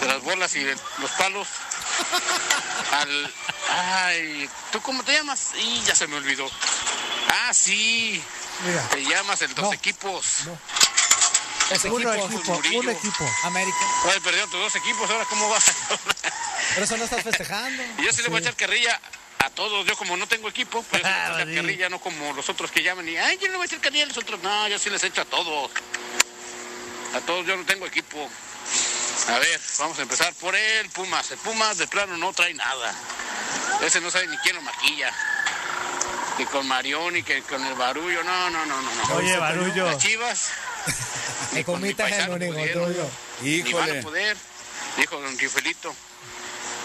Speaker 23: de las bolas y de los palos. Al... Ay, ¿tú cómo te llamas? Y ya se me olvidó. Ah, sí.
Speaker 7: Mira.
Speaker 23: Te llamas el dos equipos.
Speaker 6: Los
Speaker 7: Uno
Speaker 6: equipos.
Speaker 7: equipo,
Speaker 6: Murillo.
Speaker 7: un equipo.
Speaker 6: América.
Speaker 23: Ay, perdieron tus dos equipos, ahora cómo vas.
Speaker 6: Por eso no estás festejando.
Speaker 23: Y yo sí, le voy a echar carrilla a todos. Yo como no tengo equipo, pues yo sí les voy a echar carrilla, no como los otros que llaman y, ay, yo no voy a echar carrilla a los otros. No, yo sí les echo a todos. A todos yo no tengo equipo. A ver, vamos a empezar por el Pumas. El Pumas de plano no trae nada. Ese no sabe ni quién lo maquilla. Que con Marión y que con el Barullo. No, no, no, no. no.
Speaker 6: Oye, Barullo.
Speaker 23: Las Chivas.
Speaker 6: Me comitas el único tuyo.
Speaker 23: Ni van a poder, dijo don Rifelito.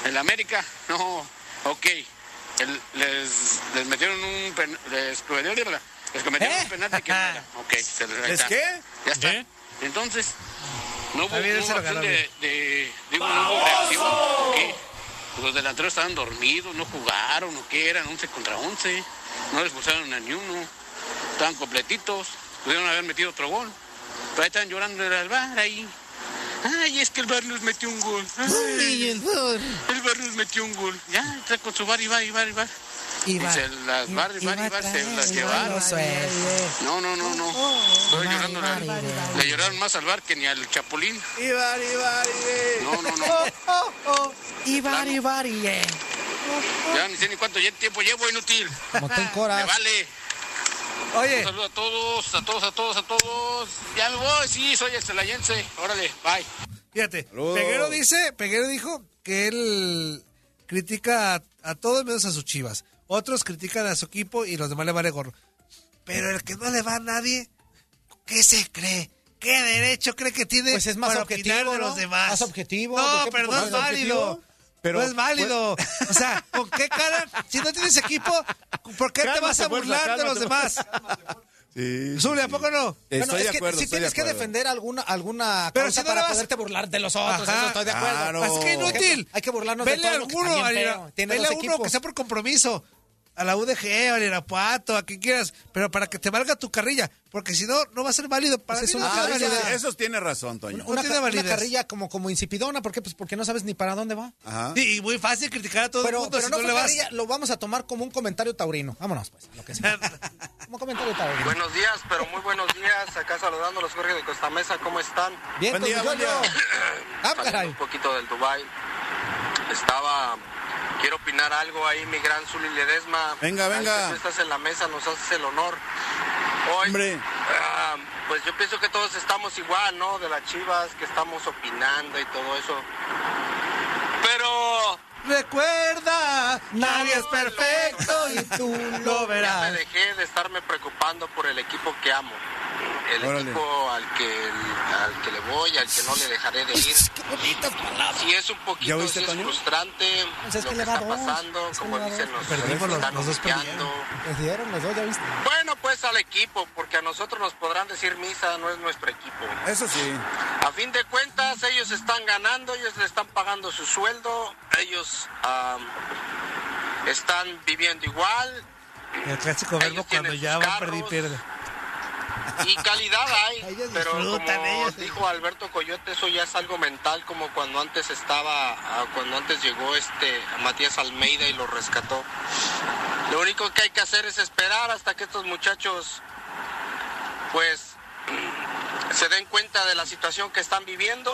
Speaker 23: El América, no, ok. El- les, les metieron un pen, les, cometieron- les cometieron un penalti que no era. Ok, se les ahí
Speaker 12: ¿Les
Speaker 23: está.
Speaker 12: qué?
Speaker 23: Ya está. Entonces, no hubo,
Speaker 12: Está bien,
Speaker 23: no
Speaker 12: él se
Speaker 23: hubo
Speaker 12: lo ganó,
Speaker 23: acción de, de- digo, no hubo
Speaker 12: ¡Baboso!
Speaker 23: reacción. ¿o qué? Los delanteros estaban dormidos, no jugaron, o qué eran, 11 contra 11. No les pusieron a ni uno. Estaban completitos, pudieron haber metido otro gol. Pero ahí están llorando en el bar ahí. Ay, es que el bar nos metió un gol. Ay, el bar. nos metió un gol. Ya, está con su bar y bar y bar y bar. Y,
Speaker 12: Iba-
Speaker 23: se las bar y bar y bar se las llevaron. No, no, no, no. Estoy llorando. la- Le lloraron más al bar que ni al Chapulín.
Speaker 12: Ibar, Ibar,
Speaker 7: eh.
Speaker 23: No, no, no.
Speaker 12: Oh, oh, oh.
Speaker 23: Ibar,
Speaker 12: Ibar,
Speaker 6: eh.
Speaker 23: Ya ni sé ni cuánto ya- tiempo llevo, inútil.
Speaker 6: Como te
Speaker 23: Me
Speaker 6: encoras.
Speaker 23: vale.
Speaker 7: Oye.
Speaker 23: Un saludo a todos, a todos, a todos, a todos. Ya me voy, sí, soy estelayense. Órale, bye.
Speaker 7: Fíjate,
Speaker 23: Saludos.
Speaker 7: Peguero dice, Peguero dijo que él critica a, a todos menos a sus chivas. Otros critican a su equipo y los demás le vale gorro. Pero el que no le va a nadie, ¿qué se cree? ¿Qué derecho cree que tiene
Speaker 6: Pues es más
Speaker 7: para
Speaker 6: objetivo,
Speaker 7: opinar de
Speaker 6: ¿no?
Speaker 7: los demás?
Speaker 6: Más objetivo,
Speaker 7: No,
Speaker 6: ¿por qué? Pues
Speaker 7: pero no
Speaker 6: Más
Speaker 7: es válido.
Speaker 6: objetivo. Pero- pues-
Speaker 7: no es válido. O sea, ¿con qué cara? Si no tienes equipo,
Speaker 6: Oh,
Speaker 7: ¿por qué te
Speaker 6: Cálmate,
Speaker 7: vas a
Speaker 6: Puebla,
Speaker 7: burlar de los
Speaker 6: cálmate,
Speaker 7: demás?
Speaker 10: Sí.
Speaker 7: Zule, ¿a poco no?
Speaker 6: Bueno, es que si tienes que defender alguna, alguna
Speaker 7: Pero
Speaker 6: causa
Speaker 7: si no le
Speaker 6: para
Speaker 7: vas-
Speaker 6: poderte burlar de los otros,
Speaker 7: Ajá.
Speaker 6: eso estoy de acuerdo.
Speaker 7: Claro. Es que inútil.
Speaker 6: Por ejemplo, Hay que burlarnos
Speaker 7: Vele
Speaker 6: de
Speaker 7: a
Speaker 6: todo
Speaker 7: alguno, Ariel, vele a uno que sea por compromiso. A la UDG, a Irapuato, a quien quieras, pero para que te valga tu carrilla, porque si no, no va a ser válido para mí. no tiene validez.
Speaker 10: eso tiene razón, Toño.
Speaker 7: no
Speaker 6: una,
Speaker 7: tiene
Speaker 6: ca- una
Speaker 7: validez.
Speaker 6: carrilla como, como insipidona, ¿por qué? Pues porque no sabes ni para dónde va.
Speaker 10: Ajá.
Speaker 7: Sí, y muy fácil criticar a todo
Speaker 6: pero
Speaker 7: el mundo
Speaker 6: pero
Speaker 7: si
Speaker 6: no
Speaker 7: no,
Speaker 6: fue
Speaker 7: le vas.
Speaker 6: carrilla, lo vamos a tomar como un comentario taurino. Vámonos, pues, a lo que sea. como comentario taurino.
Speaker 24: Buenos días, pero muy buenos días. Acá saludándolos, Jorge de Costa Mesa, ¿cómo están?
Speaker 6: Bien, Buen día, Toño. buen día.
Speaker 24: Saliendo
Speaker 6: caray.
Speaker 24: un poquito del Dubai. Estaba... Quiero opinar algo ahí, mi gran Zuli Ledesma.
Speaker 10: Venga,
Speaker 24: Al
Speaker 10: venga.
Speaker 24: que tú estás en la mesa, nos haces el honor. Hoy, ah, pues yo pienso que todos estamos igual, ¿no? De las chivas, que estamos opinando y todo eso. Pero...
Speaker 7: Recuerda, nadie es perfecto y tú
Speaker 24: Ya
Speaker 7: lo
Speaker 24: me
Speaker 7: verás.
Speaker 24: dejé de estarme preocupando por el equipo que amo. El
Speaker 7: Órale.
Speaker 24: equipo al que, al que le voy, al que no le dejaré de ir. Sí, es un
Speaker 10: ¿Ya
Speaker 24: poquito
Speaker 10: oíste,
Speaker 24: sí es
Speaker 10: Toño?
Speaker 24: frustrante
Speaker 6: Pues es
Speaker 24: lo
Speaker 6: que
Speaker 24: que
Speaker 6: le va
Speaker 24: está
Speaker 6: dos,
Speaker 24: pasando,
Speaker 6: es que
Speaker 24: como
Speaker 6: le va
Speaker 24: dicen
Speaker 6: dos.
Speaker 24: los
Speaker 6: Perdimos los-
Speaker 24: están
Speaker 6: los dos
Speaker 24: humillando.
Speaker 6: Perdieron los dos, ya viste.
Speaker 24: Bueno, pues al equipo, porque a nosotros nos podrán decir misa, no es nuestro equipo.
Speaker 10: Eso sí.
Speaker 24: A fin de cuentas, ellos están ganando, ellos le están pagando su sueldo, ellos am, están viviendo igual,
Speaker 7: El clásico verbo cuando ya va a perder y pierde.
Speaker 24: y calidad hay, pero como
Speaker 7: disfrutan, ellos-
Speaker 24: dijo Alberto Coyote, eso ya es algo mental, como cuando antes estaba, ah, cuando antes llegó este Matías Almeida y lo rescató. Lo único que hay que hacer es esperar hasta que estos muchachos, pues, se den cuenta de la situación que están viviendo,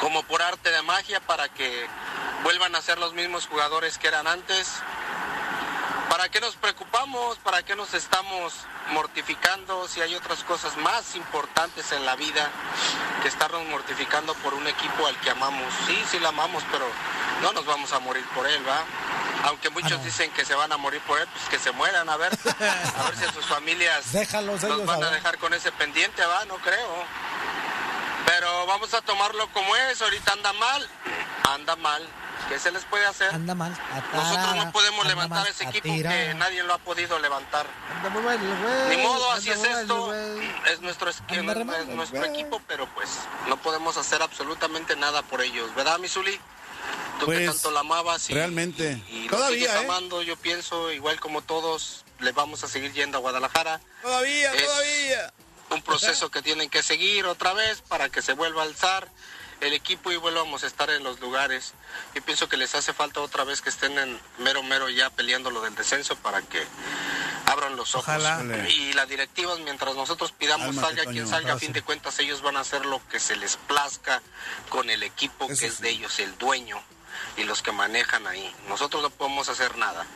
Speaker 24: como por arte de magia, para que vuelvan a ser los mismos jugadores que eran antes. ¿Para qué nos preocupamos? ¿Para qué nos estamos mortificando si hay otras cosas más importantes en la vida que estarnos mortificando por un equipo al que amamos? Sí, sí lo amamos, pero no nos vamos a morir por él, ¿va? Aunque muchos
Speaker 6: Ah,
Speaker 24: dicen que se van a morir por él, pues que se mueran, a ver, a ver si a sus familias
Speaker 6: Déjalos
Speaker 24: nos
Speaker 6: ellos
Speaker 24: van a
Speaker 6: ahora.
Speaker 24: dejar con ese pendiente, ¿va? No creo. Pero vamos a tomarlo como es, ahorita anda mal, anda mal. ¿Qué se les puede hacer?
Speaker 6: Anda mal.
Speaker 24: Nosotros no podemos
Speaker 6: Anda
Speaker 24: levantar
Speaker 6: mal,
Speaker 24: ese equipo
Speaker 6: atira.
Speaker 24: que nadie lo ha podido levantar. Ni modo, así es esto. Es nuestro, es- es nuestro equipo, pero pues no podemos hacer absolutamente nada por ellos. ¿Verdad, Misuli? Tú que
Speaker 10: Pues,
Speaker 24: tanto la amabas y,
Speaker 10: Realmente.
Speaker 24: y lo sigues
Speaker 10: Todavía, ¿eh?
Speaker 24: amando, yo pienso, igual como todos, les vamos a seguir yendo a Guadalajara.
Speaker 10: Todavía,
Speaker 24: Es-
Speaker 10: todavía.
Speaker 24: un proceso que tienen que seguir otra vez para que se vuelva a alzar el equipo y vuelvamos a estar en los lugares. Yo pienso que les hace falta otra vez que estén en mero mero ya peleando lo del descenso para que abran los ojos.
Speaker 7: Ojalá.
Speaker 24: Y las directivas, mientras nosotros pidamos
Speaker 7: Cálmate,
Speaker 24: salga
Speaker 7: Toño.
Speaker 24: quien salga, a fin
Speaker 7: Gracias.
Speaker 24: de cuentas ellos van a hacer lo que se les plazca con el equipo que es de ellos, el dueño y los que manejan ahí. Nosotros no podemos hacer nada.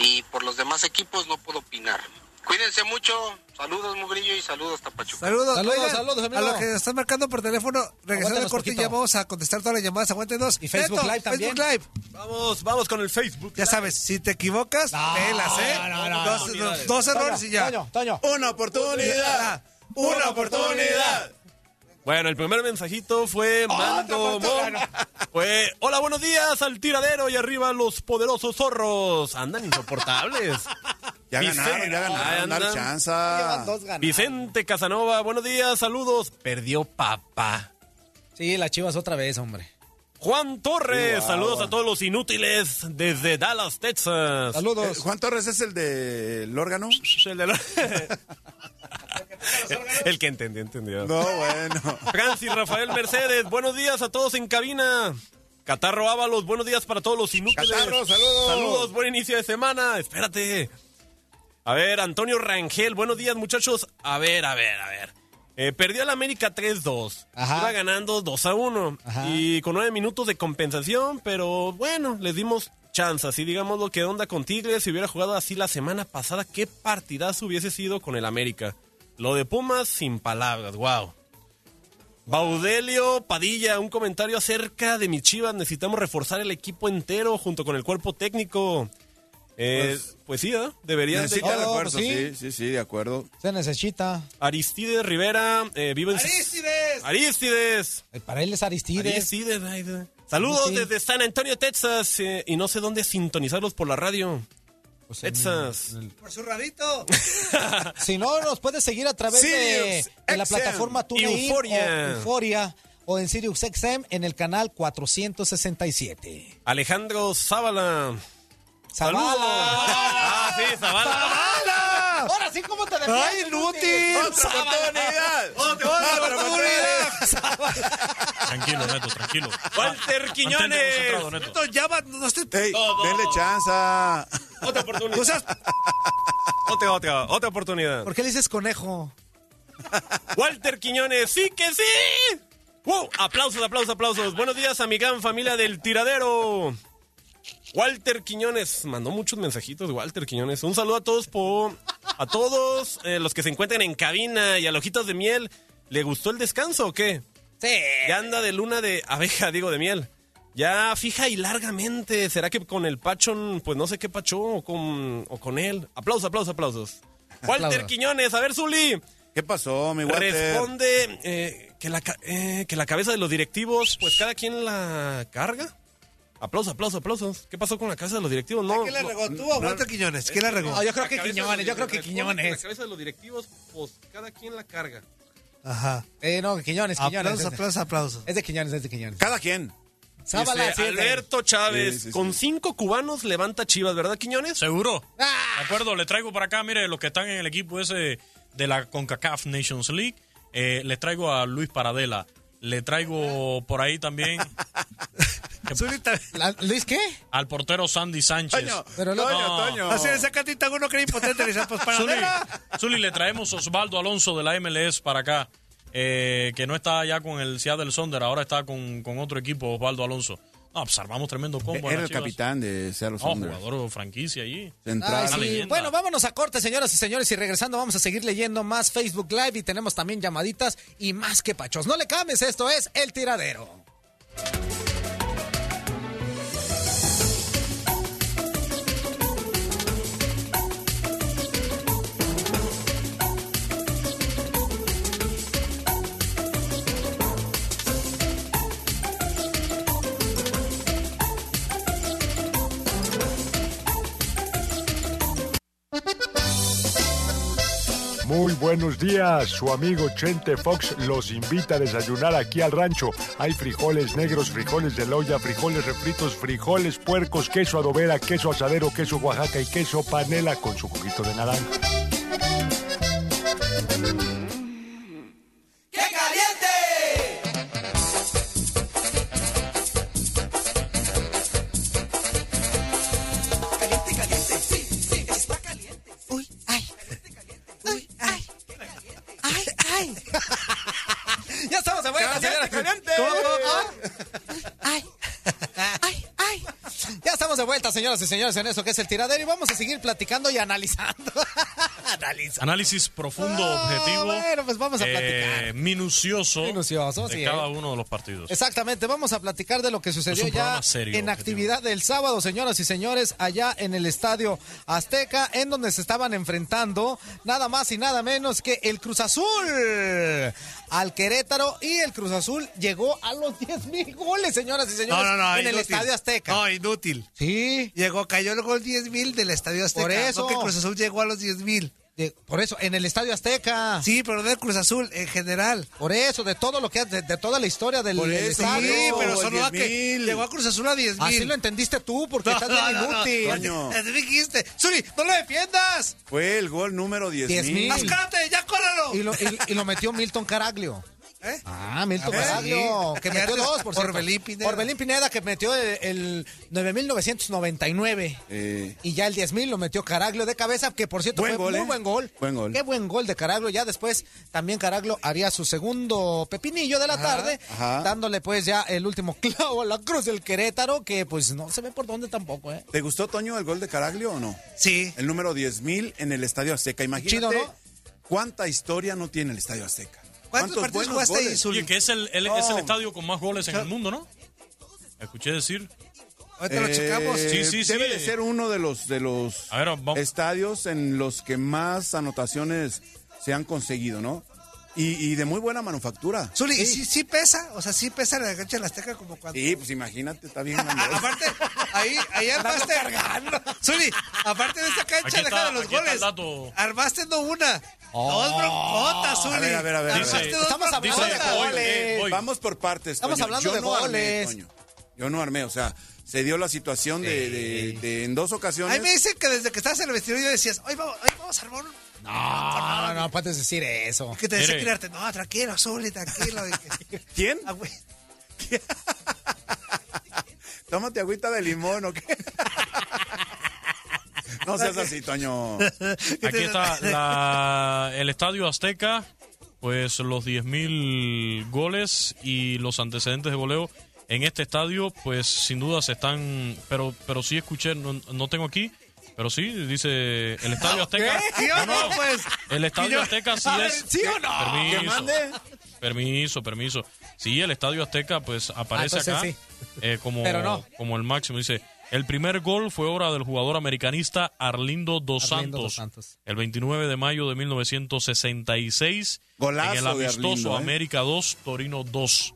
Speaker 24: Y por los demás equipos no puedo opinar. Cuídense mucho. Saludos, Mugrillo, y saludos, Tapachuca.
Speaker 7: Saludos,
Speaker 24: saludos,
Speaker 7: oigan, A los que están marcando por teléfono, regresando al
Speaker 24: Aguántanos
Speaker 7: corte
Speaker 24: poquito.
Speaker 7: ya vamos a contestar todas las llamadas. Aguántenos.
Speaker 6: Y Facebook Live también.
Speaker 7: Facebook Live. Vamos, vamos con el Facebook. Ya sabes, si te equivocas, pelas, ¿eh?
Speaker 6: no, no,
Speaker 7: dos,
Speaker 6: no.
Speaker 7: dos- dos errores y ya.
Speaker 6: Toño, Toño.
Speaker 10: Una oportunidad. Una oportunidad.
Speaker 13: Bueno, el primer mensajito fue
Speaker 10: Ah,
Speaker 13: Mando Mon. Fue, hola, buenos días al tiradero y arriba los poderosos zorros. Andan insoportables.
Speaker 10: Ya ganaron, ya ganaron,
Speaker 13: Ahí
Speaker 10: dale
Speaker 13: andan.
Speaker 10: chance. Llevan
Speaker 6: dos ganados.
Speaker 13: Vicente Casanova, buenos días, saludos. Perdió papá.
Speaker 6: Sí, las chivas otra vez, hombre.
Speaker 13: Juan Torres,
Speaker 10: Wow.
Speaker 13: saludos a todos los inútiles desde Dallas, Texas.
Speaker 10: Eh, Juan Torres es el del órgano.
Speaker 13: El del El que entendió, entendió.
Speaker 10: No, bueno.
Speaker 13: Francis Rafael Mercedes, buenos días a todos en cabina. Catarro Ábalos, buenos días para todos los inútiles.
Speaker 10: Catarro, saludos.
Speaker 13: Saludos, buen inicio de semana. Espérate. A ver, Antonio Rangel, buenos días, muchachos. A ver, a ver, a ver. Eh, perdió el América 3-2. Iba ganando 2-1. Y con nueve minutos de compensación, pero bueno, les dimos chance. Así digamos lo que onda con Tigres. Si hubiera jugado así la semana pasada, qué partidazo hubiese sido con el América. Lo de Pumas, sin palabras, wow. Baudelio Padilla, un comentario acerca de mi Chivas. Necesitamos reforzar el equipo entero junto con el cuerpo técnico. Eh, pues,
Speaker 10: Pues-
Speaker 13: sí, ¿eh? deberían de- pues
Speaker 10: Necesita refuerzo, sí, sí, sí, de acuerdo.
Speaker 6: Se necesita.
Speaker 13: Aristides Rivera, eh, vive en-
Speaker 10: pues,
Speaker 6: ¡Aristides!
Speaker 13: Aristides.
Speaker 6: Para él es Aristides.
Speaker 13: Aristides, ay, ay. Saludos
Speaker 6: Sí.
Speaker 13: desde San Antonio, Texas. eh, y no sé dónde sintonizarlos por la radio.
Speaker 6: Pues
Speaker 13: Texas.
Speaker 7: Por su radito.
Speaker 6: Si no, nos puedes seguir a través
Speaker 7: Sí,
Speaker 6: de,
Speaker 7: Sirius
Speaker 6: de la
Speaker 7: XM.
Speaker 6: plataforma TuneIn
Speaker 13: Euforia.
Speaker 6: o Euforia o en Sirius XM en el canal 467.
Speaker 13: Alejandro Zavala.
Speaker 6: Zavala.
Speaker 13: Saludos. Ah, sí, Zavala.
Speaker 6: Ahora sí, ¿cómo te defiendes?
Speaker 12: ¡Ay,
Speaker 6: inútil!
Speaker 12: ¡Otra
Speaker 6: Sábado.
Speaker 12: oportunidad!
Speaker 6: ¡Otra
Speaker 9: Tranquilo, Neto, tranquilo.
Speaker 13: Walter
Speaker 9: Quiñones.
Speaker 7: Neto, ya va, no estoy...
Speaker 10: Ey,
Speaker 13: Todo.
Speaker 10: denle chanza.
Speaker 13: Otra oportunidad. Otra, otra, otra oportunidad.
Speaker 6: ¿Por qué le dices conejo?
Speaker 13: Walter Quiñones, sí que sí. ¡Wow! Aplausos, aplausos, aplausos. Buenos días a mi gran familia del tiradero. Walter Quiñones mandó muchos mensajitos, Walter Quiñones. Un saludo a todos por a todos eh, los que se encuentren en cabina y a los ojitos de miel. ¿Le gustó el descanso o qué?
Speaker 6: Sí.
Speaker 13: Ya anda de luna de abeja, digo, de miel. Ya fija y largamente. ¿Será que con el Pachón, pues no sé qué Pachó o con, o con él? Aplausos, aplausos, aplausos. Walter
Speaker 10: Aplausos.
Speaker 13: Quiñones, a ver, Zuli.
Speaker 10: ¿Qué pasó, mi Walter?
Speaker 13: Responde eh, que, la, ca- eh, que la cabeza de los directivos, pues cada quien la carga. Aplausos, aplausos, aplausos. ¿Qué pasó con la cabeza de los directivos? No,
Speaker 7: ¿Quién la
Speaker 13: no- Ah,
Speaker 7: regó? ¿Tú o Walter Quiñones? ¿Quién la regó?
Speaker 6: No, yo creo que
Speaker 13: cabeza de
Speaker 6: Quiñones,
Speaker 13: los
Speaker 6: yo creo que
Speaker 13: directivos,
Speaker 6: Quiñones.
Speaker 13: La cabeza de los directivos, pues cada quien la carga.
Speaker 6: Ajá. Eh, no, Quiñones, Quiñones.
Speaker 7: Aplausos,
Speaker 6: este.
Speaker 7: aplausos, aplausos.
Speaker 6: Es de Quiñones, es de Quiñones.
Speaker 10: Cada quien.
Speaker 6: Zavala,
Speaker 13: Dice,
Speaker 6: sí, es de-
Speaker 13: Alberto Chávez,
Speaker 10: Sí, sí, sí.
Speaker 13: con cinco cubanos levanta Chivas, ¿verdad, Quiñones?
Speaker 9: Seguro.
Speaker 6: Ah.
Speaker 9: De acuerdo, le traigo para acá, mire, los que están en el equipo ese de la CONCACAF Nations League. eh, les traigo a Luis Paradela. Le traigo por ahí también
Speaker 6: La- ¿Luis qué?
Speaker 9: al portero Sandy Sánchez. Ah,
Speaker 6: Toño, Pero no- Toño, Toño.
Speaker 7: Así es, esa catita uno que era impotente, le decía, pues para
Speaker 9: Zuli,
Speaker 7: nada.
Speaker 9: Zuli, le traemos a Osvaldo Alonso de la MLS para acá, eh, que no está ya con el Seattle Sonder, ahora está con, con otro equipo, Osvaldo Alonso. No, pues armamos tremendo combo. en
Speaker 10: Era
Speaker 9: las
Speaker 10: el
Speaker 9: Chivas.
Speaker 10: capitán de Seattle
Speaker 9: No,
Speaker 10: Sounders.
Speaker 9: jugador de franquicia allí.
Speaker 10: Central.
Speaker 6: Ay, sí. Bueno, vámonos a corte, señoras y señores, y regresando vamos a seguir leyendo más Facebook Live y tenemos también llamaditas y más que pachos. No le cambies, esto es El Tiradero.
Speaker 1: Muy buenos días, su amigo Chente Fox los invita a desayunar aquí al rancho. Hay frijoles negros, frijoles de loya, frijoles refritos, frijoles puercos, queso adobera, queso asadero, queso Oaxaca y queso panela con su juguito de naranja.
Speaker 12: ¡Qué caliente!
Speaker 25: Uy,
Speaker 6: de vuelta, señoras y señores, en eso que es el tiradero y vamos a seguir platicando y analizando. analizando.
Speaker 9: Análisis profundo,
Speaker 6: Oh,
Speaker 9: objetivo.
Speaker 6: bueno, pues vamos a
Speaker 9: eh, minucioso.
Speaker 6: Minucioso,
Speaker 9: de
Speaker 6: sí,
Speaker 9: cada
Speaker 6: eh.
Speaker 9: uno de los partidos.
Speaker 6: Exactamente, vamos a platicar de lo que sucedió
Speaker 9: un
Speaker 6: ya
Speaker 9: programa serio,
Speaker 6: en
Speaker 9: objetivo.
Speaker 6: actividad del sábado, señoras y señores, allá en el Estadio Azteca, en donde se estaban enfrentando nada más y nada menos que el Cruz Azul al Querétaro y el Cruz Azul llegó a los 10 mil goles, señoras y señores, en el
Speaker 7: inútil.
Speaker 6: Estadio Azteca.
Speaker 7: No, inútil.
Speaker 6: Sí.
Speaker 7: Llegó, cayó el gol 10 mil del Estadio Azteca.
Speaker 6: Por eso.
Speaker 7: No que Cruz Azul llegó a los 10 mil.
Speaker 6: Por eso, en el Estadio Azteca.
Speaker 7: Sí, pero no de Cruz Azul, en general.
Speaker 6: Por eso, de todo lo que de, de toda la historia del, del estadio.
Speaker 7: Sí, pero solo a que llegó a Cruz Azul a 10 mil.
Speaker 6: Así lo entendiste tú, porque estás bien inútil.
Speaker 7: Así dijiste. Zuli, no lo defiendas.
Speaker 10: Fue el gol número 10.000.
Speaker 6: Diez mil.
Speaker 7: ¡Máscárate, ya córralo!
Speaker 6: Y lo, y- y lo metió Milton Caraglio.
Speaker 10: ¿Eh?
Speaker 6: Ah, Milton
Speaker 7: Ah, pues
Speaker 6: Caraglio,
Speaker 7: sí.
Speaker 6: que metió
Speaker 7: Fíjate,
Speaker 6: dos, por cierto.
Speaker 7: Orbelín Pineda.
Speaker 6: Orbelín Pineda, que metió el, el 9.999.
Speaker 10: Eh,
Speaker 6: Y ya el 10.000 lo metió Caraglio de cabeza, que por cierto
Speaker 10: Buen
Speaker 6: fue
Speaker 10: gol,
Speaker 6: muy
Speaker 10: ¿eh?
Speaker 6: buen gol.
Speaker 10: Buen gol.
Speaker 6: Qué buen gol de Caraglio. Ya después también Caraglio haría su segundo pepinillo de la tarde,
Speaker 10: ajá.
Speaker 6: dándole pues ya el último clavo a la cruz del Querétaro, que pues no se ve por dónde tampoco, ¿eh?
Speaker 10: ¿Te gustó, Toño, el gol de Caraglio o no?
Speaker 7: Sí.
Speaker 10: El número 10.000 en el Estadio Azteca. Imagínate
Speaker 6: Chido, ¿no?
Speaker 10: cuánta historia no tiene el Estadio Azteca. buenos goles?
Speaker 9: Oye, que es el, el-
Speaker 10: No,
Speaker 9: es
Speaker 6: Oh.
Speaker 9: el estadio con más goles en el mundo, ¿no? Escuché decir.
Speaker 10: Eh,
Speaker 9: Sí, sí, sí.
Speaker 10: Debe de ser uno de los, de los estadios en los que más anotaciones se han conseguido, ¿no? Y, y de muy buena manufactura.
Speaker 7: Zuli, ¿y sí, sí pesa? O sea, sí pesa la cancha de la Azteca como cuando...
Speaker 10: Sí, pues imagínate, está bien. grande.
Speaker 7: Ahí, ahí armaste... Zuli, aparte de esta
Speaker 10: Aquí
Speaker 7: cancha,
Speaker 10: está,
Speaker 7: deja de los
Speaker 10: aquí está
Speaker 7: goles.
Speaker 10: el dato.
Speaker 7: Armaste no una,
Speaker 10: Oh.
Speaker 7: dos broncotas, Zuli.
Speaker 10: A ver, a ver, a ver. a ver.
Speaker 7: Armaste dos broncotas.
Speaker 10: Vamos por partes.
Speaker 7: Estamos
Speaker 10: Toño.
Speaker 7: hablando
Speaker 10: Yo
Speaker 7: de
Speaker 10: no armé,
Speaker 7: goles.
Speaker 10: Toño. Yo no armé, o sea, se dio la situación de, de- de- en dos ocasiones.
Speaker 7: Ahí me dicen que desde que estabas en el vestidor yo decías, hoy vamos, hoy vamos a armar un...
Speaker 6: No, no puedes decir eso.
Speaker 7: Que te decía crearte, no, tranquilo, Zuli, tranquilo. Ah,
Speaker 10: ¿Quién? Tómate agüita de limón o qué. No seas así, Toño.
Speaker 12: Este
Speaker 9: Aquí está la- el Estadio Azteca, pues los 10.000 goles y los antecedentes de goleo en este estadio, pues sin duda se están, pero pero sí escuché, no, no tengo aquí, pero sí, dice el Estadio Azteca.
Speaker 12: ¿Qué? ¿Sí o no, pues?
Speaker 9: El Estadio
Speaker 12: Y yo-
Speaker 9: Azteca sí
Speaker 12: A ver,
Speaker 9: es...
Speaker 12: ¿sí o no?
Speaker 9: Permiso,
Speaker 12: Que mande.
Speaker 9: permiso, permiso. Sí, el Estadio Azteca pues aparece
Speaker 12: Ah, entonces
Speaker 9: acá
Speaker 12: sí.
Speaker 9: eh, como,
Speaker 12: Pero no.
Speaker 9: como el máximo, dice... El primer gol fue obra del jugador americanista Arlindo Dos
Speaker 6: Arlindo
Speaker 9: Santos,
Speaker 6: Dos Santos.
Speaker 9: el 29 de mayo de 1966.
Speaker 10: Golazo
Speaker 9: en el
Speaker 10: de
Speaker 9: amistoso
Speaker 10: Arlindo, ¿eh?
Speaker 9: América 2, Torino 2.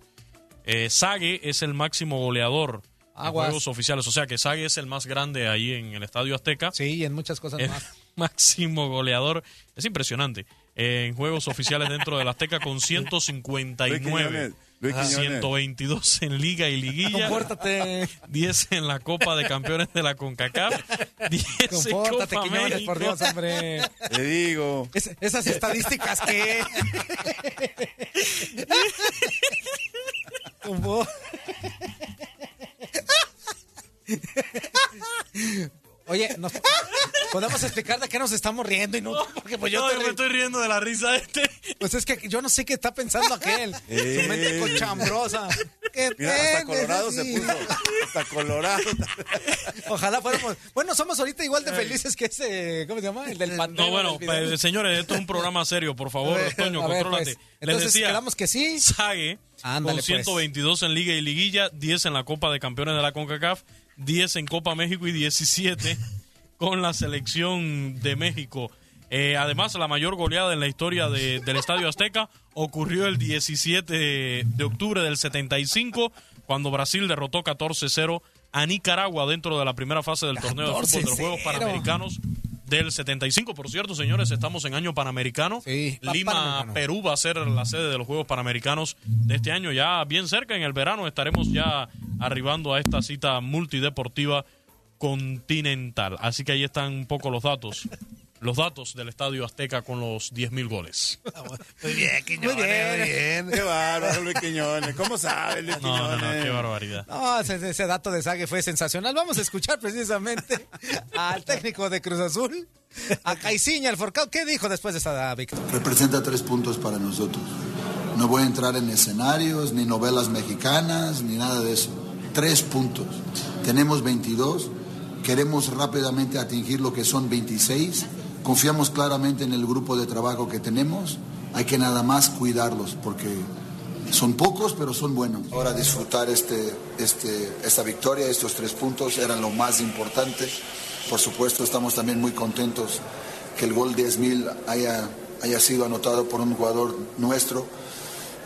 Speaker 9: Eh, Sague es el máximo goleador
Speaker 6: Aguas.
Speaker 9: en juegos oficiales. O sea que Sague es el más grande ahí en el Estadio Azteca.
Speaker 6: Sí, y en muchas cosas
Speaker 9: El
Speaker 6: más.
Speaker 9: máximo goleador. Es impresionante. Eh, en juegos oficiales dentro del Azteca con 159.
Speaker 10: Luis Quiñones, Luis
Speaker 9: Ajá.
Speaker 10: Quiñones.
Speaker 9: 122 en Liga y Liguilla.
Speaker 6: Compórtate.
Speaker 9: 10 en la Copa de Campeones de la CONCACAF. 10 en Copa
Speaker 6: Compórtate, Quiñones,
Speaker 9: México.
Speaker 6: por Dios, hombre.
Speaker 10: Te digo.
Speaker 6: Es- esas estadísticas que. Compó- Oye, nos- podemos explicar de qué nos estamos riendo y no porque pues yo
Speaker 9: No,
Speaker 6: te
Speaker 9: yo me
Speaker 6: río.
Speaker 9: estoy riendo de la risa de este.
Speaker 6: Pues es que yo no sé qué está pensando aquel. Su mente
Speaker 10: Eh.
Speaker 6: cochambrosa. ¿Qué
Speaker 10: Mira, hasta
Speaker 6: tienes
Speaker 10: Colorado
Speaker 6: así?
Speaker 10: se puso. Hasta Colorado.
Speaker 6: Ojalá fuéramos. Bueno, somos ahorita igual de felices que ese. ¿Cómo se llama? El del pandero.
Speaker 9: No, bueno,
Speaker 6: del video.
Speaker 9: pues, señores, esto es un programa serio, por favor,
Speaker 6: A ver,
Speaker 9: Toño,
Speaker 6: a ver,
Speaker 9: contrólate.
Speaker 6: pues, entonces, quedamos que sí.
Speaker 9: Sague,
Speaker 6: Ándale, pues.
Speaker 9: con 122 en Liga y Liguilla, 10 en la Copa de Campeones de la CONCACAF, 10 en Copa México y 17 con la selección de México. Eh, además, la mayor goleada en la historia de- del Estadio Azteca ocurrió el 17 de, de octubre del 75, cuando Brasil derrotó 14-0 a Nicaragua dentro de la primera fase del torneo de fútbol de los Juegos
Speaker 6: 14-0.
Speaker 9: Panamericanos del 75. Por cierto, señores, estamos en año panamericano.
Speaker 6: pa-
Speaker 9: Lima,
Speaker 6: panamericano.
Speaker 9: Perú va a ser la sede de los Juegos Panamericanos de este año. Ya bien cerca, en el verano, estaremos ya arribando a esta cita multideportiva continental. Así que ahí están un poco los datos. Los datos del Estadio Azteca con los 10.000 goles.
Speaker 7: Muy bien, Quiñones,
Speaker 10: Muy bien.
Speaker 7: muy bien.
Speaker 10: Qué bárbaro, Luis Quiñones. ¿Cómo sabe, Luis
Speaker 9: No, no,
Speaker 10: Quiñones?
Speaker 9: no, qué barbaridad.
Speaker 6: No, ese, ese dato de Sague fue sensacional. Vamos a escuchar precisamente al técnico de Cruz Azul, a Caiciña, el Forcado. ¿Qué dijo después de esa ah, victoria?
Speaker 25: representa tres puntos para nosotros. No voy a entrar en escenarios, ni novelas mexicanas, ni nada de eso. Tres puntos. Tenemos 22 Queremos rápidamente atingir lo que son 26. Confiamos claramente en el grupo de trabajo que tenemos. Hay que nada más cuidarlos porque son pocos, pero son buenos. Ahora disfrutar este, este, esta victoria, estos tres puntos eran lo más importante. Por supuesto, estamos también muy contentos que el gol 10.000 haya, haya sido anotado por un jugador nuestro.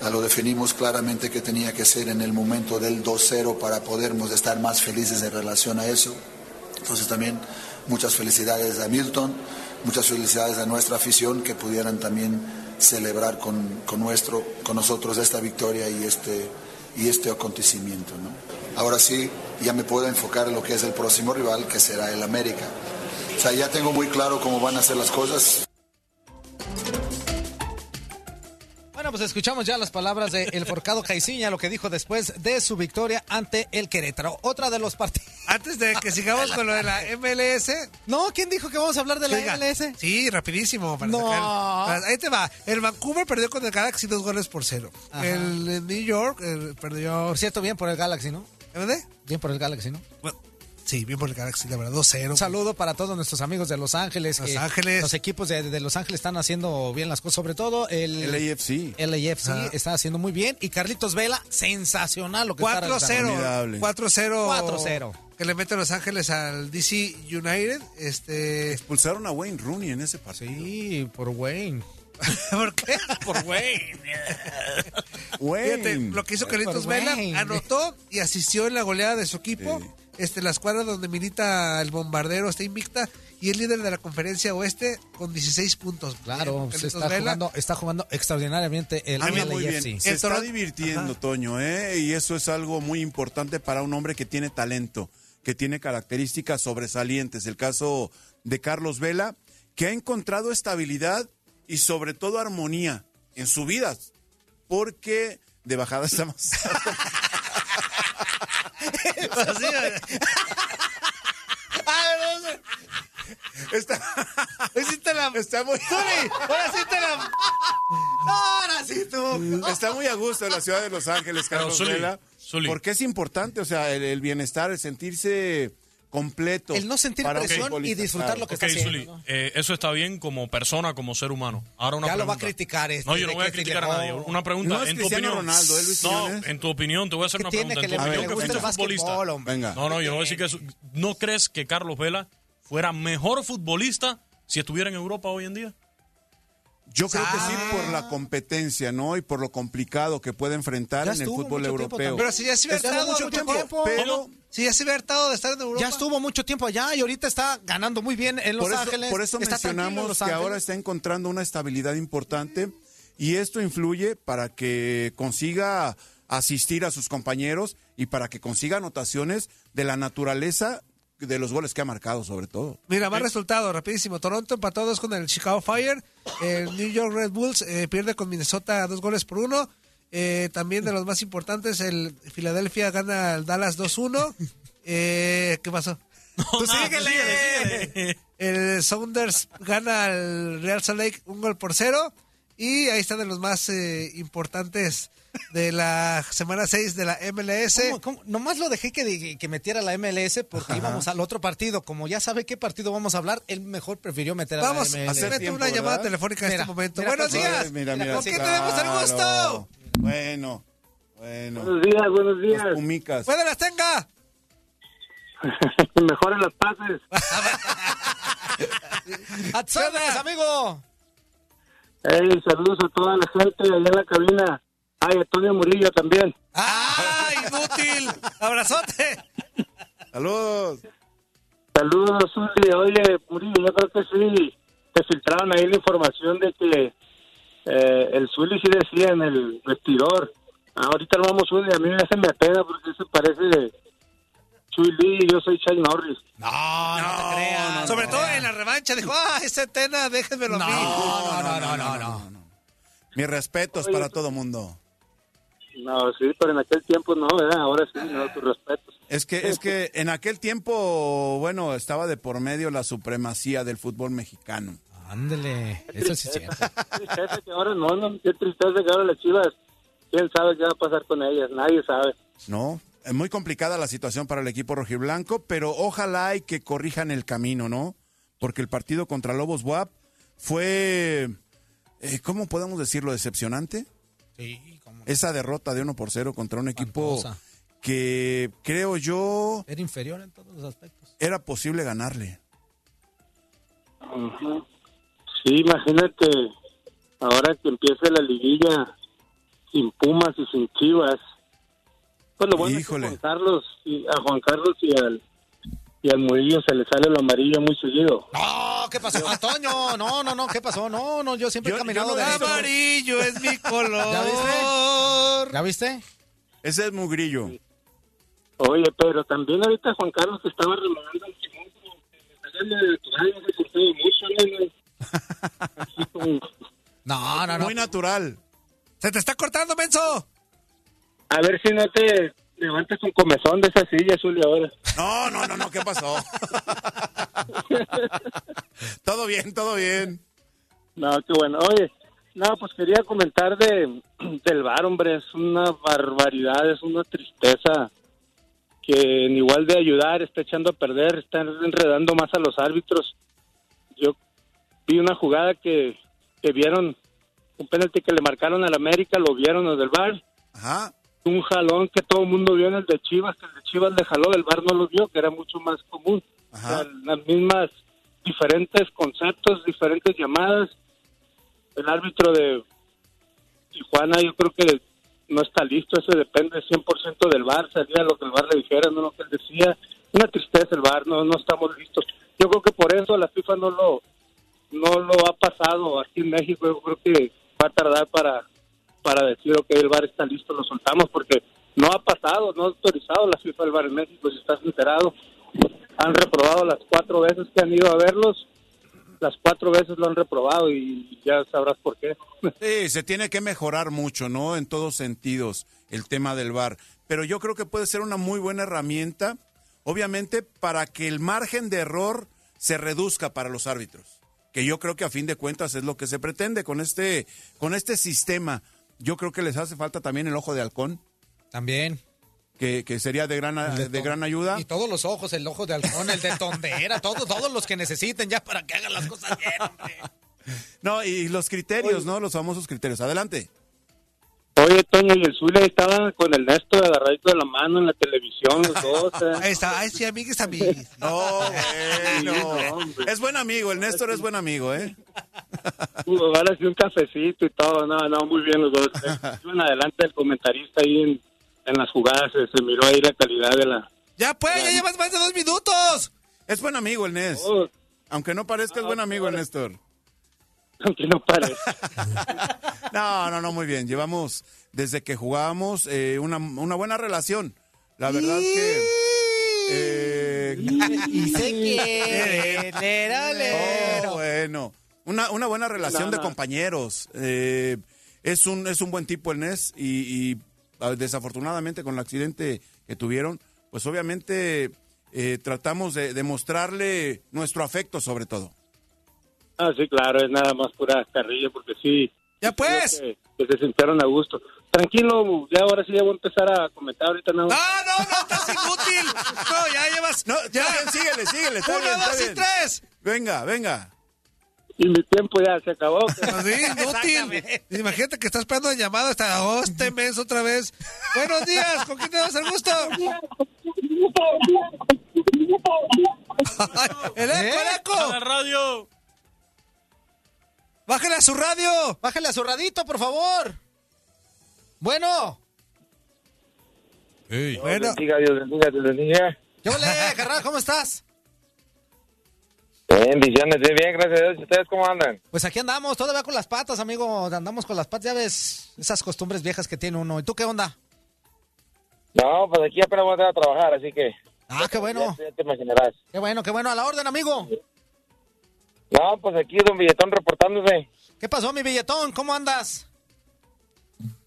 Speaker 25: Ah, Lo definimos claramente que tenía que ser en el momento del 2-0 para podermos estar más felices en relación a eso. Entonces también muchas felicidades a Milton, muchas felicidades a nuestra afición que pudieran también celebrar con, con nuestro, con nosotros esta victoria y este, y este acontecimiento. ¿no? Ahora sí, ya me puedo enfocar en lo que es el próximo rival, que será el América. O sea, ya tengo muy claro cómo van a ser las cosas.
Speaker 6: Bueno, pues escuchamos ya las palabras de El Forcado Caiciña, lo que dijo después de su victoria ante el Querétaro. Otra de los partidos.
Speaker 7: Antes de que sigamos con lo de la eh, MLS.
Speaker 6: No, ¿quién dijo que vamos a hablar de la
Speaker 7: Oiga,
Speaker 6: MLS?
Speaker 7: Sí, rapidísimo. para
Speaker 6: No.
Speaker 7: sacar- Ah, Ahí te va. El Vancouver perdió con el Galaxy dos goles por cero.
Speaker 6: Ajá.
Speaker 7: El eh, New York eh, perdió... Por
Speaker 6: cierto, bien por el Galaxy, ¿no?
Speaker 7: ¿Dónde?
Speaker 6: Bien por el Galaxy, ¿no?
Speaker 7: Sí, bien por el Galaxy, la verdad, 2-0.
Speaker 6: Un saludo para todos nuestros amigos de Los Ángeles.
Speaker 7: Los
Speaker 6: que
Speaker 7: Ángeles.
Speaker 6: Los equipos de, de Los Ángeles están haciendo bien las cosas, sobre todo el
Speaker 10: LAFC.
Speaker 6: LAFC
Speaker 10: Ajá.
Speaker 6: está haciendo muy bien. Y Carlitos Vela, sensacional lo que está realizando.
Speaker 7: 4-0. 4-0.
Speaker 6: 4-0.
Speaker 7: Que le mete Los Ángeles al DC United. Este...
Speaker 10: Expulsaron a Wayne Rooney en ese partido.
Speaker 6: Sí, por Wayne.
Speaker 7: ¿Por qué?
Speaker 6: por Wayne.
Speaker 7: Fíjate, lo que hizo
Speaker 6: Por
Speaker 7: Carlitos Vela,
Speaker 6: Wayne.
Speaker 7: anotó y asistió en la goleada de su equipo. Este, la escuadra donde milita el bombardero está invicta y es líder de la conferencia oeste con 16 puntos.
Speaker 6: Claro,
Speaker 7: Bien,
Speaker 6: se
Speaker 7: Carlitos
Speaker 6: está
Speaker 7: Vela.
Speaker 6: jugando, está jugando extraordinariamente el
Speaker 10: Ah, muy bien.
Speaker 6: LAFC.
Speaker 10: Se está divirtiendo, Toño, ¿eh? y eso es algo muy importante para un hombre que tiene talento, que tiene características sobresalientes. El caso de Carlos Vela, que ha encontrado estabilidad y sobre todo armonía en su vida, porque de bajada estamos.
Speaker 7: Así, ¿verdad? Ay, no sé.
Speaker 10: Está...
Speaker 7: sí te la...
Speaker 10: Está muy...
Speaker 7: Tony, ahora sí te la... Ahora sí tú.
Speaker 10: Mm, Está muy a gusto en la ciudad de Los Ángeles,
Speaker 9: Pero,
Speaker 10: Carlos
Speaker 9: Zuli,
Speaker 10: Vela.
Speaker 9: Zuli.
Speaker 10: Porque es importante, o sea, el, el bienestar, el sentirse completo.
Speaker 6: El no sentir
Speaker 10: para un
Speaker 6: presión y
Speaker 10: futbolista,
Speaker 6: disfrutar lo que
Speaker 9: Ok,
Speaker 6: está haciendo,
Speaker 9: Zuli,
Speaker 6: ¿no?
Speaker 9: eh, eso está bien como persona, como ser humano. Ahora una
Speaker 6: Ya lo va a
Speaker 9: pregunta.
Speaker 6: criticar este,
Speaker 9: No, yo
Speaker 6: de
Speaker 9: no voy a
Speaker 6: que si
Speaker 9: criticar a
Speaker 6: le-
Speaker 9: nadie.
Speaker 6: oh.
Speaker 9: Una pregunta.
Speaker 10: No es
Speaker 9: en tu
Speaker 10: Cristiano
Speaker 9: opinión.
Speaker 10: Ronaldo, él es
Speaker 9: no,
Speaker 10: Quiñones.
Speaker 9: en tu opinión, te voy a hacer
Speaker 10: ¿Qué
Speaker 9: una
Speaker 10: tiene
Speaker 9: pregunta.
Speaker 10: que le-
Speaker 9: En tu
Speaker 10: le
Speaker 9: opinión, que
Speaker 10: gusta
Speaker 9: fuiste
Speaker 10: el
Speaker 9: futbolista.
Speaker 10: básquetbol, hombre? Venga.
Speaker 9: No, no, yo no voy a decir que eso. ¿No crees que Carlos Vela fuera mejor futbolista si estuviera en Europa hoy en día?
Speaker 10: Yo creo que sí por
Speaker 6: Ah.
Speaker 10: la competencia, ¿no? Y por lo complicado que puede enfrentar en el fútbol europeo.
Speaker 7: Pero si ya se hubiera
Speaker 10: Estuvo
Speaker 7: hartado
Speaker 10: mucho tiempo, pero
Speaker 7: Si ya se hubiera hartado de estar en Europa.
Speaker 6: Ya estuvo mucho tiempo allá y ahorita está ganando muy bien en Los
Speaker 10: por eso,
Speaker 6: Ángeles.
Speaker 10: por eso
Speaker 6: Está tranquilo en
Speaker 10: mencionamos
Speaker 6: Los
Speaker 10: que
Speaker 6: Ángeles.
Speaker 10: ahora está encontrando una estabilidad importante y esto influye para que consiga asistir a sus compañeros y para que consiga anotaciones de la naturaleza de los goles que ha marcado, sobre todo.
Speaker 7: Mira, más resultado, rapidísimo. Toronto empató dos con el Chicago Fire. El New York Red Bulls eh, pierde con Minnesota dos goles por uno. Eh, también de los más importantes, el Philadelphia gana al Dallas 2-1. Eh, ¿Qué pasó? Tú síguele.
Speaker 6: pues
Speaker 7: El Sounders gana al Real Salt Lake un gol por cero. Y ahí están de los más eh, importantes de la semana 6 de la MLS.
Speaker 6: ¿Cómo- cómo? Nomás lo dejé que, di- que metiera la MLS porque íbamos al otro partido. Como ya sabe qué partido vamos a hablar, él mejor prefirió meter a
Speaker 7: Vamos,
Speaker 6: la MLS.
Speaker 7: hacer tiempo, una llamada ¿verdad? telefónica en
Speaker 6: Mira,
Speaker 7: este momento.
Speaker 6: mira,
Speaker 7: Buenos
Speaker 6: pues,
Speaker 7: días.
Speaker 6: eh,
Speaker 10: Mira, mira,
Speaker 7: ¿Con quién
Speaker 10: sí,
Speaker 7: tenemos el
Speaker 10: claro.
Speaker 7: gusto?
Speaker 10: Bueno, bueno.
Speaker 4: Buenos días, buenos días.
Speaker 10: Los Pumicas.
Speaker 7: ¡Puede las tenga!
Speaker 4: Mejoren las pases.
Speaker 6: ¡A tus órdenes, amigo!
Speaker 4: Ey, saludos a toda la gente allá en la cabina. Ay, Antonio Murillo también.
Speaker 7: ¡Ay, inútil! ¡Abrazote!
Speaker 10: Saludos.
Speaker 4: Saludos, Zuli. Oye, Murillo, yo creo que sí te filtraron ahí la información de que eh, el Zuli sí decía en el vestidor. Ah, Ahorita armamos uno y a mí ya se me apena porque se parece Zuli y yo soy Chay Norris.
Speaker 7: Ah,
Speaker 6: No, no, te creas.
Speaker 7: Sobre todo en la revancha, dijo, ah, ese Tena, déjenmelo a mí.
Speaker 10: No, no, no, no, no, no. Mis respetos para todo mundo.
Speaker 4: No, sí, pero en aquel tiempo no, ¿verdad? Ahora sí, no, tu respeto.
Speaker 10: Es que, es que en aquel tiempo, bueno, estaba de por medio la supremacía del fútbol mexicano.
Speaker 6: Ándele, eso sí es cierto.
Speaker 4: tristeza que ahora no, no, qué tristeza que ahora las chivas, quién sabe qué va a pasar con ellas, nadie sabe.
Speaker 10: No, eh, muy complicada la situación para el equipo rojiblanco, pero ojalá y que corrijan el camino, ¿no? Porque el partido contra Lobos WAP fue, eh, ¿cómo podemos decirlo? Decepcionante.
Speaker 6: Sí, cómo no.
Speaker 10: Esa derrota de 1 por 0 contra un equipo que creo yo
Speaker 6: Era inferior en todos los aspectos.
Speaker 10: era posible ganarle.
Speaker 4: Ujú. Sí, imagínate, ahora que empiece la liguilla sin Pumas y sin Chivas. Pues lo bueno es que
Speaker 10: Híjole.
Speaker 4: Juan Carlos y, a Juan Carlos y al y al Murillo se le sale lo amarillo muy seguido.
Speaker 6: No, ¿qué pasó? Ah, Toño, no, no, no, ¿qué pasó? No, no, yo siempre he caminado
Speaker 7: yo no
Speaker 6: de
Speaker 7: he
Speaker 6: esto.
Speaker 7: visto- Amarillo es mi color.
Speaker 6: ¿Ya viste? ¿Ya viste?
Speaker 10: Ese es Mugrillo.
Speaker 4: Oye, pero también ahorita Juan Carlos estaba remangando el kimono, que le sale de tu alma, se cortó mucho, nene.
Speaker 6: No, no, no.
Speaker 10: Muy natural.
Speaker 7: Se te está cortando, menso.
Speaker 4: A ver si no te levantas con comezón de esa silla, Zuli, ahora.
Speaker 10: No, no, no, no, ¿qué pasó? todo bien, todo bien.
Speaker 4: No, qué bueno. Oye, no, pues quería comentar de, del bar, hombre. Es una barbaridad, es una tristeza que en igual de ayudar está echando a perder, está enredando más a los árbitros. Yo vi una jugada que, que vieron, un penalti que le marcaron al América, lo vieron los del bar.
Speaker 10: Ajá.
Speaker 4: Un jalón que todo el mundo vio en el de Chivas, que el de Chivas le jaló, el bar no lo vio, que era mucho más común. O sea, las mismas, diferentes conceptos, diferentes llamadas el árbitro de Tijuana yo creo que no está listo, eso depende 100% del VAR, sería lo que el VAR le dijera, no lo que él decía. Una tristeza el VAR, no, no estamos listos. Yo creo que por eso la FIFA no lo no lo ha pasado aquí en México, yo creo que va a tardar para para decir, ok, el VAR está listo, lo soltamos, porque no ha pasado, no ha autorizado la FIFA el VAR en México, si estás enterado. Han reprobado las cuatro veces que han ido a verlos, las cuatro veces lo han reprobado y ya sabrás por qué.
Speaker 10: Sí, se tiene que mejorar mucho, ¿no? En todos sentidos, el tema del VAR. Pero yo creo que puede ser una muy buena herramienta, obviamente, para que el margen de error se reduzca para los árbitros. Que yo creo que a fin de cuentas es lo que se pretende con este, con este sistema. Yo creo que les hace falta también el ojo de halcón.
Speaker 6: También.
Speaker 10: Que, que sería de gran,
Speaker 6: El de
Speaker 10: de
Speaker 6: todo.
Speaker 10: gran ayuda.
Speaker 6: Y todos los ojos, el ojo de halcón, el de tondera, todos, todos los que necesiten ya para que hagan las cosas bien.
Speaker 10: No, y los criterios, ¿no? Los famosos criterios. Adelante.
Speaker 4: Oye, Toño y el Zule estaban con el Néstor agarradito de la mano en la televisión, los dos.
Speaker 7: Ah,
Speaker 4: ¿eh?
Speaker 7: Ahí está, ahí sí, amigues, amigues.
Speaker 10: No, bueno. Es buen amigo, el Néstor es buen amigo, ¿eh?
Speaker 4: Van a hacer un cafecito y todo. No, no, muy bien los dos. eh. Iban adelante el comentarista ahí en, en las jugadas, se, se miró ahí la calidad de la...
Speaker 7: Ya pues, ya llevas más de dos minutos.
Speaker 10: Es buen amigo el Nes.
Speaker 4: Oh.
Speaker 10: Aunque no parezca, es buen amigo el Néstor.
Speaker 4: Ah, Aunque no parezca.
Speaker 10: no, no, no, muy bien. Llevamos, desde que jugábamos, eh, una, una buena relación. La verdad que... eh,
Speaker 6: Y sé
Speaker 10: que- Oh, bueno. Una, una buena relación
Speaker 6: No,
Speaker 10: de
Speaker 6: no.
Speaker 10: compañeros. Eh, es, un, es un buen tipo el Nes y, y, ah, desafortunadamente con el accidente que tuvieron, pues obviamente eh, tratamos de, de mostrarle nuestro afecto sobre todo.
Speaker 4: Ah, sí, claro, es nada más pura carrilla porque sí. Ya pues. Que, que se sintieron a gusto. Tranquilo, ya ahora sí ya voy a empezar a comentar ahorita nada más.
Speaker 6: Ah.
Speaker 7: Inútil. No, ya llevas.
Speaker 10: No, ya. síguele, síguele. está
Speaker 7: Uno,
Speaker 10: bien, está
Speaker 7: dos y
Speaker 10: bien.
Speaker 7: tres.
Speaker 10: Venga, venga.
Speaker 4: Y mi tiempo Pues ya se acabó.
Speaker 7: Sí, inútil. Imagínate que estás esperando la llamada hasta oh, este mes otra vez. Buenos días, ¿con quién te vas al gusto? Ay, el eco, el eco.
Speaker 9: la radio.
Speaker 7: Bájale a su radio.
Speaker 6: Bájale a su radito, por favor. Bueno.
Speaker 9: Ey.
Speaker 7: Bueno.
Speaker 26: Dios bendiga, Dios bendiga, Dios bendiga.
Speaker 6: ¿Qué ole, carnal? ¿Cómo estás?
Speaker 26: Bendiciones, bien, bien, gracias a Dios. ¿Y ustedes cómo andan?
Speaker 6: Pues aquí andamos, todavía con las patas, amigo. Andamos con las patas, ya ves esas costumbres viejas que tiene uno. ¿Y tú qué onda?
Speaker 26: No, pues aquí apenas voy a entrar a trabajar, así que.
Speaker 6: Ah, qué bueno.
Speaker 26: Ya, ya te imaginarás.
Speaker 6: Qué bueno, qué bueno. A la orden, amigo.
Speaker 26: No, pues aquí Don Billetón reportándose.
Speaker 6: ¿Qué pasó, mi billetón? ¿Cómo andas?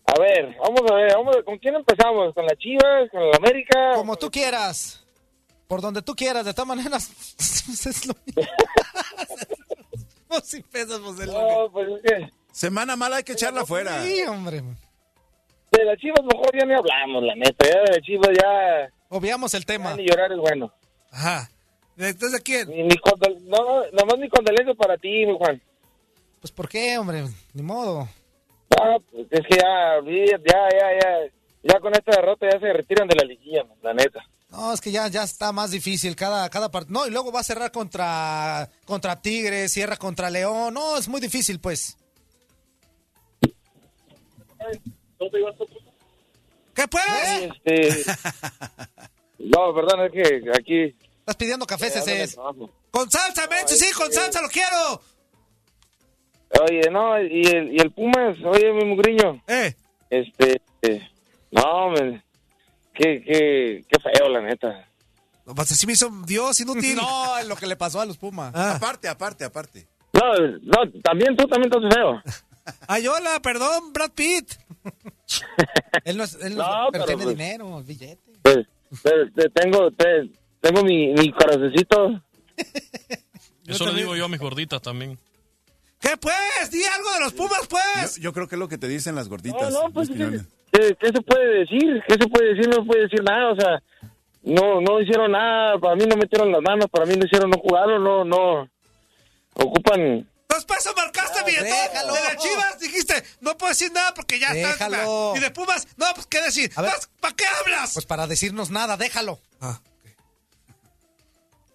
Speaker 26: A ver, vamos a ver, vamos a ver, ¿con quién empezamos? ¿Con las Chivas? ¿Con la América?
Speaker 6: Como tú quieras. Por donde tú quieras, de todas maneras. es lo mismo.
Speaker 7: sin pesos, pues,
Speaker 26: No, pues es que.
Speaker 10: Semana mala hay que echarla afuera.
Speaker 6: Sí, hombre.
Speaker 4: De las chivas mejor ya ni hablamos, la neta. Ya de las chivas ya...
Speaker 6: Obviamos el tema.
Speaker 4: Ni llorar es bueno.
Speaker 7: Ajá. ¿Entonces a quién?
Speaker 4: Ni, ni condol- no, no, nomás mi condolencia para ti, mi Juan.
Speaker 6: Pues ¿por qué, hombre? Ni modo.
Speaker 4: No, pues, es que ya, ya, ya, ya, ya con esta derrota ya se retiran de la liguilla, man, la neta.
Speaker 6: No, es que ya, ya está más difícil cada, cada partido. No, y luego va a cerrar contra, contra Tigres, cierra contra León. No, es muy difícil, pues.
Speaker 7: ¿Qué
Speaker 6: ¿Eh?
Speaker 7: puedes?
Speaker 4: Este... no, perdón, es que aquí... Eh,
Speaker 6: Estás pidiendo café,
Speaker 4: dándome
Speaker 6: César.
Speaker 4: trabajo.
Speaker 7: Con salsa, Mencho, sí, con salsa, lo quiero.
Speaker 4: Oye, no, y el, y el Pumas, oye, mi mugriño.
Speaker 7: Eh.
Speaker 4: Este, eh, no, men, qué, qué, qué feo, la neta.
Speaker 7: No, pues así me hizo Dios inútil. Ah.
Speaker 6: no, es lo que le pasó a los Pumas.
Speaker 10: Aparte, aparte, aparte.
Speaker 4: No, no, también tú también estás feo.
Speaker 7: Ay, hola, perdón, Brad Pitt.
Speaker 6: él no, es, él
Speaker 4: no, pero
Speaker 6: pero tiene
Speaker 4: pues-
Speaker 6: dinero, el billete.
Speaker 4: Pues, te- te tengo, te- tengo mi, mi corazoncito.
Speaker 9: Eso le digo yo a mis gorditas también.
Speaker 7: ¿Qué pues? Di algo de los Pumas, pues.
Speaker 10: Yo, yo creo que es lo que te dicen las gorditas.
Speaker 4: No, no, pues,
Speaker 10: Luis
Speaker 4: ¿qué,
Speaker 10: Quiñones.
Speaker 4: qué- qué se puede decir? ¿Qué se puede decir? No se puede decir nada, o sea, no, no hicieron nada, para mí no metieron las manos, para mí no hicieron, no jugaron, no, no, ocupan...
Speaker 7: Dos pesos pues, marcaste, mi
Speaker 6: Ah, déjalo.
Speaker 7: De las chivas dijiste, no puedo decir nada porque ya está.
Speaker 6: Déjalo.
Speaker 7: Y de Pumas, no, pues qué decir. ¿Para qué hablas?
Speaker 6: Pues para decirnos nada, déjalo.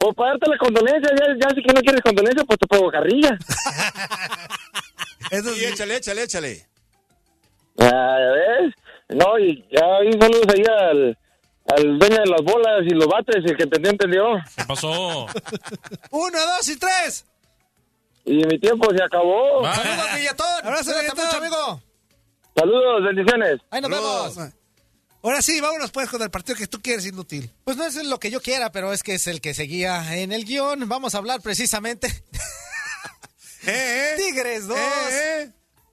Speaker 4: O para darte la condolencia, ya, ya si que no quieres condolencia, pues te pongo carrilla.
Speaker 10: Sí, échale, échale, échale.
Speaker 4: Ah, ¿ves? No, y ya un saludos ahí al, al dueño de las bolas y los bates, el que entendió, entendió.
Speaker 9: ¿Qué pasó?
Speaker 7: Uno, dos y tres.
Speaker 4: Y mi tiempo se acabó.
Speaker 6: Saludos, billetón.
Speaker 7: Abrazo,
Speaker 6: Cuídate
Speaker 7: billetón.
Speaker 6: mucho, amigo.
Speaker 4: Saludos, bendiciones.
Speaker 6: Ahí nos
Speaker 7: Saludos.
Speaker 6: vemos.
Speaker 7: Ahora sí, vámonos pues con el partido que tú quieres, inútil.
Speaker 6: Pues no es lo que yo quiera, pero es que es el que seguía en el guión. Vamos a hablar precisamente.
Speaker 7: Eh,
Speaker 6: Tigres 2.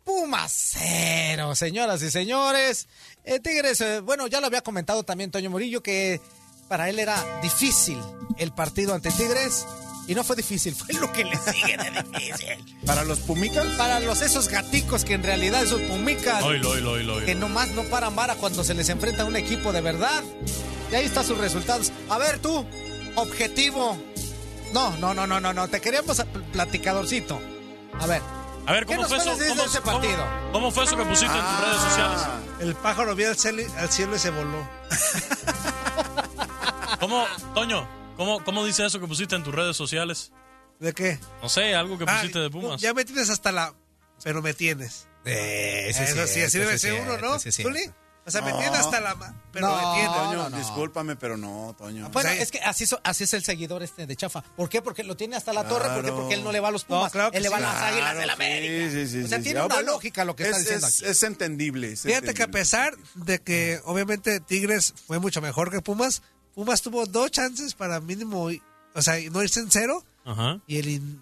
Speaker 6: Pumas 0, señoras y señores. Eh, Tigres, eh, bueno, ya lo había comentado también Toño Murillo que para él era difícil el partido ante Tigres. Y no fue difícil, fue lo que le sigue de difícil.
Speaker 10: ¿Para los pumicas?
Speaker 6: Para los esos gaticos que en realidad esos pumicas
Speaker 9: Oilo, oilo, oilo, oilo.
Speaker 6: que nomás no paran vara cuando se les enfrenta a un equipo de verdad. Y ahí están sus resultados. A ver tú, objetivo. No, no, no, no, no, no. Te queremos a- platicadorcito. A ver.
Speaker 9: A ver,
Speaker 6: ¿Qué
Speaker 9: ¿cómo
Speaker 6: nos
Speaker 9: fue eso?
Speaker 6: puedes decir
Speaker 9: ¿Cómo,
Speaker 6: de ese
Speaker 9: cómo-
Speaker 6: partido?
Speaker 9: cómo fue eso que pusiste en tus redes
Speaker 10: Ah.
Speaker 9: sociales?
Speaker 7: El pájaro vio al cielo, al cielo y se voló.
Speaker 9: ¿Cómo, Toño, cómo, cómo dice eso que pusiste en tus redes sociales?
Speaker 7: ¿De qué?
Speaker 9: No sé, algo que
Speaker 7: Ah,
Speaker 9: pusiste de
Speaker 7: no,
Speaker 9: Pumas.
Speaker 7: ya me tienes hasta la... Pero me tienes.
Speaker 6: Eh,
Speaker 7: Eso sí, así debe ser uno, ¿no? Zuli? O sea, me
Speaker 10: No.
Speaker 7: tienes hasta la... ma- Pero
Speaker 6: No,
Speaker 7: me tienes.
Speaker 10: Toño,
Speaker 6: no, no.
Speaker 10: discúlpame, pero no, Toño.
Speaker 6: Bueno,
Speaker 10: O sea,
Speaker 6: es que así, so- así es el seguidor este de Chafa. ¿Por qué? Porque lo tiene hasta la torre. ¿Por qué?
Speaker 10: Claro.
Speaker 6: Porque él no le va a los Pumas.
Speaker 7: claro que
Speaker 6: él le va
Speaker 7: sí.
Speaker 6: a las Águilas de la
Speaker 10: claro,
Speaker 6: América.
Speaker 10: sí, sí,
Speaker 6: O sea,
Speaker 10: sí,
Speaker 6: tiene
Speaker 10: sí. Ah,
Speaker 6: una
Speaker 10: bueno,
Speaker 6: lógica lo que
Speaker 10: es-
Speaker 6: está diciendo
Speaker 10: es,
Speaker 6: aquí.
Speaker 10: Es entendible. es
Speaker 7: Fíjate que a
Speaker 10: entendible.
Speaker 7: pesar de que obviamente Tigres fue mucho mejor que Pumas, Pumas tuvo dos chances para mínimo, i- o sea, no irse en cero
Speaker 9: Ajá.
Speaker 7: y el in-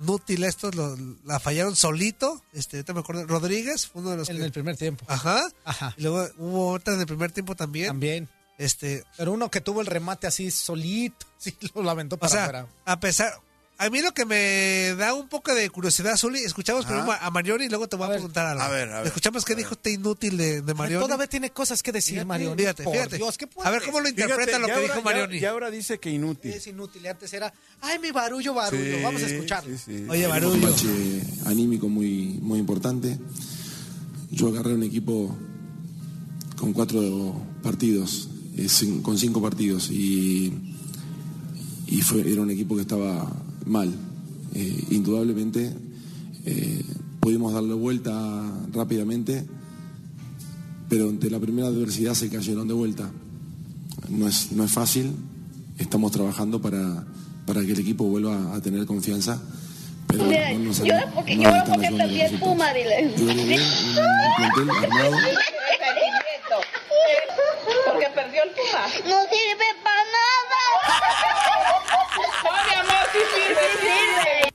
Speaker 7: inútil estos lo- la fallaron solito, este, ahorita me acuerdo, Rodríguez fue uno de los
Speaker 6: En
Speaker 7: que-
Speaker 6: el primer tiempo.
Speaker 7: ajá,
Speaker 6: Ajá.
Speaker 7: y luego hubo otra en el primer tiempo también,
Speaker 6: También.
Speaker 7: este,
Speaker 6: Pero uno que tuvo el remate así solito. Sí, lo lamentó
Speaker 7: o
Speaker 6: para
Speaker 7: sea,
Speaker 6: afuera.
Speaker 7: a pesar, a mí lo que me da un poco de curiosidad, Zuli, escuchamos
Speaker 10: Ajá.
Speaker 7: primero a Marioni y luego te voy a, preguntar algo.
Speaker 10: a ver, a ver,
Speaker 7: Escuchamos qué dijo este inútil de, de
Speaker 6: Pero
Speaker 7: Marioni.
Speaker 6: Todavía tiene cosas que decir, Marioni.
Speaker 7: Fíjate,
Speaker 6: Por
Speaker 7: fíjate.
Speaker 6: Dios, ¿qué puede
Speaker 7: a ver cómo lo
Speaker 10: Fíjate,
Speaker 7: interpreta lo
Speaker 10: ya
Speaker 7: que
Speaker 10: ahora-
Speaker 7: dijo
Speaker 10: ya-
Speaker 7: Marioni.
Speaker 10: Ya ahora dice que inútil.
Speaker 6: Es inútil. Antes era, ay, mi barullo, barullo.
Speaker 10: Sí,
Speaker 6: Vamos a escucharlo.
Speaker 10: sí, sí.
Speaker 7: Oye,
Speaker 27: un
Speaker 7: Barullo.
Speaker 27: bache anímico muy, muy importante. Yo agarré un equipo con cuatro partidos, eh, cin- con cinco partidos, y, y fue, era un equipo que estaba mal. Eh, indudablemente eh, pudimos darle vuelta rápidamente, pero ante la primera adversidad se cayeron de vuelta. No es, no es fácil, estamos trabajando para, para que el equipo vuelva a tener confianza. Pero
Speaker 14: Dile,
Speaker 27: no nos-
Speaker 14: llora porque
Speaker 27: no
Speaker 14: llora
Speaker 27: están
Speaker 14: porque
Speaker 27: ayudando
Speaker 14: perdí
Speaker 27: los
Speaker 14: el Puma, dile.
Speaker 27: resultados. Yo creo que un plantel armado
Speaker 14: Porque perdió el Puma. No sirve para nada. No, mi amor, sí sirve, sirve.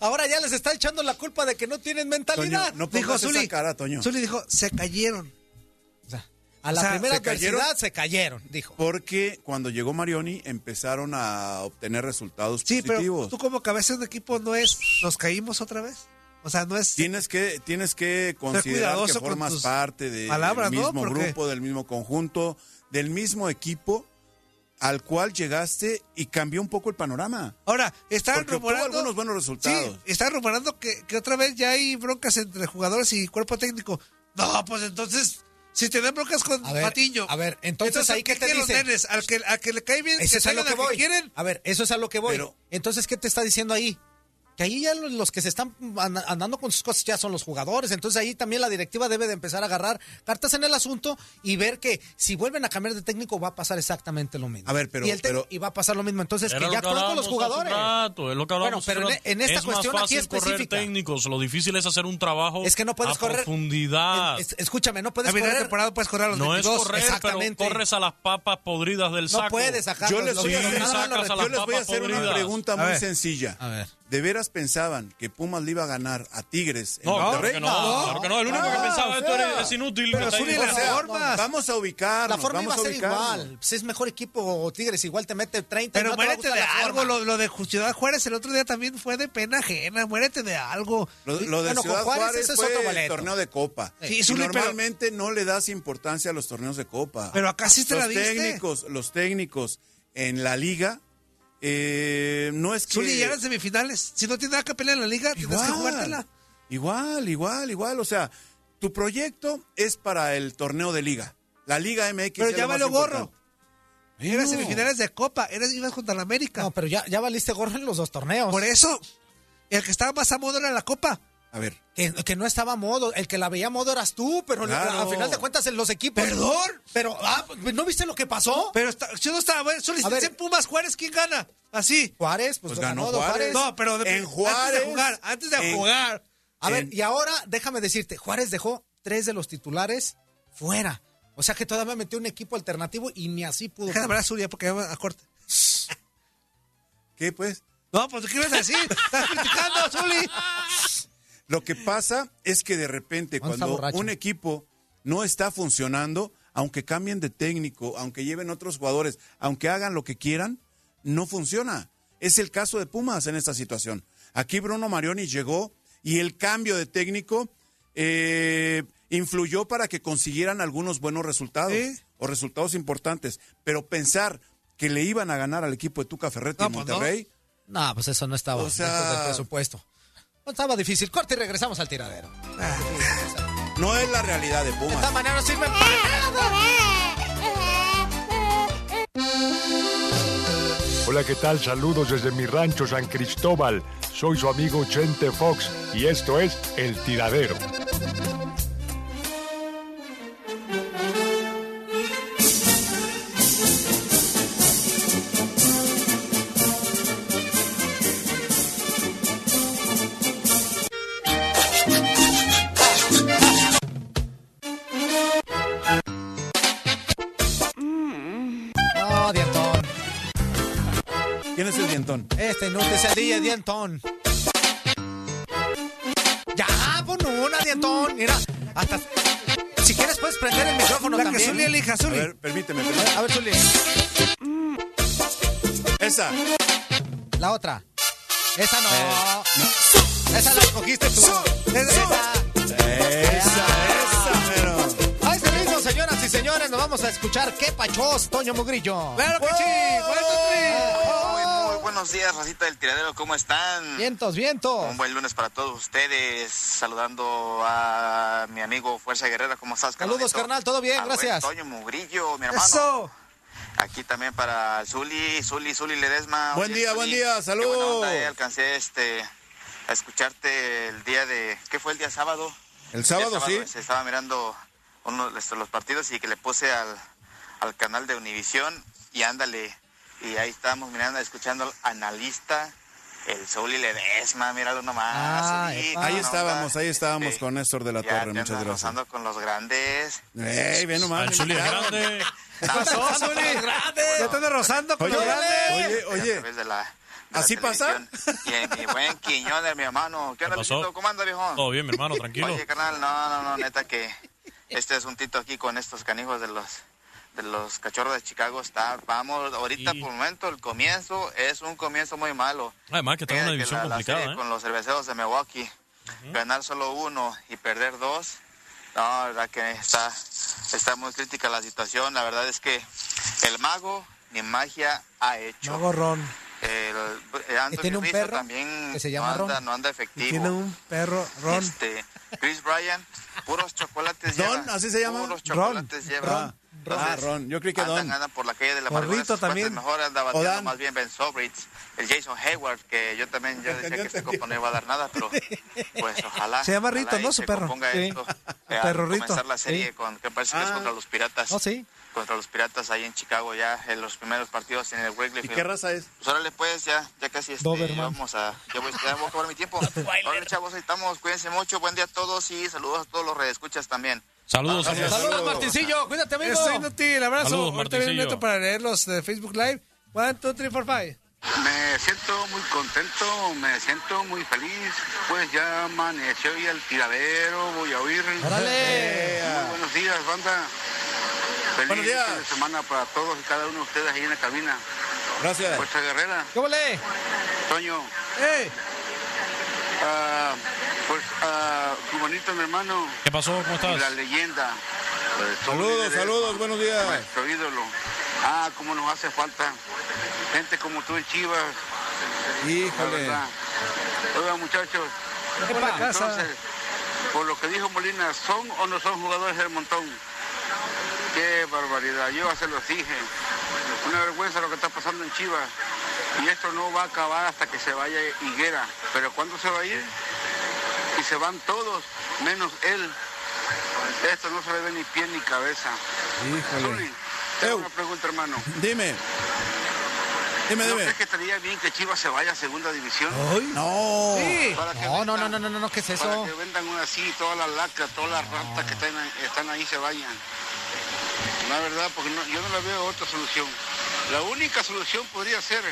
Speaker 6: Ahora ya les está echando la culpa de que no tienen mentalidad.
Speaker 10: Toño, no
Speaker 7: Dijo
Speaker 10: pongas
Speaker 7: Zuli.
Speaker 10: esa cara, Toño.
Speaker 7: Zuli dijo, se cayeron.
Speaker 6: a la
Speaker 7: o sea,
Speaker 6: primera
Speaker 10: ¿se cayeron?
Speaker 6: adversidad se cayeron, dijo.
Speaker 10: Porque cuando llegó Marioni empezaron a obtener resultados
Speaker 7: Sí, pero
Speaker 10: positivos.
Speaker 7: tú como cabeza de un equipo no es, nos caímos otra vez. O sea, no es.
Speaker 10: Tienes que, tienes que considerar que
Speaker 7: cuidadoso con
Speaker 10: formas
Speaker 7: tus
Speaker 10: parte de-
Speaker 7: palabras,
Speaker 10: del
Speaker 7: ¿no?
Speaker 10: mismo
Speaker 7: Porque-
Speaker 10: grupo, del mismo conjunto, del mismo equipo al cual llegaste y cambió un poco el panorama.
Speaker 7: Ahora, están
Speaker 10: Porque obtuvo
Speaker 7: rumorando.
Speaker 10: algunos buenos resultados.
Speaker 7: Sí, están rumorando que, que otra vez ya hay broncas entre jugadores y cuerpo técnico. No, pues entonces, si tienen broncas con
Speaker 6: A ver,
Speaker 7: Patiño.
Speaker 6: a ver, entonces, ahí
Speaker 7: ¿qué
Speaker 6: que te
Speaker 7: quieren los
Speaker 6: dicen?
Speaker 7: nenes? Al que, al que le cae bien,
Speaker 6: Eso
Speaker 7: que
Speaker 6: es a lo
Speaker 7: salgan
Speaker 6: que
Speaker 7: al
Speaker 6: voy.
Speaker 7: que quieren.
Speaker 6: A ver, eso es a lo que voy.
Speaker 7: Pero-
Speaker 6: Entonces, ¿qué te está diciendo ahí? Que ahí ya los, los que se están an- andando con sus cosas ya son los jugadores. Entonces ahí también la directiva debe de empezar a agarrar cartas en el asunto y ver que si vuelven a cambiar de técnico va a pasar exactamente lo mismo.
Speaker 10: A ver, pero-
Speaker 6: y, el te-
Speaker 10: pero-
Speaker 6: y va a pasar lo mismo. Entonces,
Speaker 9: Era
Speaker 6: que
Speaker 9: lo
Speaker 6: ya
Speaker 9: que
Speaker 6: actúen con los
Speaker 9: hablábamos
Speaker 6: jugadores.
Speaker 9: hace rato, es lo que
Speaker 6: bueno,
Speaker 9: hablábamos
Speaker 6: pero en,
Speaker 9: hace rato.
Speaker 6: en esta
Speaker 9: Es más
Speaker 6: cuestión aquí
Speaker 9: fácil correr
Speaker 6: específica.
Speaker 9: técnicos, lo difícil es hacer un trabajo
Speaker 6: Es que no puedes
Speaker 9: a
Speaker 6: correr-
Speaker 9: profundidad.
Speaker 6: Es- escúchame, no puedes
Speaker 7: A mitad de
Speaker 6: correr.
Speaker 7: temporada puedes correr a los
Speaker 9: no es
Speaker 7: 22.
Speaker 9: correr, pero
Speaker 7: exactamente.
Speaker 9: corres a las papas podridas del
Speaker 7: No
Speaker 9: saco.
Speaker 7: puedes sacarlos,
Speaker 10: Yo les
Speaker 9: Sí,
Speaker 10: voy a hacer,
Speaker 9: sacas a las
Speaker 10: yo les voy a
Speaker 9: papas
Speaker 10: hacer una
Speaker 9: podridas.
Speaker 10: pregunta muy sencilla. ¿De veras pensaban que Pumas le iba a ganar a Tigres en
Speaker 9: No, claro
Speaker 10: Monterrey? Ah,
Speaker 9: que no, claro que no. El único que pensaba esto era- es inútil, que está ahí. O sea,
Speaker 10: Vamos a ubicarnos.
Speaker 6: La forma
Speaker 10: vamos
Speaker 6: iba a ser
Speaker 10: ubicarnos.
Speaker 6: igual. Pues es mejor equipo Tigres, igual te mete 30. y
Speaker 7: Pero
Speaker 6: no te va a
Speaker 7: muérete
Speaker 6: gustar
Speaker 7: de
Speaker 6: la forma.
Speaker 7: algo. Lo, lo de Ciudad Juárez el otro día también fue de pena ajena. Muérete de algo.
Speaker 10: Lo, lo de
Speaker 7: Bueno, con
Speaker 10: Ciudad Juárez,
Speaker 7: eso es
Speaker 10: fue
Speaker 7: otro
Speaker 10: el
Speaker 7: boleto.
Speaker 10: torneo de Copa.
Speaker 7: Sí,
Speaker 10: Y
Speaker 7: Zuli, pero-
Speaker 10: normalmente no le das importancia a los torneos de Copa.
Speaker 7: Pero acá sí te
Speaker 10: los
Speaker 7: la diste.
Speaker 10: técnicos, los técnicos en la liga eh, no es que
Speaker 7: Zuli, ya eran semifinales. Si no tienes nada que pelear en la liga, tienes que jugártela.
Speaker 10: Igual, igual, igual. O sea, tu proyecto es para el torneo de liga. La Liga MX.
Speaker 7: Pero
Speaker 10: es
Speaker 7: ya
Speaker 10: lo más
Speaker 7: valió gorro.
Speaker 10: importante.
Speaker 7: Eran
Speaker 10: No.
Speaker 7: semifinales de Copa. Eras, ibas contra la América.
Speaker 6: No, pero ya, ya valiste gorro en los dos torneos.
Speaker 7: Por eso, el que estaba más a modo era la Copa.
Speaker 10: A ver.
Speaker 6: Que, que no estaba a modo, el que la veía a modo eras tú, pero la-
Speaker 7: Claro.
Speaker 6: al final de cuentas en los equipos.
Speaker 7: Perdón.
Speaker 6: Pero, ah, ¿no viste lo que pasó?
Speaker 7: Pero está, yo no estaba. Bueno, Zuli,
Speaker 6: A ver.
Speaker 7: si en Pumas Juárez, ¿quién gana? Así.
Speaker 6: Juárez, pues,
Speaker 10: Pues ganó
Speaker 6: Don
Speaker 10: Juárez.
Speaker 7: No, pero de-
Speaker 10: En Juárez.
Speaker 7: Antes de jugar. Antes de
Speaker 10: En-
Speaker 7: jugar.
Speaker 6: A ver,
Speaker 10: en-
Speaker 6: y ahora déjame decirte, Juárez dejó tres de los titulares fuera. O sea que todavía metió un equipo alternativo y ni así pudo.
Speaker 7: Déjame hablar a Zuli, porque ya me a corte.
Speaker 10: ¿Qué pues?
Speaker 7: No, pues, ¿qué ibas a decir? Estás criticando, Zuli.
Speaker 10: Lo que pasa es que de repente
Speaker 6: Juan está
Speaker 10: cuando
Speaker 6: borracho.
Speaker 10: un equipo no está funcionando, aunque cambien de técnico, aunque lleven otros jugadores, aunque hagan lo que quieran, no funciona. Es el caso de Pumas en esta situación. Aquí Bruno Marioni llegó y el cambio de técnico eh, influyó para que consiguieran algunos buenos resultados o resultados importantes. Pero pensar que le iban a ganar al equipo de Tuca Ferretti en
Speaker 6: pues no.
Speaker 10: Monterrey,
Speaker 6: No, pues eso no estaba
Speaker 10: O sea-
Speaker 6: dentro del presupuesto. No estaba difícil. Corte y regresamos al tiradero.
Speaker 10: Ah. no es la realidad de
Speaker 6: De
Speaker 10: Pumas.
Speaker 6: esta manera no sirve para nada.
Speaker 1: Hola, ¿qué tal? Saludos desde mi rancho San Cristóbal. Soy su amigo Chente Fox y esto es El Tiradero.
Speaker 6: No, Dientón.
Speaker 10: ¿Quién es el dientón?
Speaker 6: Este inútil es el DJ Dientón. Ya, pon una, Dientón. Mira, hasta. Si quieres, puedes prender el micrófono
Speaker 7: La que
Speaker 6: también.
Speaker 7: Zuli elija,
Speaker 10: A
Speaker 7: Zuli.
Speaker 10: ver, permíteme.
Speaker 6: A ver, a ver, Zuli.
Speaker 10: Mm. Esa.
Speaker 6: La otra. Esa no.
Speaker 10: Eh.
Speaker 6: Esa la escogiste tú. Esa.
Speaker 10: Esa, esa, pero.
Speaker 6: A este ritmo, señoras y señores, nos vamos a escuchar qué pachos, Toño Mugrillo. ¡Oh!
Speaker 7: ¡Claro que sí!
Speaker 28: Muy buenos días, Rosita del Tiradero, ¿cómo están?
Speaker 6: Vientos, vientos.
Speaker 28: Un buen lunes para todos ustedes, saludando a mi amigo Fuerza Guerrera, ¿cómo estás?
Speaker 6: Saludos,
Speaker 28: carnalito?
Speaker 6: carnal, todo bien,
Speaker 28: Al buen
Speaker 6: gracias.
Speaker 28: Toño Mugrillo, mi hermano. Aquí también para Zuli, Zuli, Zuli Ledesma.
Speaker 10: Buen día,
Speaker 28: Zuli,
Speaker 10: buen día,
Speaker 28: qué
Speaker 10: saludos.
Speaker 28: buena onda, eh, Alcancé este, a escucharte el día de, ¿qué fue el día sábado?
Speaker 10: El sábado, sí.
Speaker 28: Se estaba mirando uno de los- los partidos y que le puse al, al canal de Univisión y ándale. Y ahí estábamos mirando, escuchando al analista, el Zuli Ledesma, míralo nomás. Ah, Zuli, qué
Speaker 10: Ah, ahí
Speaker 28: buena onda.
Speaker 10: estábamos, ahí estábamos
Speaker 28: Este,
Speaker 10: con Néstor de la
Speaker 28: ya te
Speaker 10: Torre,
Speaker 28: andas
Speaker 10: muchas gracias.
Speaker 28: rozando con los grandes.
Speaker 10: ¡Ey, ve nomás!
Speaker 28: Al Zuli es grande. ¿Qué pasó, Zuli?
Speaker 7: Ya están rozando con
Speaker 10: Oye,
Speaker 7: los grandes.
Speaker 10: oye,
Speaker 28: A
Speaker 10: oye,
Speaker 28: través pues, de la- de la
Speaker 10: ¿así pasa?
Speaker 28: televisión. Y en mi buen Quiñones, mi hermano. ¿Qué onda,
Speaker 9: pasó?
Speaker 28: Luisito? ¿Cómo anda, viejo?
Speaker 9: Todo bien, mi hermano, tranquilo.
Speaker 28: Oye, carnal, no, no, no, neta que este asuntito aquí con estos canijos de los de los cachorros de Chicago está, vamos, ahorita por el momento el comienzo es un comienzo muy malo.
Speaker 9: Además que está en
Speaker 28: Fíjate que
Speaker 9: una división
Speaker 28: la- la serie
Speaker 9: complicada, ¿eh?
Speaker 28: Con los cerveceros de Milwaukee. ganar solo uno y perder dos, no, la verdad que está, está muy crítica la situación. La verdad es que el mago ni magia ha hecho.
Speaker 7: Mago Ron.
Speaker 28: El, el Anthony
Speaker 7: tiene un
Speaker 28: Rizzo
Speaker 7: perro
Speaker 28: también
Speaker 7: que se llama
Speaker 28: no, anda,
Speaker 7: Ron.
Speaker 28: no anda
Speaker 7: Y
Speaker 28: efectivo.
Speaker 7: tiene un perro, Ron.
Speaker 28: Este, Chris Bryan, puros chocolates
Speaker 10: Don,
Speaker 28: lleva.
Speaker 10: ¿así se llama?
Speaker 28: Puros
Speaker 10: Ron.
Speaker 28: chocolates lleva.
Speaker 10: Ron.
Speaker 28: Entonces,
Speaker 10: Ah, Ron. Yo creí que
Speaker 28: andan,
Speaker 10: Don.
Speaker 28: andan por la calle de la
Speaker 10: Gorrito
Speaker 28: amargura, sus cuates
Speaker 10: también.
Speaker 28: Mejor anda
Speaker 10: O
Speaker 28: bateando
Speaker 10: Dan.
Speaker 28: más bien Ben Sobritz, el Jason Hayward, que yo también yo decía que este compa no iba a dar nada, pero pues ojalá.
Speaker 7: Se llama
Speaker 28: ojalá
Speaker 7: Rito,
Speaker 28: y
Speaker 7: ¿no? Su
Speaker 28: se
Speaker 7: perro.
Speaker 28: componga
Speaker 7: Sí.
Speaker 28: esto, eh, al
Speaker 7: Perro Rito.
Speaker 28: Comenzar la serie
Speaker 7: Sí.
Speaker 28: con, que parece que es
Speaker 7: Ah.
Speaker 28: contra los piratas.
Speaker 7: Oh, sí.
Speaker 28: Contra los piratas ahí en Chicago ya en los primeros partidos en el Wrigley
Speaker 10: ¿Y
Speaker 28: Field.
Speaker 10: qué raza es?
Speaker 28: Pues órale pues, ya, ya casi este,
Speaker 10: Doberman.
Speaker 28: vamos a, ya voy, ya voy a acabar mi tiempo. Órale chavos, ahí estamos, cuídense mucho, buen día a todos y saludos a todos los redescuchas también.
Speaker 9: Saludos,
Speaker 28: Gracias.
Speaker 7: Saludos, Martincillo. Cuídate, amigo.
Speaker 28: Eso,
Speaker 7: inútil. Abrazo.
Speaker 28: Saludos,
Speaker 7: Ahorita viene un
Speaker 28: Martincillo.
Speaker 7: minuto para leerlos de Facebook Live. One, two, three, four, five.
Speaker 29: Me siento muy contento, me siento muy feliz, pues ya amaneció y el tiradero, voy a oír. Muy buenos días, banda. Feliz fin de semana para todos y cada uno de ustedes ahí en la cabina.
Speaker 10: Gracias.
Speaker 29: Puerta Guerrera.
Speaker 7: ¿Cómo le?
Speaker 29: Toño. Ah, pues, ah, tu bonito, mi hermano.
Speaker 9: ¿Qué pasó? ¿Cómo
Speaker 29: Y la
Speaker 9: estás?
Speaker 29: leyenda.
Speaker 10: Saludos, saludos, buenos días.
Speaker 29: Nuestro ídolo. Ah, cómo nos hace falta gente como tú en Chivas.
Speaker 10: Híjole.
Speaker 29: La verdad. Oigan, muchachos.
Speaker 10: ¿Qué pasa?
Speaker 29: Entonces, por lo que dijo Molina, ¿son o no son jugadores del montón? Qué barbaridad, yo ya se los dije. Una vergüenza lo que está pasando en Chivas. Y esto no va a acabar hasta que se vaya Higuera. Pero ¿cuándo se va a ir? Y se van todos, menos él. Esto no se le ve ni pie ni cabeza.
Speaker 10: Híjole.
Speaker 29: Zuli, tengo una pregunta, hermano.
Speaker 10: Dime. Dime,
Speaker 29: ¿No
Speaker 10: dime.
Speaker 29: crees que estaría bien que Chivas se vaya a segunda división?
Speaker 10: No.
Speaker 29: Sí. Para que
Speaker 6: No, no, no, no, no, no, no, ¿qué es
Speaker 29: Para
Speaker 6: eso?
Speaker 29: que vendan una así, todas las lacas, todas las ratas que están, están ahí se vayan. La verdad, porque no- yo no le veo otra solución. La única solución podría ser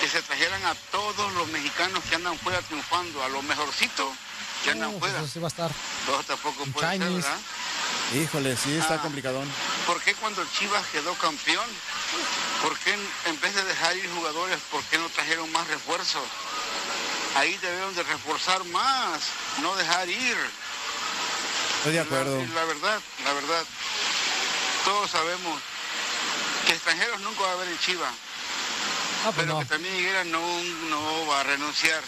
Speaker 29: que se trajeran a todos los mexicanos que andan fuera triunfando, a los mejorcitos que andan
Speaker 6: No, pues
Speaker 29: fuera.
Speaker 6: eso sí va a estar.
Speaker 29: Todo tampoco puede ser,
Speaker 6: Chinese.
Speaker 29: ¿verdad?
Speaker 10: Híjole, sí,
Speaker 6: Ah.
Speaker 10: está complicadón.
Speaker 29: ¿Por qué cuando Chivas quedó campeón? ¿Por qué en- en vez de dejar ir jugadores, por qué no trajeron más refuerzos? Ahí debieron de reforzar más, no dejar ir.
Speaker 10: Estoy de acuerdo.
Speaker 29: La, la verdad, la verdad. Todos sabemos que extranjeros nunca va a haber en Chivas.
Speaker 10: Ah, pues
Speaker 29: pero que también Higuera no, no va a renunciar.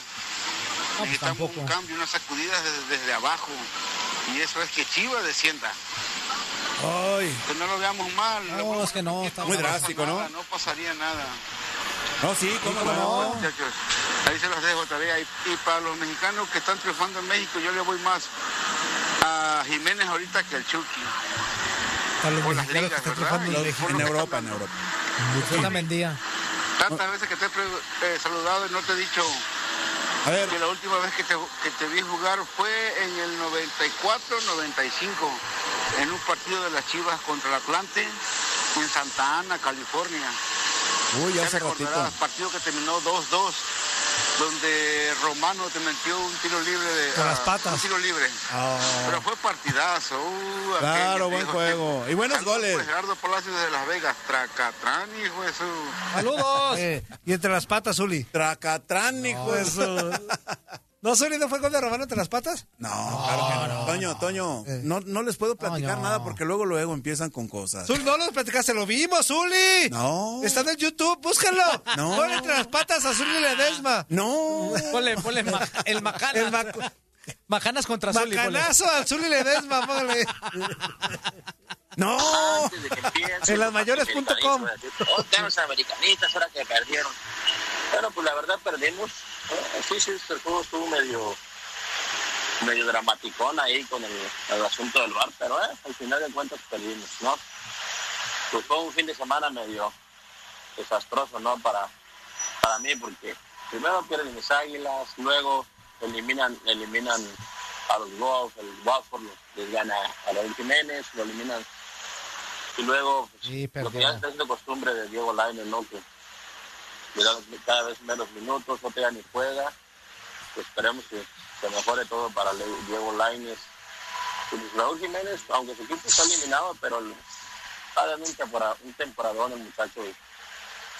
Speaker 10: pues
Speaker 29: Necesitamos un cambio, una sacudida desde, desde abajo. Y eso es que Chivas descienda.
Speaker 10: Ay.
Speaker 29: Que no lo veamos mal. No,
Speaker 6: es que no, está
Speaker 10: Ah, Muy
Speaker 29: pasa
Speaker 10: drástico,
Speaker 29: nada,
Speaker 10: ¿no?
Speaker 29: No pasaría nada.
Speaker 10: No, sí, cómo no.
Speaker 29: Muchachos, ahí se los dejo tarea. Y, y para los mexicanos que están triunfando en México, yo le voy más a Jiménez ahorita que al Chucky.
Speaker 7: Para los
Speaker 29: Por las
Speaker 7: mexicanos que
Speaker 29: ligas,
Speaker 7: están
Speaker 29: ¿verdad?
Speaker 7: triunfando
Speaker 29: Y por lo
Speaker 7: en
Speaker 29: que está
Speaker 10: Europa,
Speaker 7: Europa.
Speaker 10: en Europa.
Speaker 6: Yo la mendía.
Speaker 29: Tantas veces que te he pre- eh, saludado y no te he dicho que la última vez que te, que te vi jugar fue en el 94-95, en un partido de las Chivas contra el Atlante en Santa Ana, California.
Speaker 10: Uy, hace
Speaker 29: recordarás,
Speaker 10: ratito.
Speaker 29: partido que terminó 2-2, donde Romano te metió un tiro libre. De,
Speaker 10: Con las
Speaker 29: ah,
Speaker 10: patas.
Speaker 29: Un tiro libre.
Speaker 10: Ah.
Speaker 29: Pero fue partidazo. uh, aquel
Speaker 10: Claro,
Speaker 29: que
Speaker 10: buen
Speaker 29: dijo,
Speaker 10: juego.
Speaker 29: "Este,
Speaker 10: Y buenos
Speaker 29: saludos,
Speaker 10: goles.
Speaker 29: pues, Gerardo Palacios de Las Vegas, Tracatrán, hijo de su...
Speaker 7: Eh, y entre las patas, Uli.
Speaker 10: Tracatrán, hijo de su-
Speaker 7: pues, ¿No, Zuli, no fue gol de Romano entre las patas?
Speaker 10: No, claro que no. Toño, Toño, no, no les puedo platicar nada porque luego luego empiezan con cosas.
Speaker 7: Zuli, no lo platicaste, lo vimos, Zuli.
Speaker 10: No.
Speaker 7: Está en el YouTube, búscalo.
Speaker 10: No.
Speaker 7: Gol entre las patas a Zuli Ledesma.
Speaker 10: No.
Speaker 6: Ponle, ponle ma- el macana. Macanas contra Zuli. ponle.
Speaker 7: Macanazo al Zuli Ledesma, póngale.
Speaker 10: No.
Speaker 7: En lasmayores.com.
Speaker 15: Oigan los americanistas, ahora que perdieron. Bueno, pues la verdad perdimos. ¿no? Sí, sí, el juego estuvo medio, medio dramaticón ahí con el, el asunto del bar, pero eh, al final de cuentas perdimos, ¿no? Pues fue un fin de semana medio desastroso, ¿no? Para, para mí, porque primero pierden mis águilas, luego eliminan, eliminan a los Wolves, el Watford los- les gana a Raúl Jiménez, lo eliminan. Y luego pues,
Speaker 6: Sí,
Speaker 15: lo que ya
Speaker 6: perdieron.
Speaker 15: está siendo costumbre de Diego Lainez, ¿no? Que le dan cada vez menos minutos, no pega ni juega. Pues esperemos que se mejore todo para Le- Diego Lainez. Y Luis Raúl Jiménez, aunque su equipo está eliminado, pero le- está dando un, tempora- un temporadón el muchacho y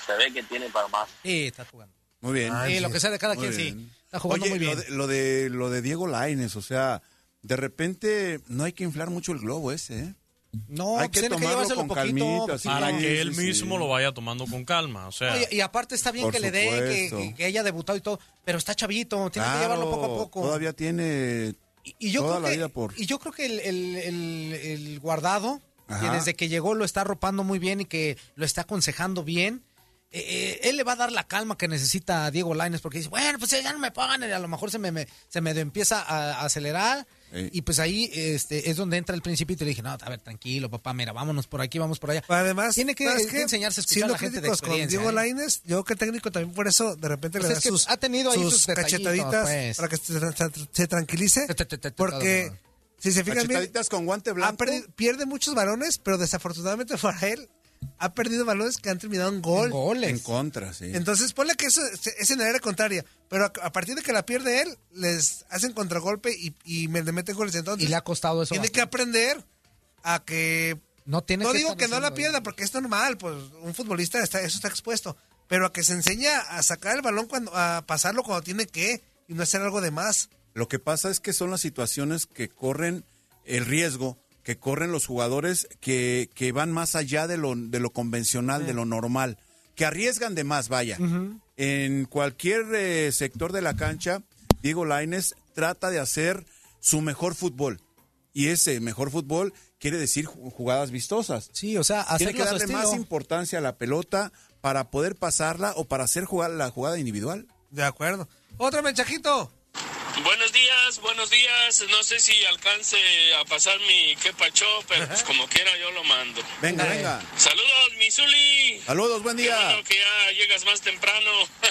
Speaker 15: se ve que tiene para más.
Speaker 6: Sí, está jugando.
Speaker 10: Muy bien.
Speaker 6: Sí, lo que sea de cada
Speaker 10: Muy
Speaker 6: quien,
Speaker 10: bien.
Speaker 6: sí. Está jugando
Speaker 10: Oye,
Speaker 6: muy bien.
Speaker 10: Lo, de, lo, de, lo de Diego Laines, o sea, de repente no hay que inflar mucho el globo ese, ¿eh?
Speaker 6: No, pues
Speaker 10: hay que
Speaker 6: tiene que
Speaker 10: tomarlo
Speaker 6: llevárselo
Speaker 10: con
Speaker 6: poquito, pues
Speaker 10: calmita. sí,
Speaker 9: para
Speaker 10: sí,
Speaker 9: que él
Speaker 10: sí.
Speaker 9: mismo lo vaya tomando con calma. O sea,
Speaker 6: No, y, y aparte está bien
Speaker 9: Por
Speaker 6: que le dé, que-
Speaker 9: supuesto.
Speaker 6: que, que haya debutado y todo, pero está chavito, tiene que
Speaker 10: Claro,
Speaker 6: llevarlo poco a poco.
Speaker 10: Todavía tiene
Speaker 6: y yo
Speaker 10: toda
Speaker 6: creo
Speaker 10: la
Speaker 6: que,
Speaker 10: vida por...
Speaker 6: Y yo creo que el, el- el- el guardado,
Speaker 10: Ajá.
Speaker 6: que desde que llegó lo está arropando muy bien y que lo está aconsejando bien, eh, eh, él le va a dar la calma que necesita a Diego Laines porque dice, bueno, pues eh, ya no me pagan, eh, a lo mejor se me, me- se me empieza a, a acelerar.
Speaker 10: Ey.
Speaker 6: Y pues ahí este, es donde entra el principito y le dije, no, a ver, tranquilo, papá, mira, vámonos por aquí, vamos por allá.
Speaker 7: Además,
Speaker 6: tiene que,
Speaker 7: ¿sabes
Speaker 6: eh,
Speaker 7: qué?
Speaker 6: enseñarse a escuchar a
Speaker 7: Siendo
Speaker 6: la gente de
Speaker 7: críticos con
Speaker 6: experiencia.
Speaker 7: Diego
Speaker 6: ¿eh?
Speaker 7: Lainez, yo creo que el técnico también por eso de repente
Speaker 6: Pues
Speaker 7: le
Speaker 6: es
Speaker 7: da
Speaker 6: que
Speaker 7: sus,
Speaker 6: ha tenido ahí sus detallitos,
Speaker 7: cachetaditas
Speaker 6: pues.
Speaker 7: para que se, tra- se tranquilice. Porque si se fijan bien,
Speaker 10: Cachetaditas con guante
Speaker 7: ha perdi- pierde muchos balones, pero desafortunadamente para él ha perdido balones que han terminado en gol.
Speaker 10: En contra, sí.
Speaker 7: Entonces, ponle que eso es- es en la era contraria, pero a, a partir de que la pierde él, les hacen contragolpe y, y me le meten goles. Entonces,
Speaker 6: Y le ha costado eso
Speaker 7: Tiene
Speaker 6: bastante.
Speaker 7: que aprender a que.
Speaker 6: No tiene
Speaker 7: No
Speaker 6: que
Speaker 7: digo
Speaker 6: estar
Speaker 7: que no la
Speaker 6: haciendo-
Speaker 7: pierda, porque es normal, pues un futbolista está, eso está expuesto, pero a que se enseña a sacar el balón, cuando a pasarlo cuando tiene que y no hacer algo de más.
Speaker 10: Lo que pasa es que son las situaciones que corren el riesgo, que corren los jugadores que, que van más allá de lo, de lo convencional, de lo normal, que arriesgan de más, vaya. En cualquier eh, sector de la cancha, Diego Laines trata de hacer su mejor fútbol. Y ese mejor fútbol quiere decir ju- jugadas vistosas.
Speaker 6: Sí, o sea,
Speaker 10: Tiene
Speaker 6: hacerlo
Speaker 10: que
Speaker 6: a su
Speaker 10: darle
Speaker 6: estilo.
Speaker 10: más importancia a la pelota para poder pasarla o para hacer jugar la jugada individual.
Speaker 7: De acuerdo. Otro mensajito.
Speaker 16: Buenos días, buenos días. No sé si alcance a pasar mi que pacho, pero pues como quiera yo lo mando.
Speaker 10: Venga, venga.
Speaker 16: Saludos, Misuli.
Speaker 10: Saludos, buen
Speaker 16: Qué
Speaker 10: día.
Speaker 16: bueno que ya llegas más temprano.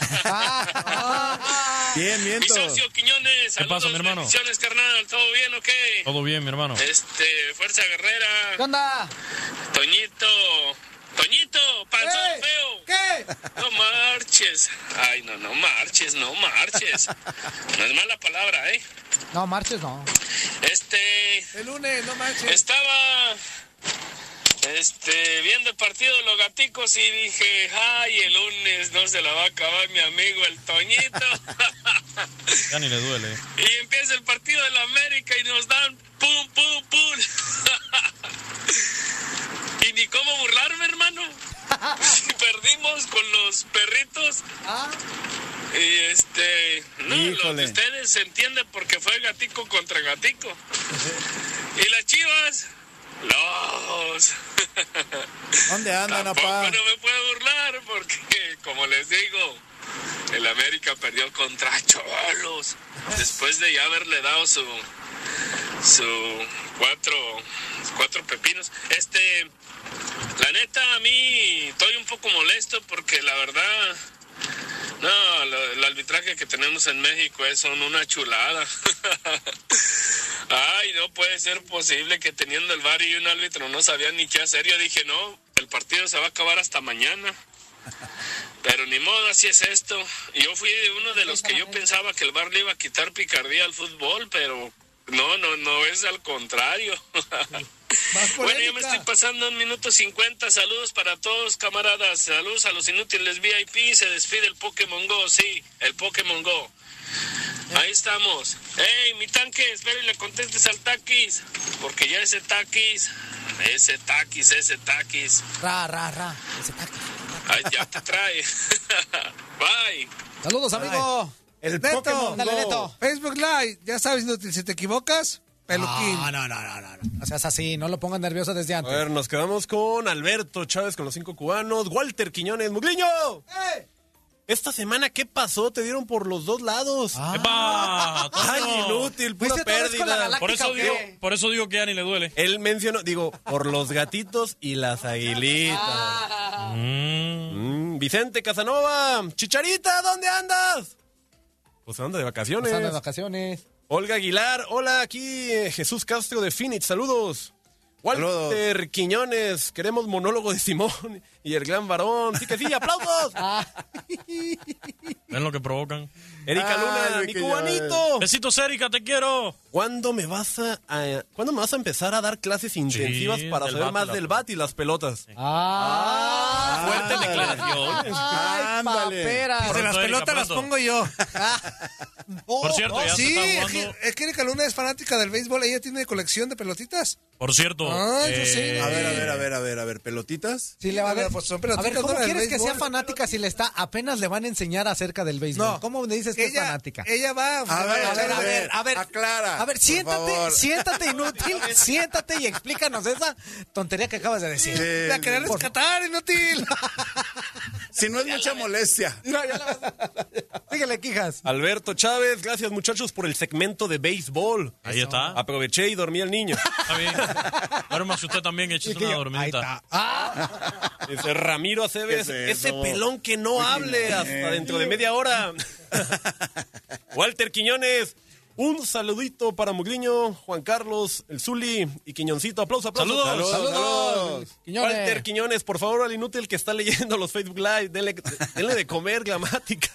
Speaker 10: Bien,
Speaker 16: mi
Speaker 10: miento.
Speaker 16: socio Quiñones,
Speaker 9: ¿Qué
Speaker 16: saludos,
Speaker 9: pasa, mi hermano?
Speaker 16: bendiciones, carnal. ¿Todo bien o qué?
Speaker 9: Todo bien, mi hermano.
Speaker 16: Este, Fuerza Guerrera.
Speaker 6: ¿Qué onda?
Speaker 16: Toñito. Toñito, panzón feo. ¿Qué? No marches. Ay, no, no marches, no marches. No es mala palabra, ¿eh?
Speaker 6: No, marches no.
Speaker 16: Este.
Speaker 7: El lunes, no manches.
Speaker 16: Estaba. Este, viendo el partido de los gaticos y dije, ay, el lunes no se la va a acabar mi amigo el Toñito.
Speaker 9: Ya ni le duele.
Speaker 16: y empieza el partido de la América y nos dan pum, pum, pum. y ni cómo burlarme, hermano. Si Perdimos con los perritos. Y este, no, lo
Speaker 10: Híjole.
Speaker 16: que ustedes se entienden porque fue gatico contra gatico. y las chivas, los.
Speaker 10: ¿Dónde andan,
Speaker 16: Tampoco
Speaker 10: apá?
Speaker 16: no me puedo burlar porque, como les digo, el América perdió contra Cholos después de ya haberle dado su su cuatro cuatro pepinos. Este, la neta a mí estoy un poco molesto porque la verdad no, lo- el arbitraje que tenemos en México es son una chulada. Ay, no puede ser posible que teniendo el VAR y un árbitro no sabían ni qué hacer. Yo dije, no, el partido se va a acabar hasta mañana. Pero ni modo, así es esto. Yo fui uno de los que yo pensaba que el VAR le iba a quitar picardía al fútbol, pero no, no, no, es al contrario. Bueno, yo me estoy pasando un minuto 50. Saludos para todos, camaradas. Saludos a los inútiles VIP. Se despide el Pokémon Go, sí, el Pokémon Go. Ahí estamos. ¡Ey, mi tanque! Espero y le contestes al taquis. Porque ya ese taquis, ese taquis, ese taquis,
Speaker 6: Ra, ra, ra. Ese taco.
Speaker 16: ahí ya te trae. Bye.
Speaker 6: Saludos, amigo.
Speaker 10: El
Speaker 7: Neto.
Speaker 6: Pokémon Dale, Go. Neto.
Speaker 7: Facebook Live, ya sabes, inútil, si te equivocas, peluquín.
Speaker 6: No, no, no, no, no. O sea, es así, no lo pongan nervioso desde
Speaker 13: A
Speaker 6: antes.
Speaker 13: ver, nos quedamos con Alberto Chávez con los cinco cubanos, Walter Quiñones, Mugliño. Esta semana, ¿qué pasó? Te dieron por los dos lados.
Speaker 9: ¡Epa!
Speaker 13: ¡Ay, inútil! Pura pérdida.
Speaker 9: Por eso, digo, por eso digo que ya ni le duele.
Speaker 13: Él mencionó, digo, por los gatitos y las aguilitas. Mm, Vicente Casanova, Chicharita, ¿dónde andas? Pues anda de vacaciones.
Speaker 6: Pasando de vacaciones.
Speaker 13: Olga Aguilar, hola, aquí eh, Jesús Castro de Phoenix, saludos. Walter Quiñones, queremos monólogo de Simón y el gran varón. Sí que sí, aplausos.
Speaker 9: Ven lo que provocan.
Speaker 13: Erika Luna, mi cubanito. Besitos, Erika, te quiero. ¿Cuándo me vas a, a- ¿cuándo me vas a empezar a dar clases intensivas para
Speaker 9: del
Speaker 13: saber
Speaker 9: bat y
Speaker 13: más
Speaker 9: la
Speaker 13: del bat y las pelotas?
Speaker 6: Ah,
Speaker 13: fuerte declaración.
Speaker 10: Ah, Ándale.
Speaker 7: Paperas.
Speaker 10: Pronto,
Speaker 7: De las
Speaker 10: Erika,
Speaker 7: pelotas las
Speaker 10: pronto.
Speaker 7: pongo yo.
Speaker 9: Por cierto, ya se
Speaker 7: sí,
Speaker 9: está
Speaker 7: es
Speaker 9: jugando-
Speaker 7: que, es que Erika Luna es fanática del béisbol. Ella tiene colección de pelotitas.
Speaker 9: Por cierto.
Speaker 7: Ah, yo
Speaker 9: eh,
Speaker 7: sé.
Speaker 10: A ver, a ver, a ver, a ver, a ver, pelotitas.
Speaker 7: Sí, le va a ver. Pues son
Speaker 6: A
Speaker 7: pelotitas.
Speaker 6: ver, ¿cómo
Speaker 7: ¿no? del
Speaker 6: quieres que
Speaker 7: béisbol.
Speaker 6: sea fanática si le está apenas le van a enseñar acerca del béisbol?
Speaker 7: No.
Speaker 6: ¿Cómo me dices que es fanática?
Speaker 7: Ella va.
Speaker 6: A ver, a ver, a ver, a ver.
Speaker 10: Aclara.
Speaker 6: A ver,
Speaker 10: por
Speaker 6: siéntate,
Speaker 10: favor.
Speaker 6: siéntate inútil, siéntate y explícanos esa tontería que acabas de decir.
Speaker 10: Sí,
Speaker 6: La querer
Speaker 10: por-
Speaker 6: rescatar, inútil.
Speaker 10: Si no es mucha molestia.
Speaker 6: Síguele, quijas.
Speaker 13: Alberto Chávez, gracias muchachos por el segmento de béisbol.
Speaker 9: Ahí está.
Speaker 13: Aproveché y dormí al niño.
Speaker 9: Está bien. Duérmase usted también, échese una dormidita.
Speaker 13: Dice Ramiro Aceves,
Speaker 9: Ah. ¿Qué es
Speaker 13: ese
Speaker 9: eso?
Speaker 13: pelón que no hable hasta dentro de media hora. Walter Quiñones, un saludito para Mugliño, Juan Carlos, el Zuli y Quiñoncito. Aplauso, aplauso.
Speaker 9: Saludos, Saludos, saludos. saludos. Quiñones.
Speaker 13: Walter Quiñones, por favor, al inútil que está leyendo los Facebook Live, denle, denle de comer gramática.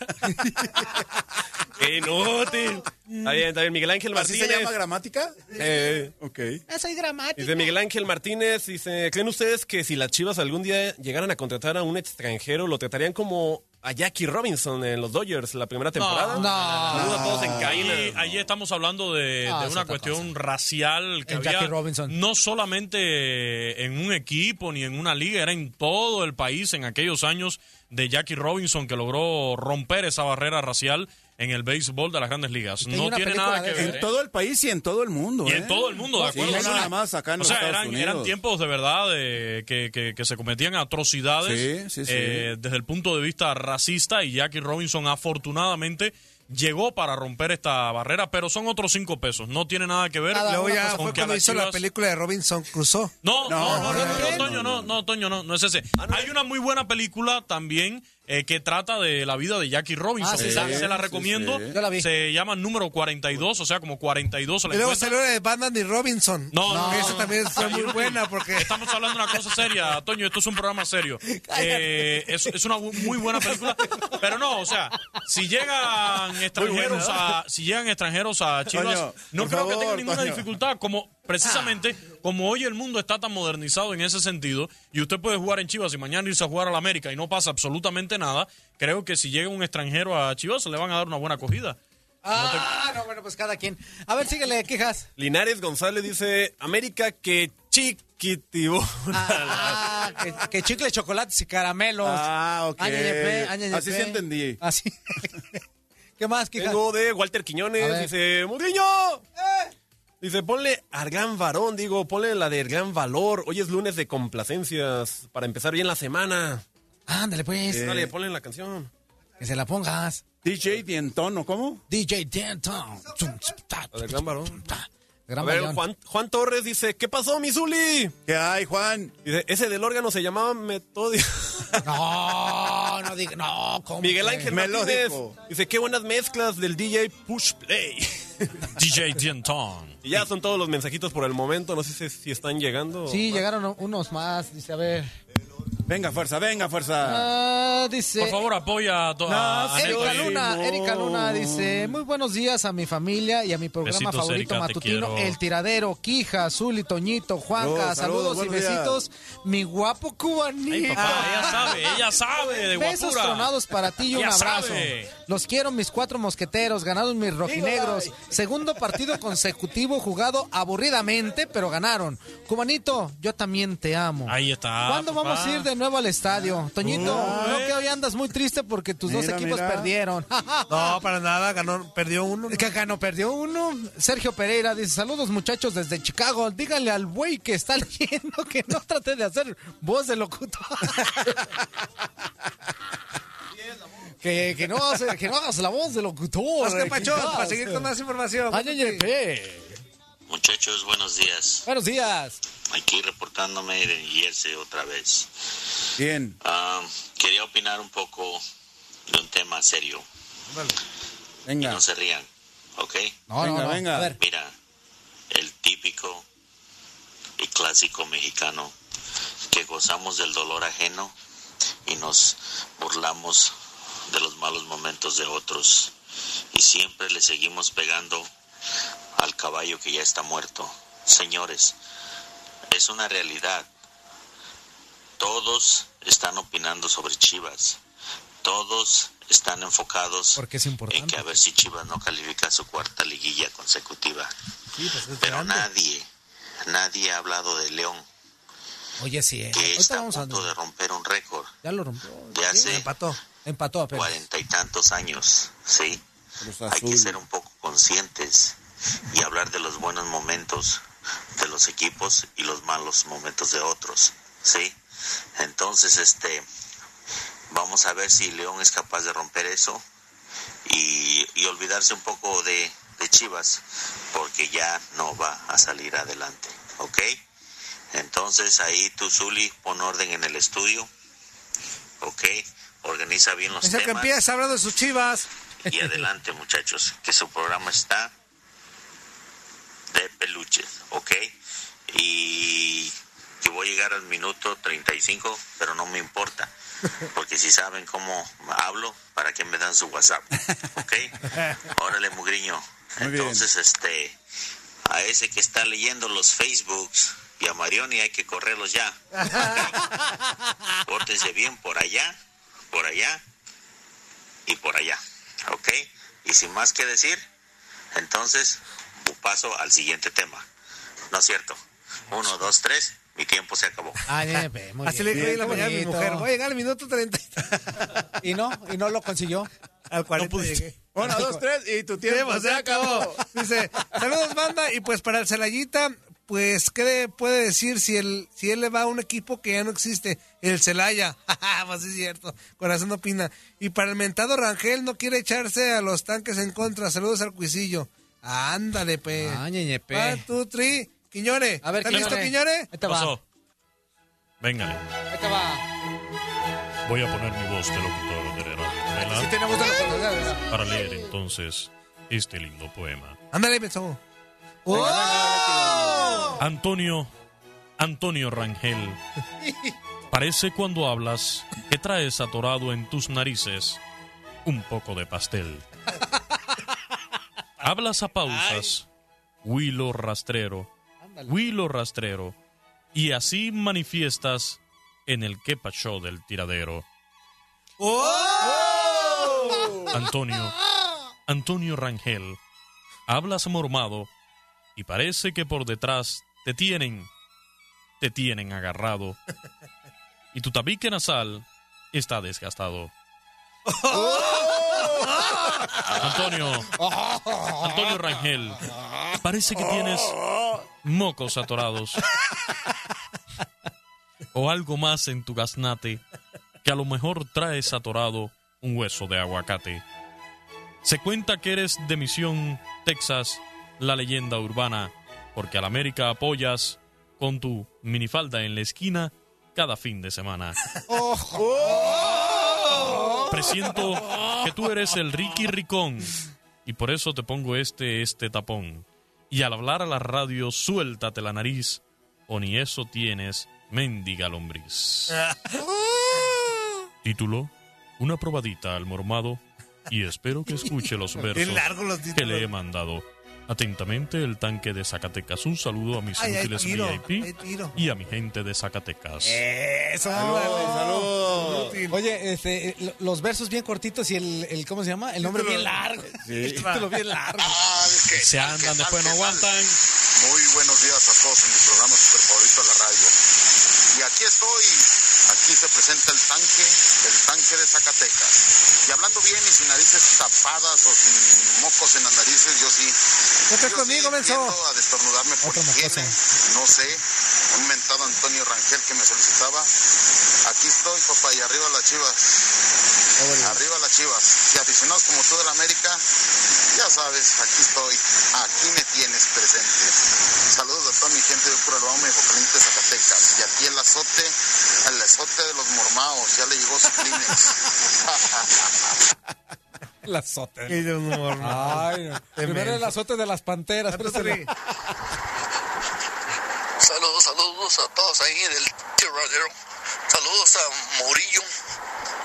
Speaker 13: inútil. Está bien, está bien. Miguel Ángel
Speaker 10: ¿Así
Speaker 13: Martínez.
Speaker 10: se llama gramática?
Speaker 13: Eh,
Speaker 10: ok.
Speaker 7: Ah,
Speaker 6: Eso es gramática.
Speaker 13: Dice Miguel Ángel Martínez, dice, ¿creen ustedes que si las Chivas algún día llegaran a contratar a un extranjero, lo tratarían como a Jackie Robinson en los Dodgers la primera temporada? Saludos a todos en cabina.
Speaker 9: Ahí, ahí estamos hablando de,
Speaker 13: No,
Speaker 9: de
Speaker 13: es
Speaker 9: una
Speaker 13: otra
Speaker 9: cuestión racial que
Speaker 6: El
Speaker 9: había
Speaker 6: Jackie Robinson.
Speaker 9: no solamente en un equipo ni en una liga, era en todo el país en aquellos años de Jackie Robinson que logró romper esa barrera racial en el béisbol de las grandes ligas.
Speaker 10: Hay
Speaker 9: No
Speaker 10: una
Speaker 9: tiene
Speaker 10: película
Speaker 9: nada
Speaker 10: de
Speaker 9: que
Speaker 10: eso.
Speaker 9: ver. ¿eh?
Speaker 10: En todo el país y en todo el mundo.
Speaker 9: Y
Speaker 10: ¿eh?
Speaker 9: en todo el mundo, de
Speaker 10: Sí,
Speaker 9: acuerdo.
Speaker 10: no
Speaker 9: Era-
Speaker 10: nada más acá en
Speaker 9: o
Speaker 10: los
Speaker 9: sea,
Speaker 10: Estados
Speaker 9: eran,
Speaker 10: Unidos.
Speaker 9: eran tiempos de verdad de- que, que- que se cometían atrocidades
Speaker 10: Sí, sí, sí.
Speaker 9: eh, desde el punto de vista racista y Jackie Robinson afortunadamente llegó para romper esta barrera, pero son otros cinco pesos. No tiene nada que ver
Speaker 7: Luego
Speaker 9: pues, con
Speaker 7: ya fue
Speaker 9: que a
Speaker 7: cuando
Speaker 9: las
Speaker 7: hizo la
Speaker 9: Chivas-
Speaker 7: película de Robinson Crusoe.
Speaker 9: no, no, no, no, no, Toño, no, no, Toño, no, no es ese.
Speaker 7: Ah,
Speaker 9: Hay una muy buena película también eh, que trata de la vida de Jackie Robinson.
Speaker 7: Ah, sí,
Speaker 9: Se-
Speaker 7: sí,
Speaker 9: se la
Speaker 7: sí,
Speaker 9: recomiendo.
Speaker 7: sí. Yo la vi.
Speaker 9: Se llama número 42, o sea, como 42 se la
Speaker 7: Y luego
Speaker 9: encuentra.
Speaker 7: salió la de Batman y Robinson.
Speaker 9: No, no,
Speaker 7: Que
Speaker 9: no,
Speaker 7: Esa
Speaker 9: no.
Speaker 7: también fue
Speaker 9: Ay,
Speaker 7: muy
Speaker 9: inútil.
Speaker 7: buena porque.
Speaker 9: Estamos hablando de una cosa seria, Toño. Esto es un programa serio. Eh, es, es una bu- muy buena película. Pero no, o sea, si llegan extranjeros
Speaker 10: buena,
Speaker 9: a, si llegan extranjeros a Chivas,
Speaker 10: Toño,
Speaker 9: no
Speaker 10: por
Speaker 9: creo que
Speaker 10: favor,
Speaker 9: tengan ninguna
Speaker 10: Toño.
Speaker 9: dificultad. Como precisamente, como hoy el mundo está tan modernizado en ese sentido, y usted puede jugar en Chivas y mañana irse a jugar a la América y no pasa absolutamente nada, creo que si llega un extranjero a Chivas le van a dar una buena acogida.
Speaker 6: Ah, no, bueno, pues cada quien. A ver, síguele, quejas.
Speaker 13: Linares González dice, América que chiquitibó.
Speaker 6: Ah, que, que chicle, chocolates y caramelos.
Speaker 13: Ah, ok.
Speaker 6: Añeñepe, añeñepe.
Speaker 13: Así sí entendí.
Speaker 6: Así. ¿Qué más, quejas?
Speaker 13: Tengo de Walter Quiñones, dice, Mugriño.
Speaker 6: Eh.
Speaker 13: Dice, ponle al gran varón, digo, ponle la del gran valor. Hoy es lunes de complacencias para empezar bien la semana.
Speaker 6: Ándale, pues.
Speaker 13: Eh, Dale, ponle la canción.
Speaker 6: Que se la pongas.
Speaker 10: DJ Dientón, ¿o cómo?
Speaker 6: DJ Denton.
Speaker 13: La del gran varón.
Speaker 6: Gran
Speaker 13: A ver,
Speaker 6: varón.
Speaker 13: Juan, Juan Torres dice, ¿qué pasó, mi Zuli?
Speaker 10: ¿Qué hay, Juan?
Speaker 13: Dice, ese del órgano se llamaba Metodio.
Speaker 6: Oh, No, no diga, no, ¿cómo
Speaker 13: Miguel
Speaker 6: crees?
Speaker 13: Ángel Martínez dice, qué buenas mezclas del DJ Push Play.
Speaker 9: DJ Dienton.
Speaker 13: Y ya son todos los mensajitos por el momento, no sé si, si están llegando.
Speaker 6: Sí, llegaron unos más, dice, a ver.
Speaker 10: Venga, fuerza, venga, fuerza.
Speaker 6: Ah, dice.
Speaker 9: Por favor, apoya a todos.
Speaker 6: Erika Luna, Erika Luna dice, muy buenos días a mi familia y a mi programa
Speaker 9: Besitos,
Speaker 6: favorito
Speaker 9: Erika, te
Speaker 6: matutino,
Speaker 9: quiero.
Speaker 6: El Tiradero, Quija, Zuli, Toñito, Juanca, saludos,
Speaker 9: Saludos, saludos,
Speaker 6: y
Speaker 9: buenos
Speaker 6: besitos, mi guapo cubanito.
Speaker 9: Ay, papá, ella sabe, ella sabe de
Speaker 6: Ah. Besos
Speaker 9: guapura.
Speaker 6: tronados para ti y un
Speaker 9: Ella
Speaker 6: abrazo.
Speaker 9: sabe.
Speaker 6: Los quiero, mis cuatro mosqueteros, ganaron mis rojinegros. Segundo partido consecutivo jugado aburridamente, pero ganaron. Cubanito, yo también te amo.
Speaker 9: Ahí está.
Speaker 6: ¿Cuándo
Speaker 9: Ah, papá. Uh.
Speaker 6: vamos a ir de nuevo al estadio? Toñito,
Speaker 7: Uy.
Speaker 6: creo que hoy andas muy triste porque tus dos
Speaker 7: Mira,
Speaker 6: equipos
Speaker 7: mira.
Speaker 6: perdieron.
Speaker 7: No, para nada, ganó, perdió uno.
Speaker 6: Que ganó, perdió uno. Sergio Pereira dice: Saludos, muchachos, desde Chicago. Díganle al güey que está leyendo que no trate de hacer voz de locutor. que, que, no hace- que no hagas la voz de locutor.
Speaker 7: Oscar Pachón, para seguir con más información.
Speaker 6: Ay, ay, ay, pe.
Speaker 17: Muchachos, buenos días.
Speaker 6: Buenos días.
Speaker 17: Aquí reportándome de Jersey otra vez.
Speaker 10: Bien.
Speaker 17: Ah, quería opinar un poco de un tema serio.
Speaker 10: Venga.
Speaker 17: No se rían, ¿ok?
Speaker 10: No, no, Venga, no. venga. A ver.
Speaker 17: Mira, el típico y clásico mexicano que gozamos del dolor ajeno y nos burlamos de los malos momentos de otros y siempre le seguimos pegando al caballo que ya está muerto. Señores, es una realidad. Todos están opinando sobre Chivas,
Speaker 30: Todos están enfocados
Speaker 6: Porque es importante.
Speaker 30: en que a ver si Chivas no califica a su cuarta liguilla consecutiva.
Speaker 6: Sí, pues es
Speaker 30: Pero
Speaker 6: grande.
Speaker 30: nadie, nadie ha hablado de León,
Speaker 6: Oye, sí. eh.
Speaker 30: que
Speaker 6: Ahorita
Speaker 30: está a
Speaker 6: vamos a...
Speaker 30: punto de romper un récord
Speaker 6: Ya lo rompió.
Speaker 30: de hace
Speaker 6: Empató. Empató apenas.
Speaker 30: cuarenta y tantos años, ¿sí? Hay que ser un poco conscientes y hablar de los buenos momentos de los equipos y los malos momentos de otros, ¿sí? Entonces, este, vamos a ver si León es capaz de romper eso y, y olvidarse un poco de, de Chivas, porque ya no va a salir adelante, ¿ok? Entonces, ahí tú, Zuli, pon orden en el estudio, ¿ok? Organiza bien los
Speaker 7: Es el que
Speaker 30: temas.
Speaker 7: empieza hablando de sus chivas.
Speaker 30: Y adelante, muchachos, que su programa está de peluches, ¿ok? Y que voy a llegar al minuto 35, pero no me importa, porque si saben cómo hablo, ¿para qué me dan su WhatsApp? ¿Ok? Órale, mugriño.
Speaker 10: Muy bien.
Speaker 30: Entonces, este, a ese que está leyendo los Facebooks y a Marioni hay que correrlos ya. Pórtense bien por allá, por allá y por allá. ¿Ok? Y sin más que decir, entonces paso al siguiente tema. ¿No es cierto? Uno, dos, tres, mi tiempo se acabó.
Speaker 6: Ah, ya, ya, pe, muy
Speaker 7: Así
Speaker 6: bien.
Speaker 7: le creí la mañana a mi
Speaker 6: Bonito.
Speaker 7: mujer. Voy a llegar al minuto 30.
Speaker 6: Y no, y no lo consiguió.
Speaker 7: Al 40 llegué.
Speaker 6: Uno, dos,
Speaker 7: tres, y tu
Speaker 6: tiempo se acabó.
Speaker 7: pues, Dice, saludos, banda. Y pues para el Celayita, pues, ¿qué le puede decir si él, si él le va a un equipo que ya no existe? El Celaya.
Speaker 6: Ah,
Speaker 7: pues sí es cierto. Corazón opina. Y para el mentado Rangel, no quiere echarse a los tanques en contra. Saludos al cuisillo. Ándale, pe.
Speaker 6: Ah, ñeñe, pe.
Speaker 7: One, two, three. Quiñone.
Speaker 6: A ver,
Speaker 7: ¿Estás listo,
Speaker 6: Quiñone.
Speaker 7: Quiñone?
Speaker 6: Ahí te va. Pasó.
Speaker 9: Véngale. Voy a poner mi voz de locutor de radio.
Speaker 7: Sí, tenemos de locutor, ¿verdad?
Speaker 9: Para leer entonces este lindo poema.
Speaker 7: Ándale, pensó.
Speaker 9: Antonio, Antonio Rangel, parece cuando hablas que traes atorado en tus narices un poco de pastel. Hablas a pausas, huilo rastrero, huilo rastrero, y así manifiestas en el que pachó del tiradero. Antonio, Antonio Rangel, hablas mormado y parece que por detrás te tienen, te tienen agarrado y tu tabique nasal está desgastado. Antonio,
Speaker 12: Oh,
Speaker 9: Antonio Rangel, parece que tienes mocos atorados o algo más en tu gaznate que a lo mejor traes atorado un hueso de aguacate. Se cuenta que eres de Misión, Texas, la leyenda urbana, porque al América apoyas con tu minifalda en la esquina cada fin de semana. Presiento que tú eres el Ricky Ricón y por eso te pongo este, este tapón. Y al hablar a la radio, suéltate la nariz o ni eso tienes, mendiga lombriz. Título, una probadita al mormado y espero que escuche los
Speaker 7: Qué
Speaker 9: versos
Speaker 7: largo los
Speaker 9: que
Speaker 7: títulos.
Speaker 9: le he mandado. Atentamente, el tanque de Zacatecas. Un saludo a mis
Speaker 7: Ay, hay
Speaker 9: útiles
Speaker 7: tiro, hay
Speaker 9: VIP
Speaker 7: tiro. Eh.
Speaker 9: y a mi gente de Zacatecas.
Speaker 6: Eso.
Speaker 10: Saludos.
Speaker 6: Oye, este, lo- los versos bien cortitos y el, el- ¿cómo se llama? El nombre bien largo. El título bien largo.
Speaker 29: Ah,
Speaker 9: Se andan, después no aguantan.
Speaker 29: Muy buenos días a todos en mi programa super favorito de la radio. Y aquí estoy, aquí se presenta el tanque, el tanque de Zacatecas. Y hablando bien y sin narices tapadas o sin mocos en las narices, yo sí.
Speaker 7: Vete
Speaker 29: yo
Speaker 7: conmigo,
Speaker 29: sí
Speaker 7: menso.
Speaker 29: tiendo a destornudarme por
Speaker 7: Otra
Speaker 29: higiene, no sé, un mentado Antonio Rangel que me solicitaba. Aquí estoy, papá, y arriba las chivas. Arriba las chivas. Si aficionados como tú de la América, ya sabes, aquí estoy, aquí me tienes presente. Saludos a toda mi gente de Pura Loama y Jocalinte, Zacatecas. Y aquí el azote, el azote de los mormaos, ya le llegó su Kleenex.
Speaker 6: El azote.
Speaker 7: Y de un humor, ¿no?
Speaker 6: Ay, no. Primero el azote de las panteras. pero se la-
Speaker 31: Saludos, saludos a todos ahí del tiradero. Saludos a Murillo.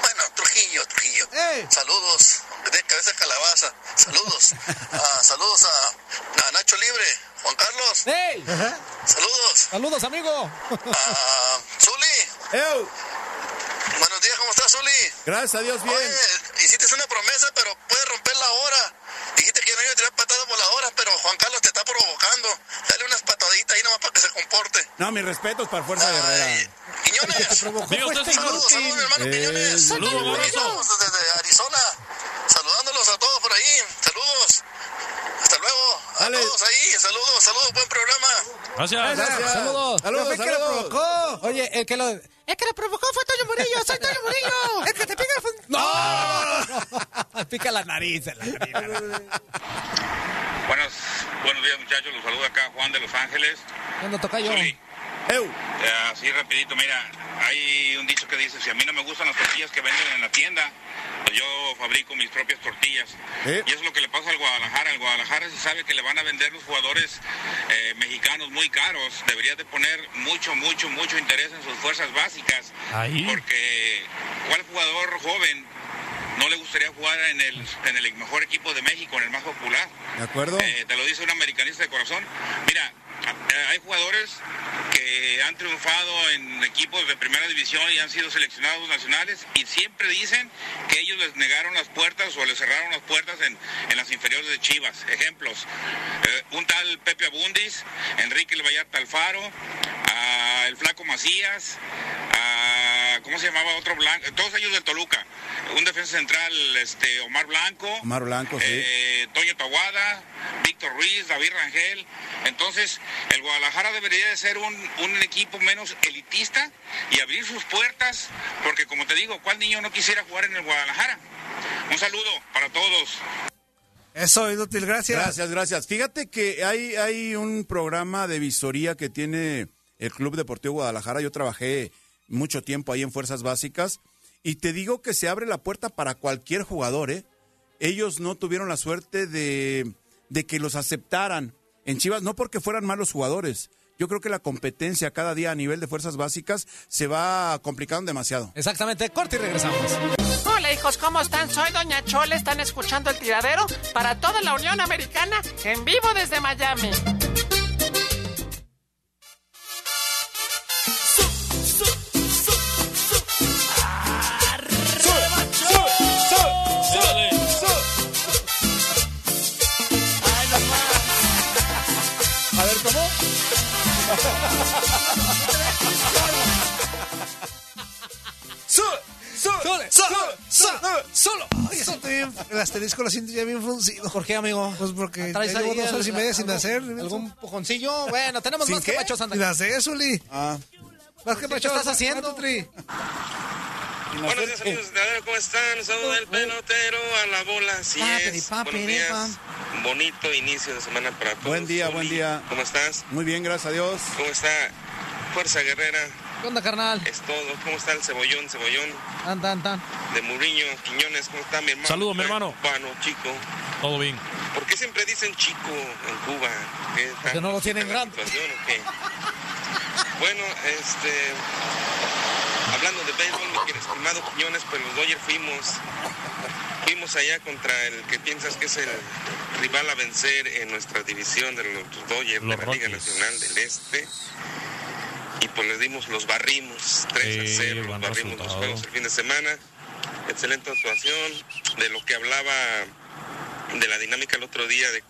Speaker 31: Bueno, Trujillo, Trujillo. Saludos de cabeza calabaza. Saludos. Ah, saludos a, a Nacho Libre. Juan Carlos.
Speaker 6: Ajá.
Speaker 31: Saludos.
Speaker 6: Saludos, amigo.
Speaker 31: a Zuli. Buenos días, ¿cómo estás, Zuli?
Speaker 10: Gracias a Dios, bien.
Speaker 31: Oye, hiciste una promesa, pero puedes romper la hora. Dijiste que yo no iba a tirar patadas por la hora, pero Juan Carlos te está provocando. Dale unas pataditas ahí nomás para que se comporte.
Speaker 10: No, mis respetos para Fuerza Guerrera.
Speaker 31: Digo,
Speaker 10: usted, señor.
Speaker 31: saludos, saludos, mi
Speaker 10: este
Speaker 31: hermano
Speaker 10: Eh,
Speaker 31: Quiñones.
Speaker 10: saludos,
Speaker 31: Aquí
Speaker 10: abrazo.
Speaker 31: estamos desde Arizona. Saludándolos a todos por ahí. Saludos. Hasta luego. A todos ahí. Saludos, saludos. Buen programa.
Speaker 9: Gracias.
Speaker 6: Gracias.
Speaker 10: Saludos,
Speaker 6: Saludos. Pero fue el que
Speaker 10: saludos.
Speaker 6: lo provocó. Oye, el que lo. El que lo provocó fue Toño Murillo. Soy Toño Murillo. El que te pica fue. ¡No! pica la nariz. La nariz.
Speaker 32: Buenos, buenos días muchachos, los saludo acá Juan de Los Ángeles.
Speaker 6: Cuando toca yo.
Speaker 32: Eh, Así rapidito, mira, hay un dicho que dice, si a mí no me gustan las tortillas que venden en la tienda, pues yo fabrico mis propias tortillas.
Speaker 10: ¿Eh?
Speaker 32: Y eso es lo que le pasa al Guadalajara. Al Guadalajara se sabe que le van a vender los jugadores eh, mexicanos muy caros. Debería de poner mucho, mucho, mucho interés en sus fuerzas básicas.
Speaker 9: Ahí.
Speaker 32: Porque ¿cuál jugador joven no le gustaría jugar en el, en el mejor equipo de México, en el más popular?
Speaker 10: ¿De acuerdo?
Speaker 32: Eh, te lo dice un americanista de corazón. Mira, eh, hay jugadores que han triunfado en equipos de primera división y han sido seleccionados nacionales y siempre dicen que ellos les negaron las puertas o les cerraron las puertas en, en las inferiores de Chivas. Ejemplos, eh, un tal Pepe Abundis, Enrique El Vallarta Alfaro, a el Flaco Macías, a, ¿cómo se llamaba otro blanco? Todos ellos del Toluca. Un defensa central, este Omar Blanco.
Speaker 10: Omar Blanco, sí.
Speaker 32: Eh, Toño Taguada, Víctor Ruiz, David Rangel. Entonces, el Guadalajara debería de ser un, un equipo menos elitista y abrir sus puertas, porque como te digo, ¿cuál niño no quisiera jugar en el Guadalajara? Un saludo para todos.
Speaker 10: Eso, inútil, gracias. Gracias, gracias. Fíjate que hay, hay un programa de visoría que tiene el Club Deportivo Guadalajara. Yo trabajé mucho tiempo ahí en Fuerzas Básicas y te digo que se abre la puerta para cualquier jugador, ¿eh? Ellos no tuvieron la suerte de, de que los aceptaran en Chivas, no porque fueran malos jugadores. Yo creo que la competencia cada día a nivel de fuerzas básicas se va complicando demasiado.
Speaker 6: Exactamente, corte y regresamos.
Speaker 4: Hola hijos, ¿cómo están? Soy Doña Chole, están escuchando el tiradero para toda la Unión Americana en vivo desde Miami.
Speaker 12: A ver, ¿cómo?
Speaker 7: ¡Sube! ¡Sube! ¡Solo! ¡Solo! Ay, eso está bien- el asterisco lo siento ya bien fruncido. ¿Por qué, amigo? Pues porque
Speaker 6: ¿Traes
Speaker 7: ya llevo
Speaker 6: ahí
Speaker 7: dos horas y
Speaker 6: el-
Speaker 7: media sin
Speaker 6: algún-
Speaker 7: hacer.
Speaker 6: algún pujoncillo? Bueno, tenemos más que Pacho Santa.
Speaker 7: Sin hacer, Zuli.
Speaker 10: Ah.
Speaker 7: Más que
Speaker 6: ¿Qué
Speaker 7: Pacho
Speaker 6: estás haciendo?
Speaker 7: Tri.
Speaker 33: Buenos días, amigos. ¿Cómo están? Saludos del pelotero a la bola. Así
Speaker 10: Papi,
Speaker 33: es.
Speaker 10: papi,
Speaker 33: Buenos días. Bonito inicio de semana para todos.
Speaker 10: Buen día, buen día.
Speaker 33: ¿Cómo estás?
Speaker 10: Muy bien, gracias a Dios.
Speaker 33: ¿Cómo está Fuerza Guerrera?
Speaker 6: ¿Qué onda, carnal?
Speaker 33: Es todo. ¿Cómo está el cebollón, cebollón?
Speaker 6: Tan, tan, tan.
Speaker 33: De Muriño, Quiñones, ¿cómo está mi hermano?
Speaker 9: Saludos, mi hermano.
Speaker 33: Bueno, chico.
Speaker 9: Todo bien.
Speaker 33: ¿Por qué siempre dicen chico en Cuba? ¿Qué está-
Speaker 9: Porque no lo tienen
Speaker 33: está la
Speaker 9: grande.
Speaker 33: situación o qué? Bueno, este. Hablando de béisbol, mi querido estimado Quiñones, pues los Dodgers fuimos. Fuimos allá contra el que piensas que es el rival a vencer en nuestra división de los Dodgers de la Liga Nacional del Este. Y pues les dimos, los barrimos 3 a 0, los barrimos los juegos el fin de semana. Excelente actuación. De lo que hablaba de la dinámica el otro día, de,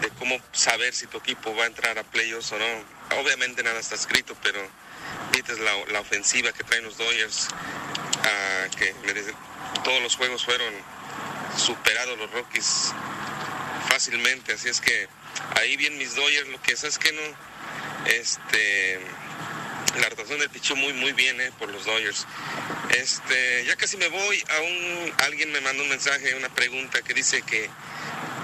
Speaker 33: de cómo saber si tu equipo va a entrar a playoffs o no. Obviamente nada está escrito, pero viste la, la ofensiva que traen los Dodgers, ah, que le des- todos los juegos fueron superados los Rockies fácilmente, así es que ahí bien mis Dodgers, lo que es que no, este, la rotación del pichón muy muy bien eh, por los Dodgers. Este, ya casi me voy, a un, alguien me mandó un mensaje, una pregunta que dice que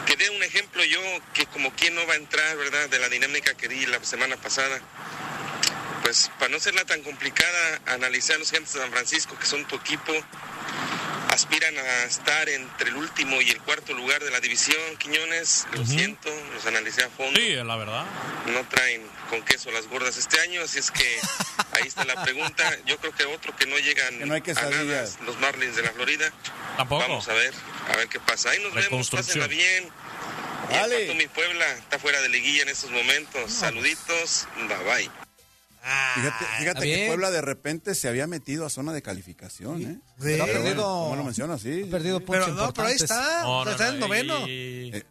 Speaker 33: que dé un ejemplo yo que como quien no va a entrar, ¿verdad? De la dinámica que di la semana pasada. Pues para no serla tan complicada, analizar los gigantes de San Francisco, que son tu equipo, aspiran a estar entre el último y el cuarto lugar de la división, Quiñones, lo siento, los analicé a fondo.
Speaker 9: Sí, la verdad.
Speaker 33: No traen con queso las gordas este año, así es que ahí está la pregunta. Yo creo que otro que no llegan
Speaker 10: Que no hay
Speaker 33: a nada
Speaker 10: quesadillas.
Speaker 33: es los Marlins de la Florida.
Speaker 9: Tampoco.
Speaker 33: Vamos a ver, a ver qué pasa. Ahí nos vemos, pásenla
Speaker 9: Reconstrucción.
Speaker 33: bien. Y el Pato mi Puebla está fuera de liguilla en estos momentos. Saluditos, bye bye.
Speaker 9: Ah,
Speaker 10: Fíjate, fíjate
Speaker 6: Ah, está
Speaker 10: que
Speaker 6: bien.
Speaker 10: Puebla de repente se había metido a zona de calificación, ¿eh?
Speaker 6: Pero ha perdido-
Speaker 10: como lo mencionas, sí.
Speaker 6: perdido
Speaker 10: sí.
Speaker 6: puntos Pero no, pero ahí importantes. está,
Speaker 9: No, no,
Speaker 6: está en
Speaker 9: no,
Speaker 6: noveno.
Speaker 9: y-
Speaker 10: Eh.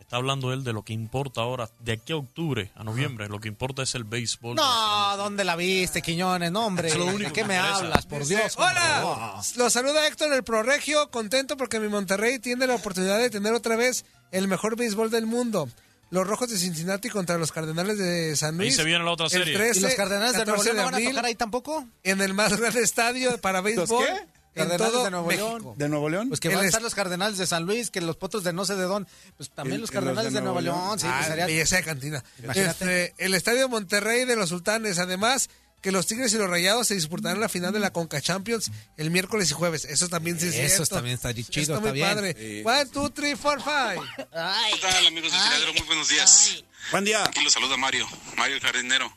Speaker 9: Está hablando él de lo que importa ahora, de aquí a octubre, a noviembre, lo que importa es el béisbol.
Speaker 6: No, ¿dónde la viste, Quiñones? No, hombre.
Speaker 9: Es lo único
Speaker 6: ¿De qué
Speaker 9: que
Speaker 6: me
Speaker 9: interesa.
Speaker 6: hablas? Por
Speaker 7: Dice,
Speaker 6: Dios.
Speaker 7: ¡Hola! Los saluda Héctor el Proregio, contento porque mi Monterrey tiene la oportunidad de tener otra vez el mejor béisbol del mundo. Los Rojos de Cincinnati contra los Cardenales de San
Speaker 9: Ahí
Speaker 7: Luis.
Speaker 9: se viene la otra
Speaker 7: El
Speaker 9: serie.
Speaker 7: 13,
Speaker 6: ¿Y los Cardenales de Nuevo
Speaker 7: 14
Speaker 6: León no van a
Speaker 7: abril,
Speaker 6: tocar ahí tampoco?
Speaker 7: En el más grande estadio para béisbol.
Speaker 6: qué?
Speaker 7: pues, En
Speaker 6: Cardenales
Speaker 7: todo
Speaker 6: de Nuevo
Speaker 7: México.
Speaker 6: León.
Speaker 10: ¿De Nuevo León?
Speaker 6: Pues que
Speaker 7: El
Speaker 6: van a
Speaker 7: est-
Speaker 6: estar los Cardenales de San Luis, que los potros de no sé de dónde. Pues también
Speaker 7: El-
Speaker 6: los
Speaker 7: el- los
Speaker 6: Cardenales de Nuevo León. Sí, pues
Speaker 7: Ah,
Speaker 6: sería-
Speaker 7: belleza de cantina.
Speaker 6: Imagínate.
Speaker 7: Este, el Estadio Monterrey de los Sultanes. Además, que los Tigres y los Rayados se disputarán la final de la Conca Champions el miércoles y jueves. Eso también sí es
Speaker 6: Eso
Speaker 7: cierto.
Speaker 6: también está chido,
Speaker 7: Está muy
Speaker 6: está bien.
Speaker 7: padre.
Speaker 6: Sí.
Speaker 7: One, two, three, four, five.
Speaker 11: ¿Qué tal, amigos de Tiradero? Muy buenos días.
Speaker 10: Buen día.
Speaker 11: Aquí los saluda Mario, Mario el jardinero.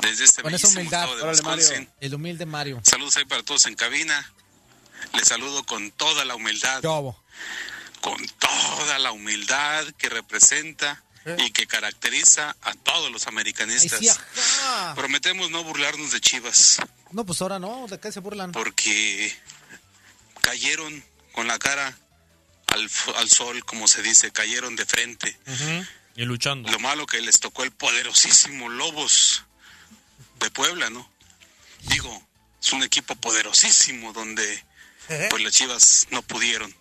Speaker 11: Desde este
Speaker 6: Con esa
Speaker 11: bellísimo
Speaker 6: humildad.
Speaker 11: estado de Wisconsin.
Speaker 6: El humilde Mario.
Speaker 11: Saludos ahí para todos en cabina. Les saludo con toda la humildad. Con toda la humildad que representa y que caracteriza a todos los americanistas.
Speaker 6: Ahí sí, ajá.
Speaker 11: Prometemos no burlarnos de Chivas,
Speaker 6: No, pues ahora no. ¿De qué se burlan?
Speaker 11: porque cayeron con la cara al, f- al sol, como se dice, cayeron de frente.
Speaker 9: Y luchando.
Speaker 11: Lo malo que les tocó el poderosísimo Lobos de Puebla, ¿no? Digo, es un equipo poderosísimo donde pues las Chivas no pudieron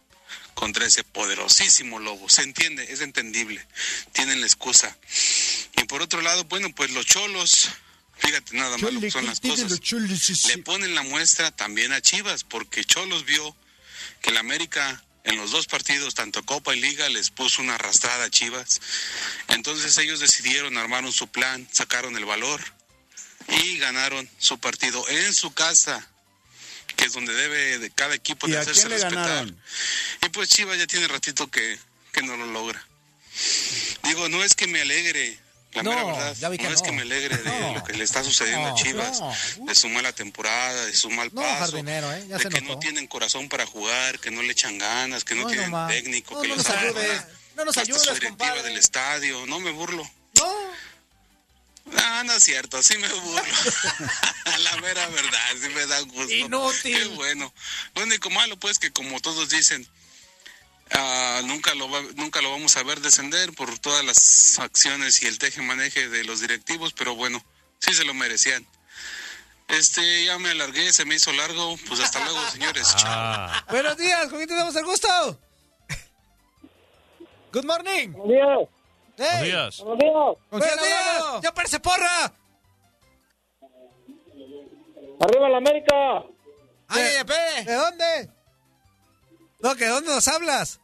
Speaker 11: contra ese poderosísimo Lobos. Se entiende, es entendible. Tienen la excusa. Y por otro lado, bueno, pues los Cholos, fíjate nada más lo que son las cosas. Le ponen la muestra también a Chivas porque Cholos vio que el América en los dos partidos, tanto Copa y Liga, les puso una arrastrada a Chivas. Entonces ellos decidieron, armaron su plan, sacaron el valor y ganaron su partido en su casa, que es donde debe de cada equipo
Speaker 10: ¿Y
Speaker 11: de
Speaker 10: a
Speaker 11: hacerse
Speaker 10: quién le
Speaker 11: respetar.
Speaker 10: ganaron?
Speaker 11: Y pues Chivas ya tiene ratito que, que no lo logra. Digo, no es que me alegre, la
Speaker 6: No,
Speaker 11: mera verdad,
Speaker 6: ya vi que
Speaker 11: no, es
Speaker 6: no.
Speaker 11: que me alegre de
Speaker 6: No.
Speaker 11: lo que le está sucediendo a
Speaker 6: No,
Speaker 11: Chivas,
Speaker 6: no.
Speaker 11: de su mala temporada, de su mal
Speaker 6: No,
Speaker 11: paso,
Speaker 6: jardinero, ¿eh? Ya
Speaker 11: de
Speaker 6: se
Speaker 11: que
Speaker 6: notó.
Speaker 11: no tienen corazón para jugar, que no le echan ganas, que no,
Speaker 6: No,
Speaker 11: tienen
Speaker 6: nomás.
Speaker 11: técnico,
Speaker 6: No,
Speaker 11: que
Speaker 6: no
Speaker 11: los
Speaker 6: nos ayudes.
Speaker 11: abandona
Speaker 6: No nos
Speaker 11: hasta su
Speaker 6: ayudes,
Speaker 11: directiva
Speaker 6: compadre.
Speaker 11: del estadio, no me burlo.
Speaker 6: No.
Speaker 11: No, no es cierto, sí me burlo. la mera verdad, sí me da gusto. Inútil. Qué bueno. Lo único malo, pues, que como todos dicen, ah, nunca, lo va- nunca lo vamos a ver descender por todas las acciones y el teje-maneje de los directivos, pero bueno, sí se lo merecían. Este, ya me alargué, se me hizo largo. Pues hasta luego, señores. Chao.
Speaker 7: Buenos días, ¿con quién tenemos el gusto?
Speaker 6: Good morning.
Speaker 7: Buenos días.
Speaker 6: Buenos
Speaker 9: días.
Speaker 7: Buenos días. ¡Ya parece porra!
Speaker 4: ¡Arriba la América!
Speaker 7: ¡Ay, ¿De dónde? No, ¿que de dónde nos hablas?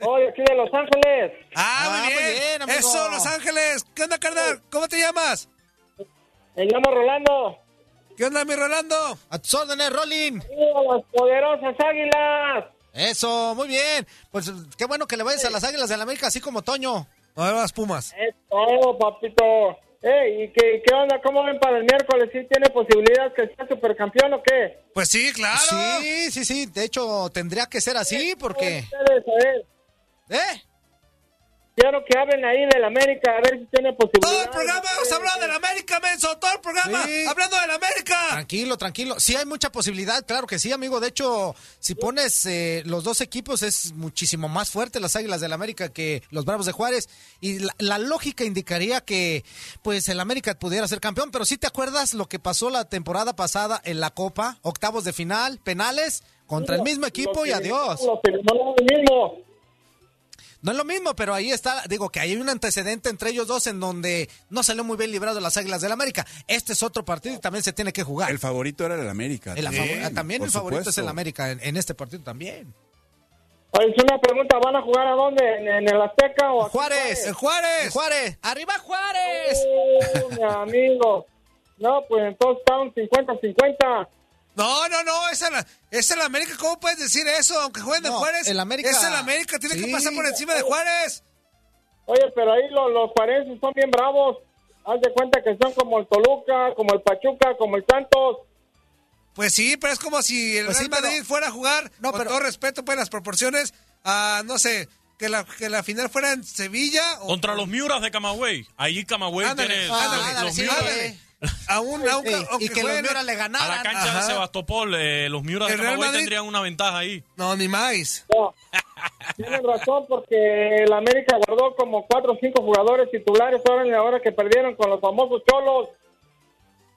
Speaker 4: Hoy aquí de Los Ángeles.
Speaker 7: Ah, muy bien.
Speaker 4: amigo.
Speaker 7: Eso, Los Ángeles. ¿Qué onda, carnal? ¿Cómo te llamas?
Speaker 4: Me llamo Rolando.
Speaker 7: ¿Qué onda, mi Rolando?
Speaker 6: A tus órdenes, Rolling.
Speaker 4: las poderosas águilas!
Speaker 6: Eso, muy bien. Pues qué bueno que le vayas a las Águilas del América, así como Toño.
Speaker 7: Nuevas Pumas.
Speaker 4: Es todo, papito. Ey, ¿y qué, qué onda? ¿Cómo ven para el miércoles? ¿Sí tiene posibilidad que sea supercampeón o qué?
Speaker 7: Pues sí, claro.
Speaker 6: Sí, sí, sí. De hecho, tendría que ser así porque...
Speaker 4: Ustedes, a ver.
Speaker 6: ¿Eh?
Speaker 4: Quiero que hablen ahí del América, a ver si tiene posibilidad.
Speaker 7: Todo el programa vamos a hablar de la América, menso. Todo el programa
Speaker 6: Sí.
Speaker 7: hablando de la América.
Speaker 6: Tranquilo, tranquilo. Sí, hay mucha posibilidad, claro que sí, amigo. De hecho, si pones eh, los dos equipos, es muchísimo más fuerte las Águilas del América que los Bravos de Juárez. Y la, la lógica indicaría que, pues, el América pudiera ser campeón. Pero si te acuerdas lo que pasó la temporada pasada en la Copa, octavos de final, penales, contra el mismo equipo y adiós. No es lo mismo, pero ahí está, digo que hay un antecedente entre ellos dos en donde no salió muy bien librado las Águilas del América. Este es otro partido y también se tiene que jugar.
Speaker 10: El favorito era el América.
Speaker 6: El favor- ah, también
Speaker 10: por
Speaker 6: el favorito es
Speaker 10: supuesto.
Speaker 6: el América en, en este partido también.
Speaker 4: Oye, es una pregunta, ¿van a jugar a dónde? ¿En, en el Azteca o aquí
Speaker 6: Juárez,
Speaker 4: en
Speaker 6: Juárez, Juárez, arriba Juárez.
Speaker 7: Ah.
Speaker 4: Oh, mi amigo. No, pues entonces está un 50-50.
Speaker 7: No, no, no, es el, es el América. ¿Cómo puedes decir eso? Aunque jueguen de
Speaker 4: No,
Speaker 7: Juárez.
Speaker 4: el América-
Speaker 7: Es el América, tiene que
Speaker 4: Sí.
Speaker 7: pasar por encima de Juárez.
Speaker 4: Oye, pero ahí lo- los juarenses son bien bravos. Haz de cuenta que son como el Toluca, como el Pachuca, como el Santos.
Speaker 7: Pues sí, pero es como si el
Speaker 4: Pues sí,
Speaker 7: Real Madrid
Speaker 4: pero-
Speaker 7: fuera a jugar,
Speaker 4: No,
Speaker 7: con
Speaker 4: pero-
Speaker 7: todo respeto, pues las proporciones, a, no sé, que la, que la final fuera en Sevilla o
Speaker 9: Contra los Miuras de Camagüey. Ahí Camagüey
Speaker 7: Ándale,
Speaker 9: tiene
Speaker 7: ándale,
Speaker 9: los-
Speaker 4: Ah,
Speaker 7: ándale,
Speaker 9: los
Speaker 7: sí,
Speaker 9: Miuras.
Speaker 7: ándale. a un, a un- aunque jueguen-
Speaker 9: A la cancha de
Speaker 7: Ajá.
Speaker 9: Sebastopol, eh, los Miuras de
Speaker 7: El Real
Speaker 9: Camagüey
Speaker 7: Madrid-
Speaker 9: tendrían una ventaja ahí.
Speaker 7: No, ni más.
Speaker 4: Tienen razón porque el América guardó como cuatro o cinco jugadores titulares ahora, ahora que perdieron con los famosos cholos.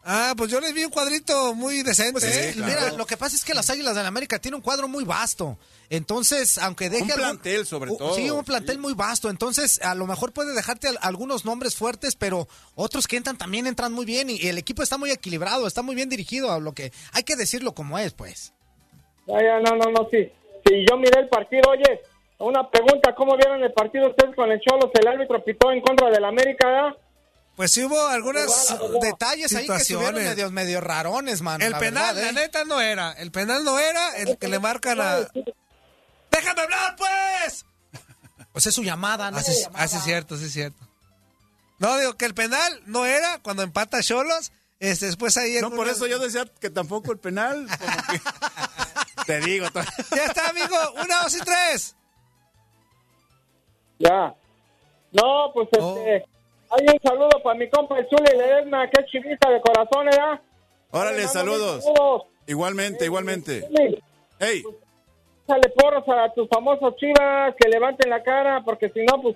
Speaker 7: Ah, pues yo les vi un cuadrito muy decente.
Speaker 6: Eh, Mira, lo que pasa es que las Águilas del América tienen un cuadro muy vasto. Entonces, aunque deje
Speaker 10: Un
Speaker 6: algún-
Speaker 10: plantel, sobre
Speaker 6: u-
Speaker 10: todo.
Speaker 6: Sí, un plantel muy vasto. Entonces, a lo mejor puede dejarte al- algunos nombres fuertes, pero otros que entran también entran muy bien. Y, y el equipo está muy equilibrado, está muy bien dirigido. A lo que hay que decirlo como es, pues.
Speaker 4: Ya, ya, no, no, no, sí. Si yo miré el partido, oye, una pregunta, ¿cómo vieron el partido ustedes con el Cholos? El árbitro pitó en contra del América, ¿verdad?
Speaker 7: Pues sí hubo algunas
Speaker 6: Detalles ahí que estuvieron
Speaker 7: Situaciones.
Speaker 6: medios, medio rarones, mano.
Speaker 7: El
Speaker 6: la
Speaker 7: penal,
Speaker 6: verdad, ¿eh?
Speaker 7: la neta, no era. El penal no era el que le marcan a... ¡Déjame hablar, pues!
Speaker 6: Pues es su llamada, ¿no?
Speaker 7: Ah, sí,
Speaker 6: Su llamada.
Speaker 7: ah, sí es cierto, sí es cierto. No, digo que el penal no era cuando empata Cholos. Este, después ahí...
Speaker 10: No, por eso yo decía que tampoco el penal. como que- Te digo.
Speaker 7: Ya está, amigo. Una, dos y tres.
Speaker 4: Ya. No, pues este. Hay un saludo para mi compa el Zuli Ledesma, que es chivista de corazón, ¿verdad?
Speaker 10: Órale,
Speaker 4: Te mando
Speaker 10: saludos.
Speaker 4: mis saludos.
Speaker 10: Igualmente, igualmente.
Speaker 4: Zuli,
Speaker 10: Hey,
Speaker 4: Échale porras a tus famosos chivas que levanten la cara, porque si no, pues.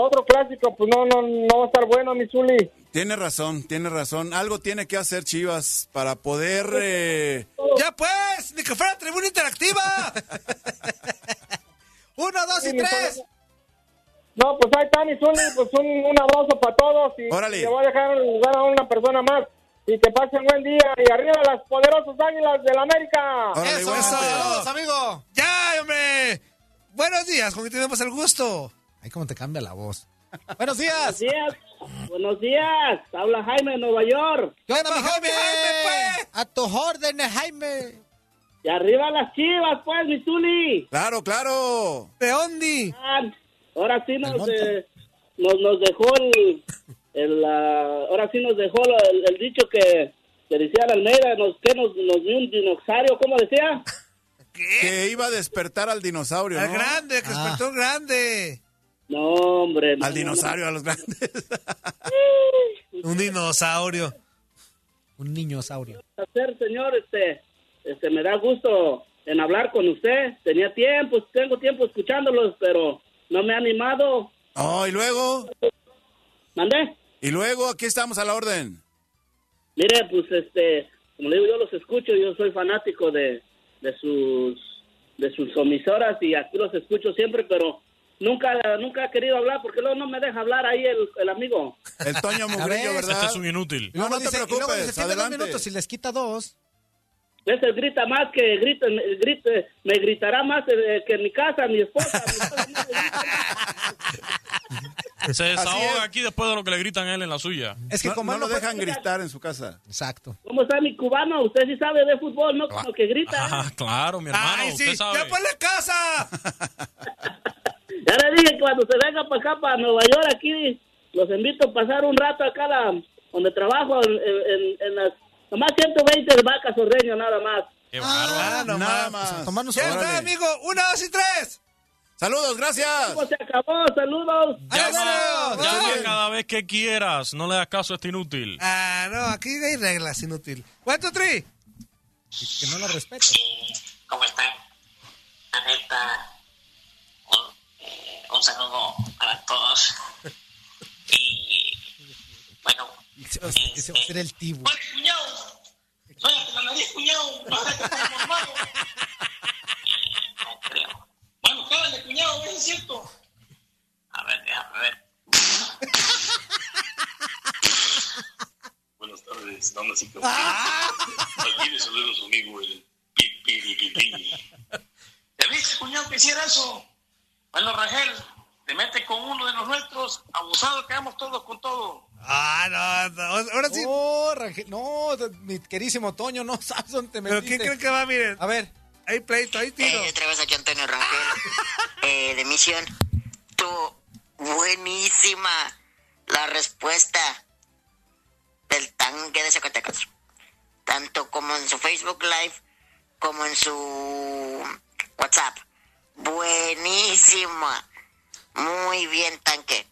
Speaker 4: Otro clásico, pues no, no, no va a estar bueno, mi Zuli.
Speaker 10: tiene razón, tiene razón. Algo tiene que hacer Chivas para poder. eh,
Speaker 7: ¡Ya pues! ¡Ni que fuera tribuna interactiva! ¡Uno, dos y tres!
Speaker 4: No, pues ahí está mi Zuli, pues un, un abrazo para todos y
Speaker 10: Órale.
Speaker 4: te voy a dejar el lugar a una persona más. Y que pasen buen día y arriba las poderosas águilas del América.
Speaker 7: Eso, eso. Saludos, amigo. ¡Ya, hombre! Buenos días, con que tenemos el gusto.
Speaker 6: Ahí como te cambia la voz. Buenos
Speaker 34: Buenos
Speaker 6: días.
Speaker 34: días. Buenos días. Habla Jaime de Nueva York.
Speaker 6: ¿Qué onda, mi Jaime? A tus órdenes, Jaime.
Speaker 34: Y arriba las chivas, pues, mi Zuli. Ah,
Speaker 10: Claro, claro.
Speaker 7: ¿De dónde?
Speaker 34: ahora sí nos,
Speaker 10: monte.
Speaker 34: eh, nos, nos dejó el... el, ah, ahora sí nos dejó el, el dicho que, que decía la Almeida, nos, que nos, nos dio un dinosaurio, ¿cómo decía?
Speaker 10: que iba a despertar al dinosaurio.
Speaker 34: Al
Speaker 7: grande, que despertó un grande.
Speaker 34: No, hombre.
Speaker 10: Al dinosaurio, a los grandes.
Speaker 7: Un dinosaurio.
Speaker 6: Un niñosaurio.
Speaker 34: hacer, señor, este, este, me da gusto en hablar con usted. Tenía tiempo, tengo tiempo escuchándolos, pero no me ha animado.
Speaker 10: Oh, y luego.
Speaker 34: ¿Mandé?
Speaker 10: Y luego, aquí estamos a la orden.
Speaker 34: Mire, pues, este, como le digo, yo los escucho, yo soy fanático de, de sus, de sus emisoras y aquí los escucho siempre, pero nunca, nunca ha querido hablar porque luego no me deja hablar ahí el, el amigo.
Speaker 10: El Toño
Speaker 6: Mugrillo, ¿verdad?
Speaker 9: Este es un inútil.
Speaker 6: Y luego dice- y luego dice, "Tiene dos
Speaker 34: adelante".
Speaker 6: minutos y les quita dos.
Speaker 34: Ese grita más que grita, me- grite- me gritará más eh, que en mi casa, mi esposa. mi esposa no me grita.
Speaker 9: Se desahoga aquí después de lo que le gritan a él en la suya.
Speaker 34: Es que
Speaker 10: no,
Speaker 34: como
Speaker 10: no
Speaker 34: él
Speaker 10: lo
Speaker 34: no puede
Speaker 10: dejan
Speaker 34: gritar.
Speaker 10: gritar en su casa.
Speaker 6: Exacto.
Speaker 34: ¿Cómo está mi cubano? Usted sí sabe de fútbol, ¿no? Como que grita.
Speaker 9: Ah, claro, mi hermano,
Speaker 34: Ay, sí,
Speaker 9: usted sabe.
Speaker 34: ya
Speaker 7: ¡Ponle casa!
Speaker 34: Ya le dije que cuando se venga para acá, para Nueva York, aquí los invito a pasar un rato acá la, donde trabajo, en, en- en las nomás 120 vacas ordeño, nada más.
Speaker 7: Ah, no
Speaker 34: Nada
Speaker 7: más.
Speaker 34: más.
Speaker 7: Tomarnos ya
Speaker 34: Órale.
Speaker 7: está, amigo. Una, dos y tres.
Speaker 10: Saludos, gracias.
Speaker 34: Pues Se acabó, saludos.
Speaker 9: Llama, llama cada vez que quieras. No le das caso a este inútil.
Speaker 7: Ah, no, aquí hay reglas, inútil. ¿Cuánto, Tri?
Speaker 6: Que no la respeto.
Speaker 14: ¿Cómo están? La neta, un, eh, un saludo para todos. Y bueno,
Speaker 6: Ese va a ser el tibu.
Speaker 14: cuñado, suéltate la nariz, cuñado, no sé qué está mamado. No creo. Bueno, cállate, cuñado, eso es cierto. A ver, déjame ver.
Speaker 33: Buenas tardes, damas y caballeros. Aquí les saluda su amigo el Pipiripipini.
Speaker 14: ¿Ya viste, cuñado, que hiciera eso? Bueno, Rangel, te mete con uno de los nuestros, abusado, quedamos todos con todo.
Speaker 7: Ah, no, no, ahora sí.
Speaker 6: No, Oh, Rangel, no, mi querísimo Toño, no sabes dónde te
Speaker 7: ¿Pero
Speaker 6: metiste.
Speaker 7: quién creen que va? Miren.
Speaker 6: Oh, A ver.
Speaker 7: Hay pleito, hay tiro.
Speaker 14: Eh, otra vez aquí Antonio Rangel, eh, de Misión. Tú, buenísima la respuesta del tanque de Zacatecas. Tanto como en su Facebook Live, como en su WhatsApp. Buenísima. Buenísima. Muy bien, tanque.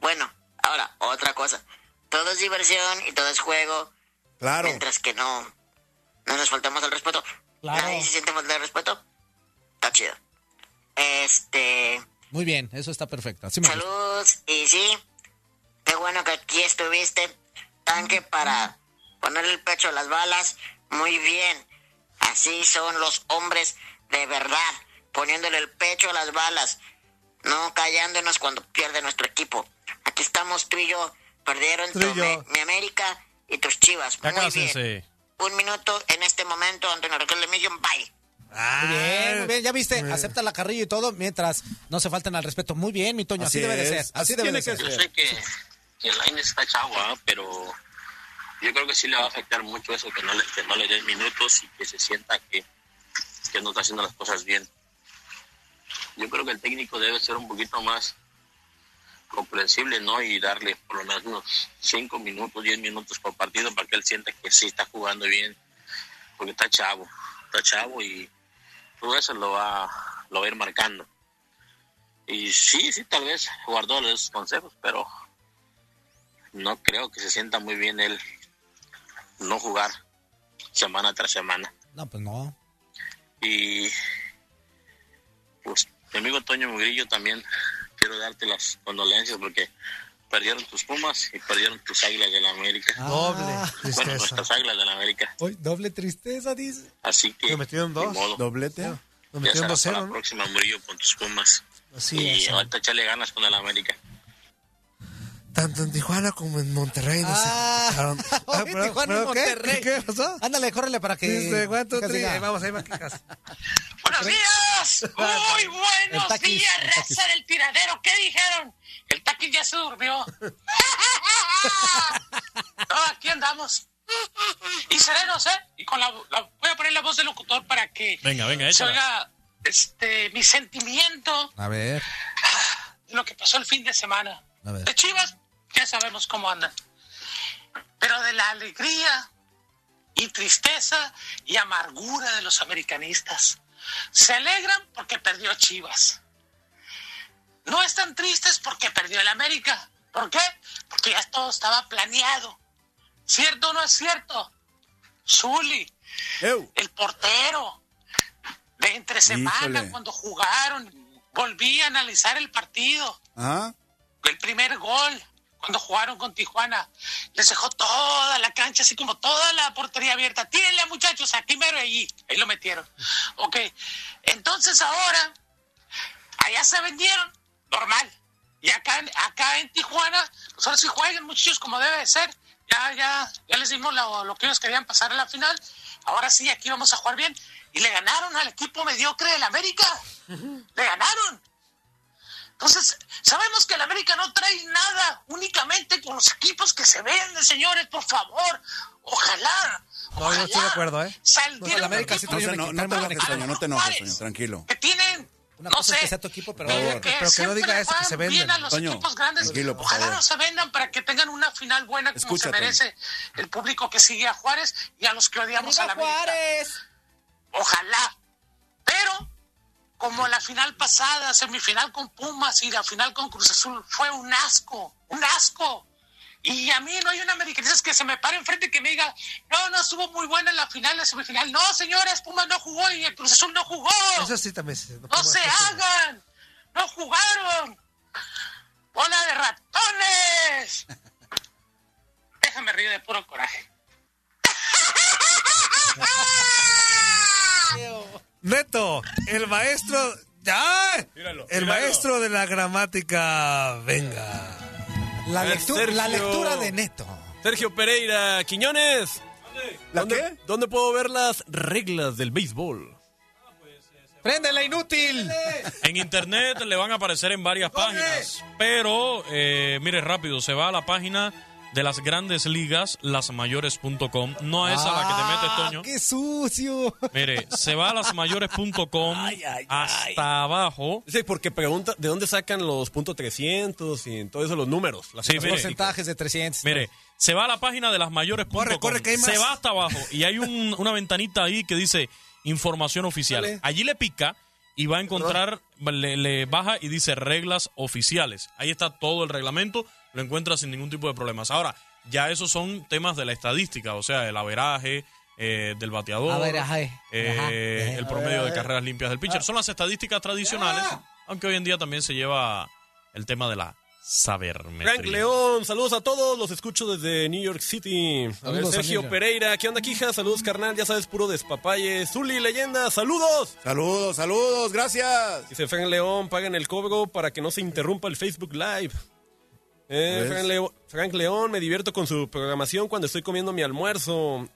Speaker 14: Bueno, ahora, otra cosa. Todo es diversión y todo es juego.
Speaker 10: Claro.
Speaker 14: Mientras que no, no nos faltamos al respeto. Nadie se siente falta de respeto. Está chido. Este.
Speaker 6: Muy bien, eso está perfecto. Así me gusta.
Speaker 14: Salud, y sí, qué bueno que aquí estuviste. Tanque para ponerle el pecho a las balas. Muy bien. Así son los hombres de verdad, poniéndole el pecho a las balas, no callándonos cuando pierde nuestro equipo. Aquí estamos tú y yo. Perdieron tu
Speaker 9: Tú y yo.
Speaker 14: me- mi América y tus chivas.
Speaker 9: Ya
Speaker 14: Muy bien.
Speaker 9: cásense.
Speaker 14: Un minuto en este momento, Antonio Raquel de Millón. Bye.
Speaker 6: Muy bien, Ah, muy bien, ya viste, acepta la carrilla y todo mientras no se falten al respeto. Muy bien, mi Toño, así,
Speaker 10: Así
Speaker 6: debe de
Speaker 10: es,
Speaker 6: ser. Así,
Speaker 10: así
Speaker 6: debe de
Speaker 10: tiene
Speaker 6: ser.
Speaker 10: que
Speaker 35: Yo sé que, que el Line está chavo, ¿ah? pero yo creo que sí le va a afectar mucho eso, que no le, que no le den minutos y que se sienta que, que no está haciendo las cosas bien. Yo creo que el técnico debe ser un poquito más comprensible, ¿no? Y darle por lo menos unos 5 minutos, 10 minutos por partido para que él sienta que sí está jugando bien, porque está chavo, está chavo y todo eso lo va, lo va a ir marcando. Y sí, sí, tal vez guardó los consejos, pero no creo que se sienta muy bien él no jugar semana tras semana.
Speaker 6: No, pues no.
Speaker 35: Y pues mi amigo Toño Mugrillo también quiero darte las condolencias porque perdieron tus Pumas y perdieron tus Águilas del América.
Speaker 6: Doble
Speaker 35: Bueno,
Speaker 6: tristeza.
Speaker 35: nuestras Águilas del América.
Speaker 6: Uy, Ah. doble tristeza, dice.
Speaker 35: Así que
Speaker 6: Nos metieron
Speaker 35: ni
Speaker 6: dos.
Speaker 35: modo.
Speaker 10: Doblete.
Speaker 35: Ya
Speaker 6: metieron 2-0,
Speaker 35: será para
Speaker 6: ¿no?
Speaker 35: La próxima Murillo con tus Pumas.
Speaker 7: Así
Speaker 35: y
Speaker 7: es.
Speaker 35: ahorita echarle ganas con el América.
Speaker 7: Tanto en Tijuana como en Monterrey. No se escucharon. Ah, pero-
Speaker 6: Tijuana y
Speaker 7: pero ¿qué?
Speaker 6: Monterrey.
Speaker 7: ¿Qué pasó?
Speaker 6: Ándale, córrele para que.
Speaker 7: Este, one, two,
Speaker 6: que
Speaker 7: three.
Speaker 6: siga.
Speaker 7: Ahí vamos, ahí va, Quijas.
Speaker 26: ¡Buenos días! ¡Muy
Speaker 7: El
Speaker 26: buenos
Speaker 7: taquis,
Speaker 26: días,
Speaker 7: el taquis.
Speaker 26: raza del tiradero! ¿Qué dijeron? El taquis ya se durmió. No, aquí andamos. Y serenos, ¿eh? Y con la, la- voy a poner la voz del locutor para que
Speaker 9: Venga, venga,
Speaker 26: se
Speaker 9: échala.
Speaker 26: oiga este, mi sentimiento
Speaker 6: A ver,
Speaker 26: de lo que pasó el fin de semana.
Speaker 6: a ver.
Speaker 26: De Chivas, ya sabemos cómo andan. Pero de la alegría y tristeza y amargura de los americanistas. Se alegran porque perdió Chivas. No están tristes porque perdió el América. ¿Por qué? Porque ya todo estaba planeado. ¿Cierto o no es cierto? Zuli, el portero, de entre semana
Speaker 10: Híjole.
Speaker 26: cuando jugaron, volví a analizar el partido
Speaker 10: ¿Ah?
Speaker 26: el primer gol cuando jugaron con Tijuana. Les dejó toda la cancha, así como toda la portería abierta. Tírenla, muchachos, aquí mero y allí. Ahí lo metieron. Ok. Entonces ahora, allá se vendieron, normal. Y acá, en- acá en Tijuana, pues ahora sí jueguen, muchachos, como debe de ser. Ya, ya, ya les dimos lo, lo que ellos querían pasar a la final. Ahora sí, aquí vamos a jugar bien. Y le ganaron al equipo mediocre del América. Le ganaron. Entonces, sabemos que el América no trae nada únicamente con los equipos que se venden, señores, por favor. Ojalá
Speaker 7: No, yo estoy de acuerdo, ¿eh?
Speaker 26: saldría
Speaker 7: No, la
Speaker 26: un
Speaker 7: América sí
Speaker 26: equipo
Speaker 10: No,
Speaker 7: trae
Speaker 10: se- no, no te enojes, Toño, no te enojes, Toño, tranquilo.
Speaker 26: que tienen,
Speaker 6: Una
Speaker 26: no
Speaker 6: cosa
Speaker 26: sé,
Speaker 6: es que sea tu equipo, pero-
Speaker 26: que-
Speaker 10: Por
Speaker 26: que,
Speaker 10: favor. Pero que no
Speaker 26: siempre
Speaker 10: diga
Speaker 26: le
Speaker 10: eso, que
Speaker 26: juegan
Speaker 10: se venden.
Speaker 26: bien a los
Speaker 10: Toño,
Speaker 26: equipos grandes.
Speaker 10: tranquilo, por
Speaker 26: Ojalá
Speaker 10: favor.
Speaker 26: no se vendan para que tengan una final buena como
Speaker 10: Escucha,
Speaker 26: se
Speaker 10: Toño.
Speaker 26: merece el público que sigue a Juárez y a los que odiamos a la América. Ojalá. Pero, como la final pasada, semifinal con Pumas y la final con Cruz Azul, fue un asco, un asco. Y a mí no hay un americanista que se me pare enfrente y que me diga, no, no estuvo muy buena la final, la semifinal. No, señores, Pumas no jugó y el Cruz Azul no jugó.
Speaker 7: Eso sí también. se-
Speaker 26: No se hagan. No jugaron. Bola de ratones. Déjame reír de puro coraje.
Speaker 7: Neto, el maestro. ¡Ya! el maestro de la gramática. Venga.
Speaker 6: La,
Speaker 13: A ver,
Speaker 6: lectura, la
Speaker 13: Sergio.
Speaker 6: lectura de Neto.
Speaker 13: Sergio Pereira, Quiñones. ¿Dónde, ¿Dónde puedo ver las reglas del béisbol?
Speaker 6: ¡Préndela, inútil!
Speaker 9: En internet le van a aparecer en varias páginas, pero eh, mire rápido, se va a la página de las grandes ligas, lasmayores.com, no es a la
Speaker 6: Ah.
Speaker 9: que te metes, Toño.
Speaker 6: ¡Qué sucio!
Speaker 9: Mire, se va a lasmayores.com hasta abajo.
Speaker 13: Sí, porque pregunta de dónde sacan los puntos 300 y todo eso, los números. las cosas
Speaker 9: Sí, mire.
Speaker 13: básicas.
Speaker 6: Porcentajes de 300.
Speaker 9: Mire, se va a la página de lasmayores.com,
Speaker 6: que hay más.
Speaker 9: se va hasta abajo y hay un- una ventanita ahí que dice información oficial. Allí le pica y va a encontrar, le, le baja y dice reglas oficiales. Ahí está todo el reglamento, lo encuentra sin ningún tipo de problemas. Ahora, ya esos son temas de la estadística, o sea, el averaje eh, del bateador,
Speaker 36: Averaje.
Speaker 9: eh,
Speaker 36: Ajá.
Speaker 9: el promedio de
Speaker 36: Averaje.
Speaker 9: carreras limpias del
Speaker 7: Ah.
Speaker 9: pitcher. Son las estadísticas tradicionales, aunque hoy en día también se lleva el tema de la
Speaker 13: Frank
Speaker 9: sabermetría.
Speaker 13: León, saludos a todos, los escucho desde New York City. A ver,
Speaker 9: Saludos,
Speaker 13: Sergio
Speaker 9: amiga.
Speaker 13: Pereira, ¿qué onda, Quija? Saludos, carnal, ya sabes, puro despapalle. Zuli, leyenda, saludos.
Speaker 10: Saludos, saludos, gracias.
Speaker 13: Dice Frank León, paguen el cobro para que no se interrumpa el Facebook Live. Eh,
Speaker 10: ¿Ves?
Speaker 13: Frank, Leo- Frank León, me divierto con su programación cuando estoy comiendo mi almuerzo.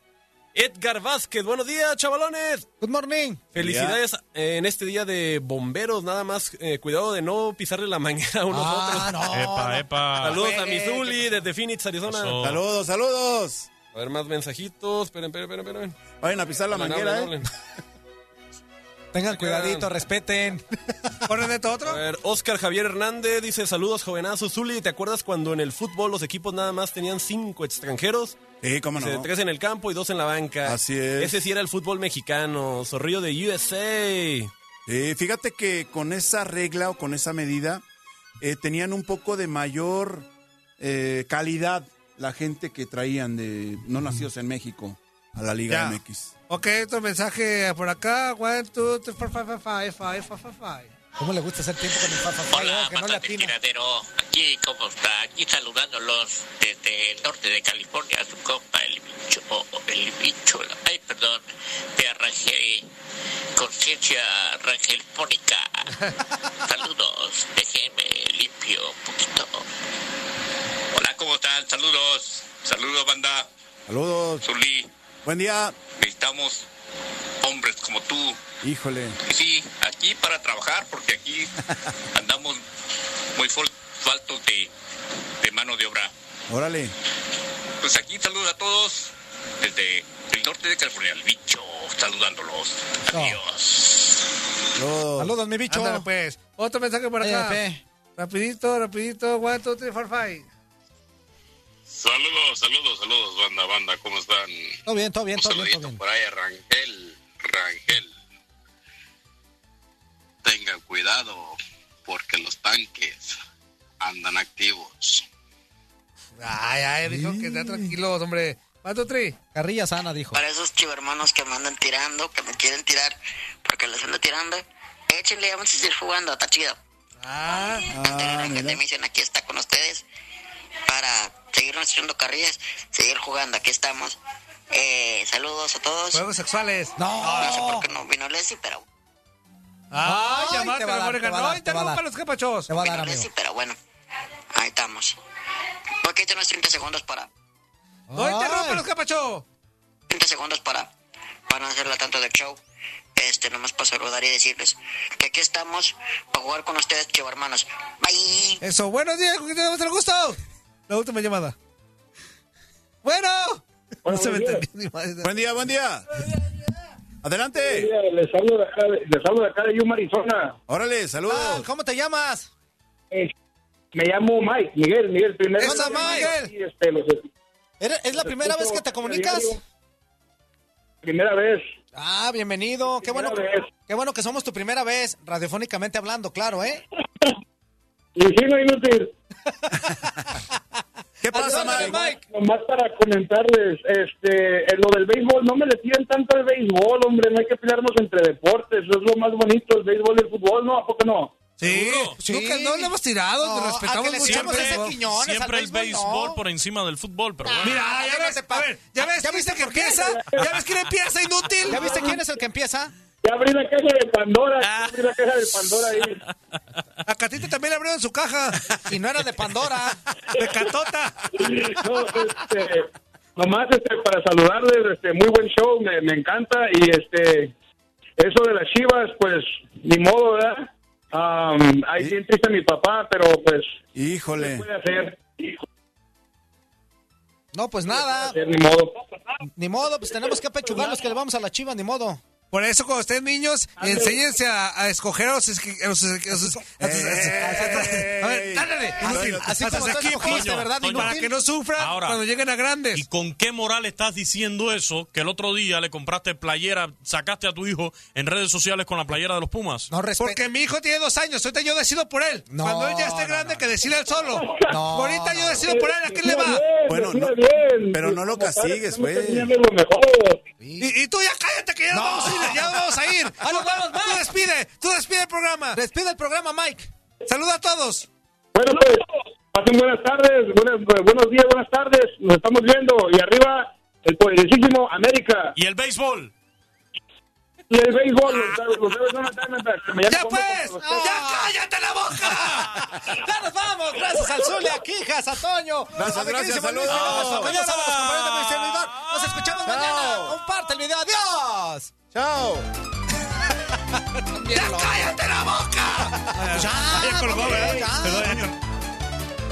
Speaker 13: Edgar Vázquez, buenos días, chavalones.
Speaker 6: Good morning.
Speaker 13: Felicidades eh, en este día de bomberos, nada más eh, cuidado de no pisarle la manguera a unos
Speaker 6: Ah,
Speaker 13: otros.
Speaker 6: no, Epa, no. epa.
Speaker 13: Saludos
Speaker 10: Eh,
Speaker 13: a
Speaker 6: Juegue,
Speaker 13: Mizuli desde Phoenix, Arizona.
Speaker 10: Eso. Saludos, saludos.
Speaker 13: A ver, más mensajitos. Esperen, esperen, esperen, esperen.
Speaker 10: Vayan a pisar la
Speaker 13: Hablen,
Speaker 10: manguera,
Speaker 13: hablen,
Speaker 10: ¿eh?
Speaker 13: hablen.
Speaker 6: Tengan cuidadito, respeten.
Speaker 13: ¿Ponen otro? A ver, Oscar Javier Hernández dice: Saludos, jovenazo. Zuli, ¿te acuerdas cuando en el fútbol los equipos nada más tenían cinco extranjeros?
Speaker 10: Sí, cómo
Speaker 13: Dice,
Speaker 10: no.
Speaker 13: tres en el campo y dos en la banca.
Speaker 10: Así es.
Speaker 13: Ese sí era el fútbol mexicano. Zorrillo de USA.
Speaker 10: Sí, Eh, fíjate que con esa regla o con esa medida eh, tenían un poco de mayor eh, calidad la gente que traían de no nacidos en México a la Liga
Speaker 7: Ya.
Speaker 10: MX.
Speaker 7: Ok, otro mensaje por acá. One, two, three, four, five, five, five, five, five, five, five.
Speaker 6: ¿Cómo le gusta hacer tiempo con el papá?
Speaker 30: Hola, banda del tiradero. Aquí, ¿cómo está? Aquí saludándolos desde el norte de California, su compa, el bicho, el bicho, ay, perdón, de Rangel, conciencia rangelfónica. Saludos, déjeme limpio un poquito. Hola, ¿cómo están? Saludos, saludos, banda.
Speaker 10: Saludos.
Speaker 30: Zulí,
Speaker 10: Buen día.
Speaker 30: necesitamos hombres como tú.
Speaker 10: Híjole.
Speaker 30: Sí, aquí para trabajar, porque aquí andamos muy fol- faltos de, de mano de obra.
Speaker 10: Órale.
Speaker 30: Pues aquí saludos a todos desde el norte de California, el bicho, saludándolos.
Speaker 10: Saludos.
Speaker 6: Saludos, mi bicho.
Speaker 7: Ándale, pues. Otro mensaje por acá.
Speaker 6: Oye,
Speaker 7: Rapidito, rapidito. One, two, three, four, five.
Speaker 33: Saludos, saludos, saludos, banda, banda, ¿cómo están?
Speaker 6: Todo bien, todo bien,
Speaker 33: Un
Speaker 6: todo bien, todo
Speaker 33: saludito
Speaker 6: bien.
Speaker 33: por ahí a Rangel, Rangel.
Speaker 35: Tengan cuidado, porque los tanques andan activos.
Speaker 7: Ay, ay, dijo que está tranquilo, hombre. One, two, three.
Speaker 6: Carrilla sana, dijo.
Speaker 14: Para esos chivermanos que me andan tirando, que me quieren tirar, porque les ando tirando, échenle, vamos a seguir jugando, está chido.
Speaker 7: Ah,
Speaker 14: que te dicen aquí está con ustedes para seguirnos echando carrillas, seguir jugando, aquí estamos. Eh, saludos a todos.
Speaker 7: Juegos sexuales.
Speaker 14: No sé por qué no vino Leslie, pero
Speaker 7: Ay,
Speaker 14: Ay,
Speaker 7: llamarte
Speaker 14: te va a
Speaker 7: la
Speaker 14: dar,
Speaker 7: verga.
Speaker 14: te va a
Speaker 7: No,
Speaker 14: dar,
Speaker 7: ahí
Speaker 14: te va a
Speaker 7: tenemos
Speaker 14: dar.
Speaker 7: para los capachos.
Speaker 14: no vino Leslie, pero bueno, ahí estamos. Porque tenemos 30 segundos para.
Speaker 7: No interrumpa los capachos.
Speaker 14: 30 segundos para, para no hacerla tanto de show. Este, nomás para saludar y decirles que aquí estamos para jugar con ustedes, chivo hermanos. Bye.
Speaker 7: Eso, buenos días, ¿con quién tenemos el gusto? La última llamada. Bueno.
Speaker 10: Bueno,
Speaker 7: no se me
Speaker 10: buenos
Speaker 7: entendió ni madre.
Speaker 10: Buen día, buen día. Adelante.
Speaker 4: Les hablo de acá, de- les hablo de acá de Yuma, Arizona.
Speaker 10: Órale, saludos.
Speaker 6: Ah, ¿Cómo te llamas?
Speaker 4: Eh, me llamo Mike, Miguel, Miguel primero.
Speaker 6: Hola, Mike.
Speaker 4: Y, este, los-
Speaker 6: ¿Eres- ¿Es la primera vez que te comunicas?
Speaker 4: primera vez.
Speaker 6: Ah, bienvenido. Qué bueno, que, qué bueno que somos tu primera vez, radiofónicamente hablando, claro, ¿eh?
Speaker 4: Y sí, no inútil.
Speaker 10: ¿Qué
Speaker 4: pasa, Mike? Nomás para comentarles, este, en lo del béisbol, no me le tiren tanto al béisbol, hombre, no hay que pelearnos entre deportes, eso es lo más bonito, el béisbol y el fútbol, ¿no? ¿A poco no?
Speaker 7: Sí, Nunca no le hemos tirado, te respetamos mucho.
Speaker 9: siempre siempre el béisbol por encima del fútbol, pero bueno.
Speaker 7: Mira, ya ves, a ver, ya ves, ¿Ya viste que empieza? ¿Ya ves quién empieza, inútil?
Speaker 6: ¿Ya viste quién es el que empieza?
Speaker 4: Ya abrí la caja de Pandora,
Speaker 7: Ah.
Speaker 6: Ah.
Speaker 4: ya abrí la caja de Pandora ahí.
Speaker 7: A Catito también le abrieron su caja.
Speaker 6: Y no era de Pandora.
Speaker 7: De Catota.
Speaker 4: No, este, nomás este, para saludarles, este, muy buen show, me, me encanta y este, eso de las chivas, pues, ni modo, ¿verdad? Am, ahí bien triste mi papá, pero pues,
Speaker 10: Eh. Híjole.
Speaker 4: ¿qué puede hacer?
Speaker 6: No, pues nada.
Speaker 4: Ni modo.
Speaker 6: pues Ni modo, pues tenemos que apechugar los que le vamos a la chiva, ni modo.
Speaker 7: Por eso, cuando estén niños, enséñense a, a escoger a los. esqui- A los- a sus- a sus- a ver, ándale, inútil.
Speaker 6: Así
Speaker 7: A sus
Speaker 6: como tú
Speaker 7: equipos,
Speaker 6: escogiste, ¿verdad,
Speaker 9: Toño?
Speaker 7: Para que no sufran
Speaker 9: Ahora,
Speaker 7: cuando lleguen a grandes.
Speaker 9: ¿Y con qué moral estás diciendo eso? Que el otro día le compraste playera, sacaste a tu hijo en redes sociales con la playera de los Pumas.
Speaker 7: Porque mi hijo tiene dos años, ahorita yo decido por él. Cuando él ya esté grande, que decida él solo. ahorita yo decido por él, ¿a quién le va?
Speaker 10: Bueno, no- pero no lo pues.
Speaker 7: castigues,
Speaker 10: güey.
Speaker 7: Y, y tú ya cállate, que ya nos vamos a ir. Ya nos vamos a ir.
Speaker 6: Ah, nos vamos,
Speaker 7: Tú despide, tú despide el programa.
Speaker 6: Despide el programa, Mike.
Speaker 7: Saluda a todos.
Speaker 4: Bueno, pues, pasen buenas tardes, buenas- eh, buenos días, buenas tardes. Nos estamos viendo. Y arriba, el poderosísimo América.
Speaker 9: Y el béisbol. Ah.
Speaker 4: Y el béisbol. los- los- los- los- los- los- los-
Speaker 6: ¡Ya pues! ¡Ya cállate la boca! ¡Ya nos vamos! Gracias al Zule, a Quijas, a Toño.
Speaker 12: Gracias,
Speaker 6: a mi
Speaker 12: gracias,
Speaker 6: queridísimo Luis,
Speaker 12: saludos.
Speaker 6: a los compañeros, a los compañeros de mi servidor. Nos escuchamos mañana. Comparte el video. ¡Adiós! ¡Chao! ¡Ya cállate la boca! ¡Ya!
Speaker 12: Ya colgó, ¿verdad?
Speaker 6: ya.
Speaker 12: Perdón, ya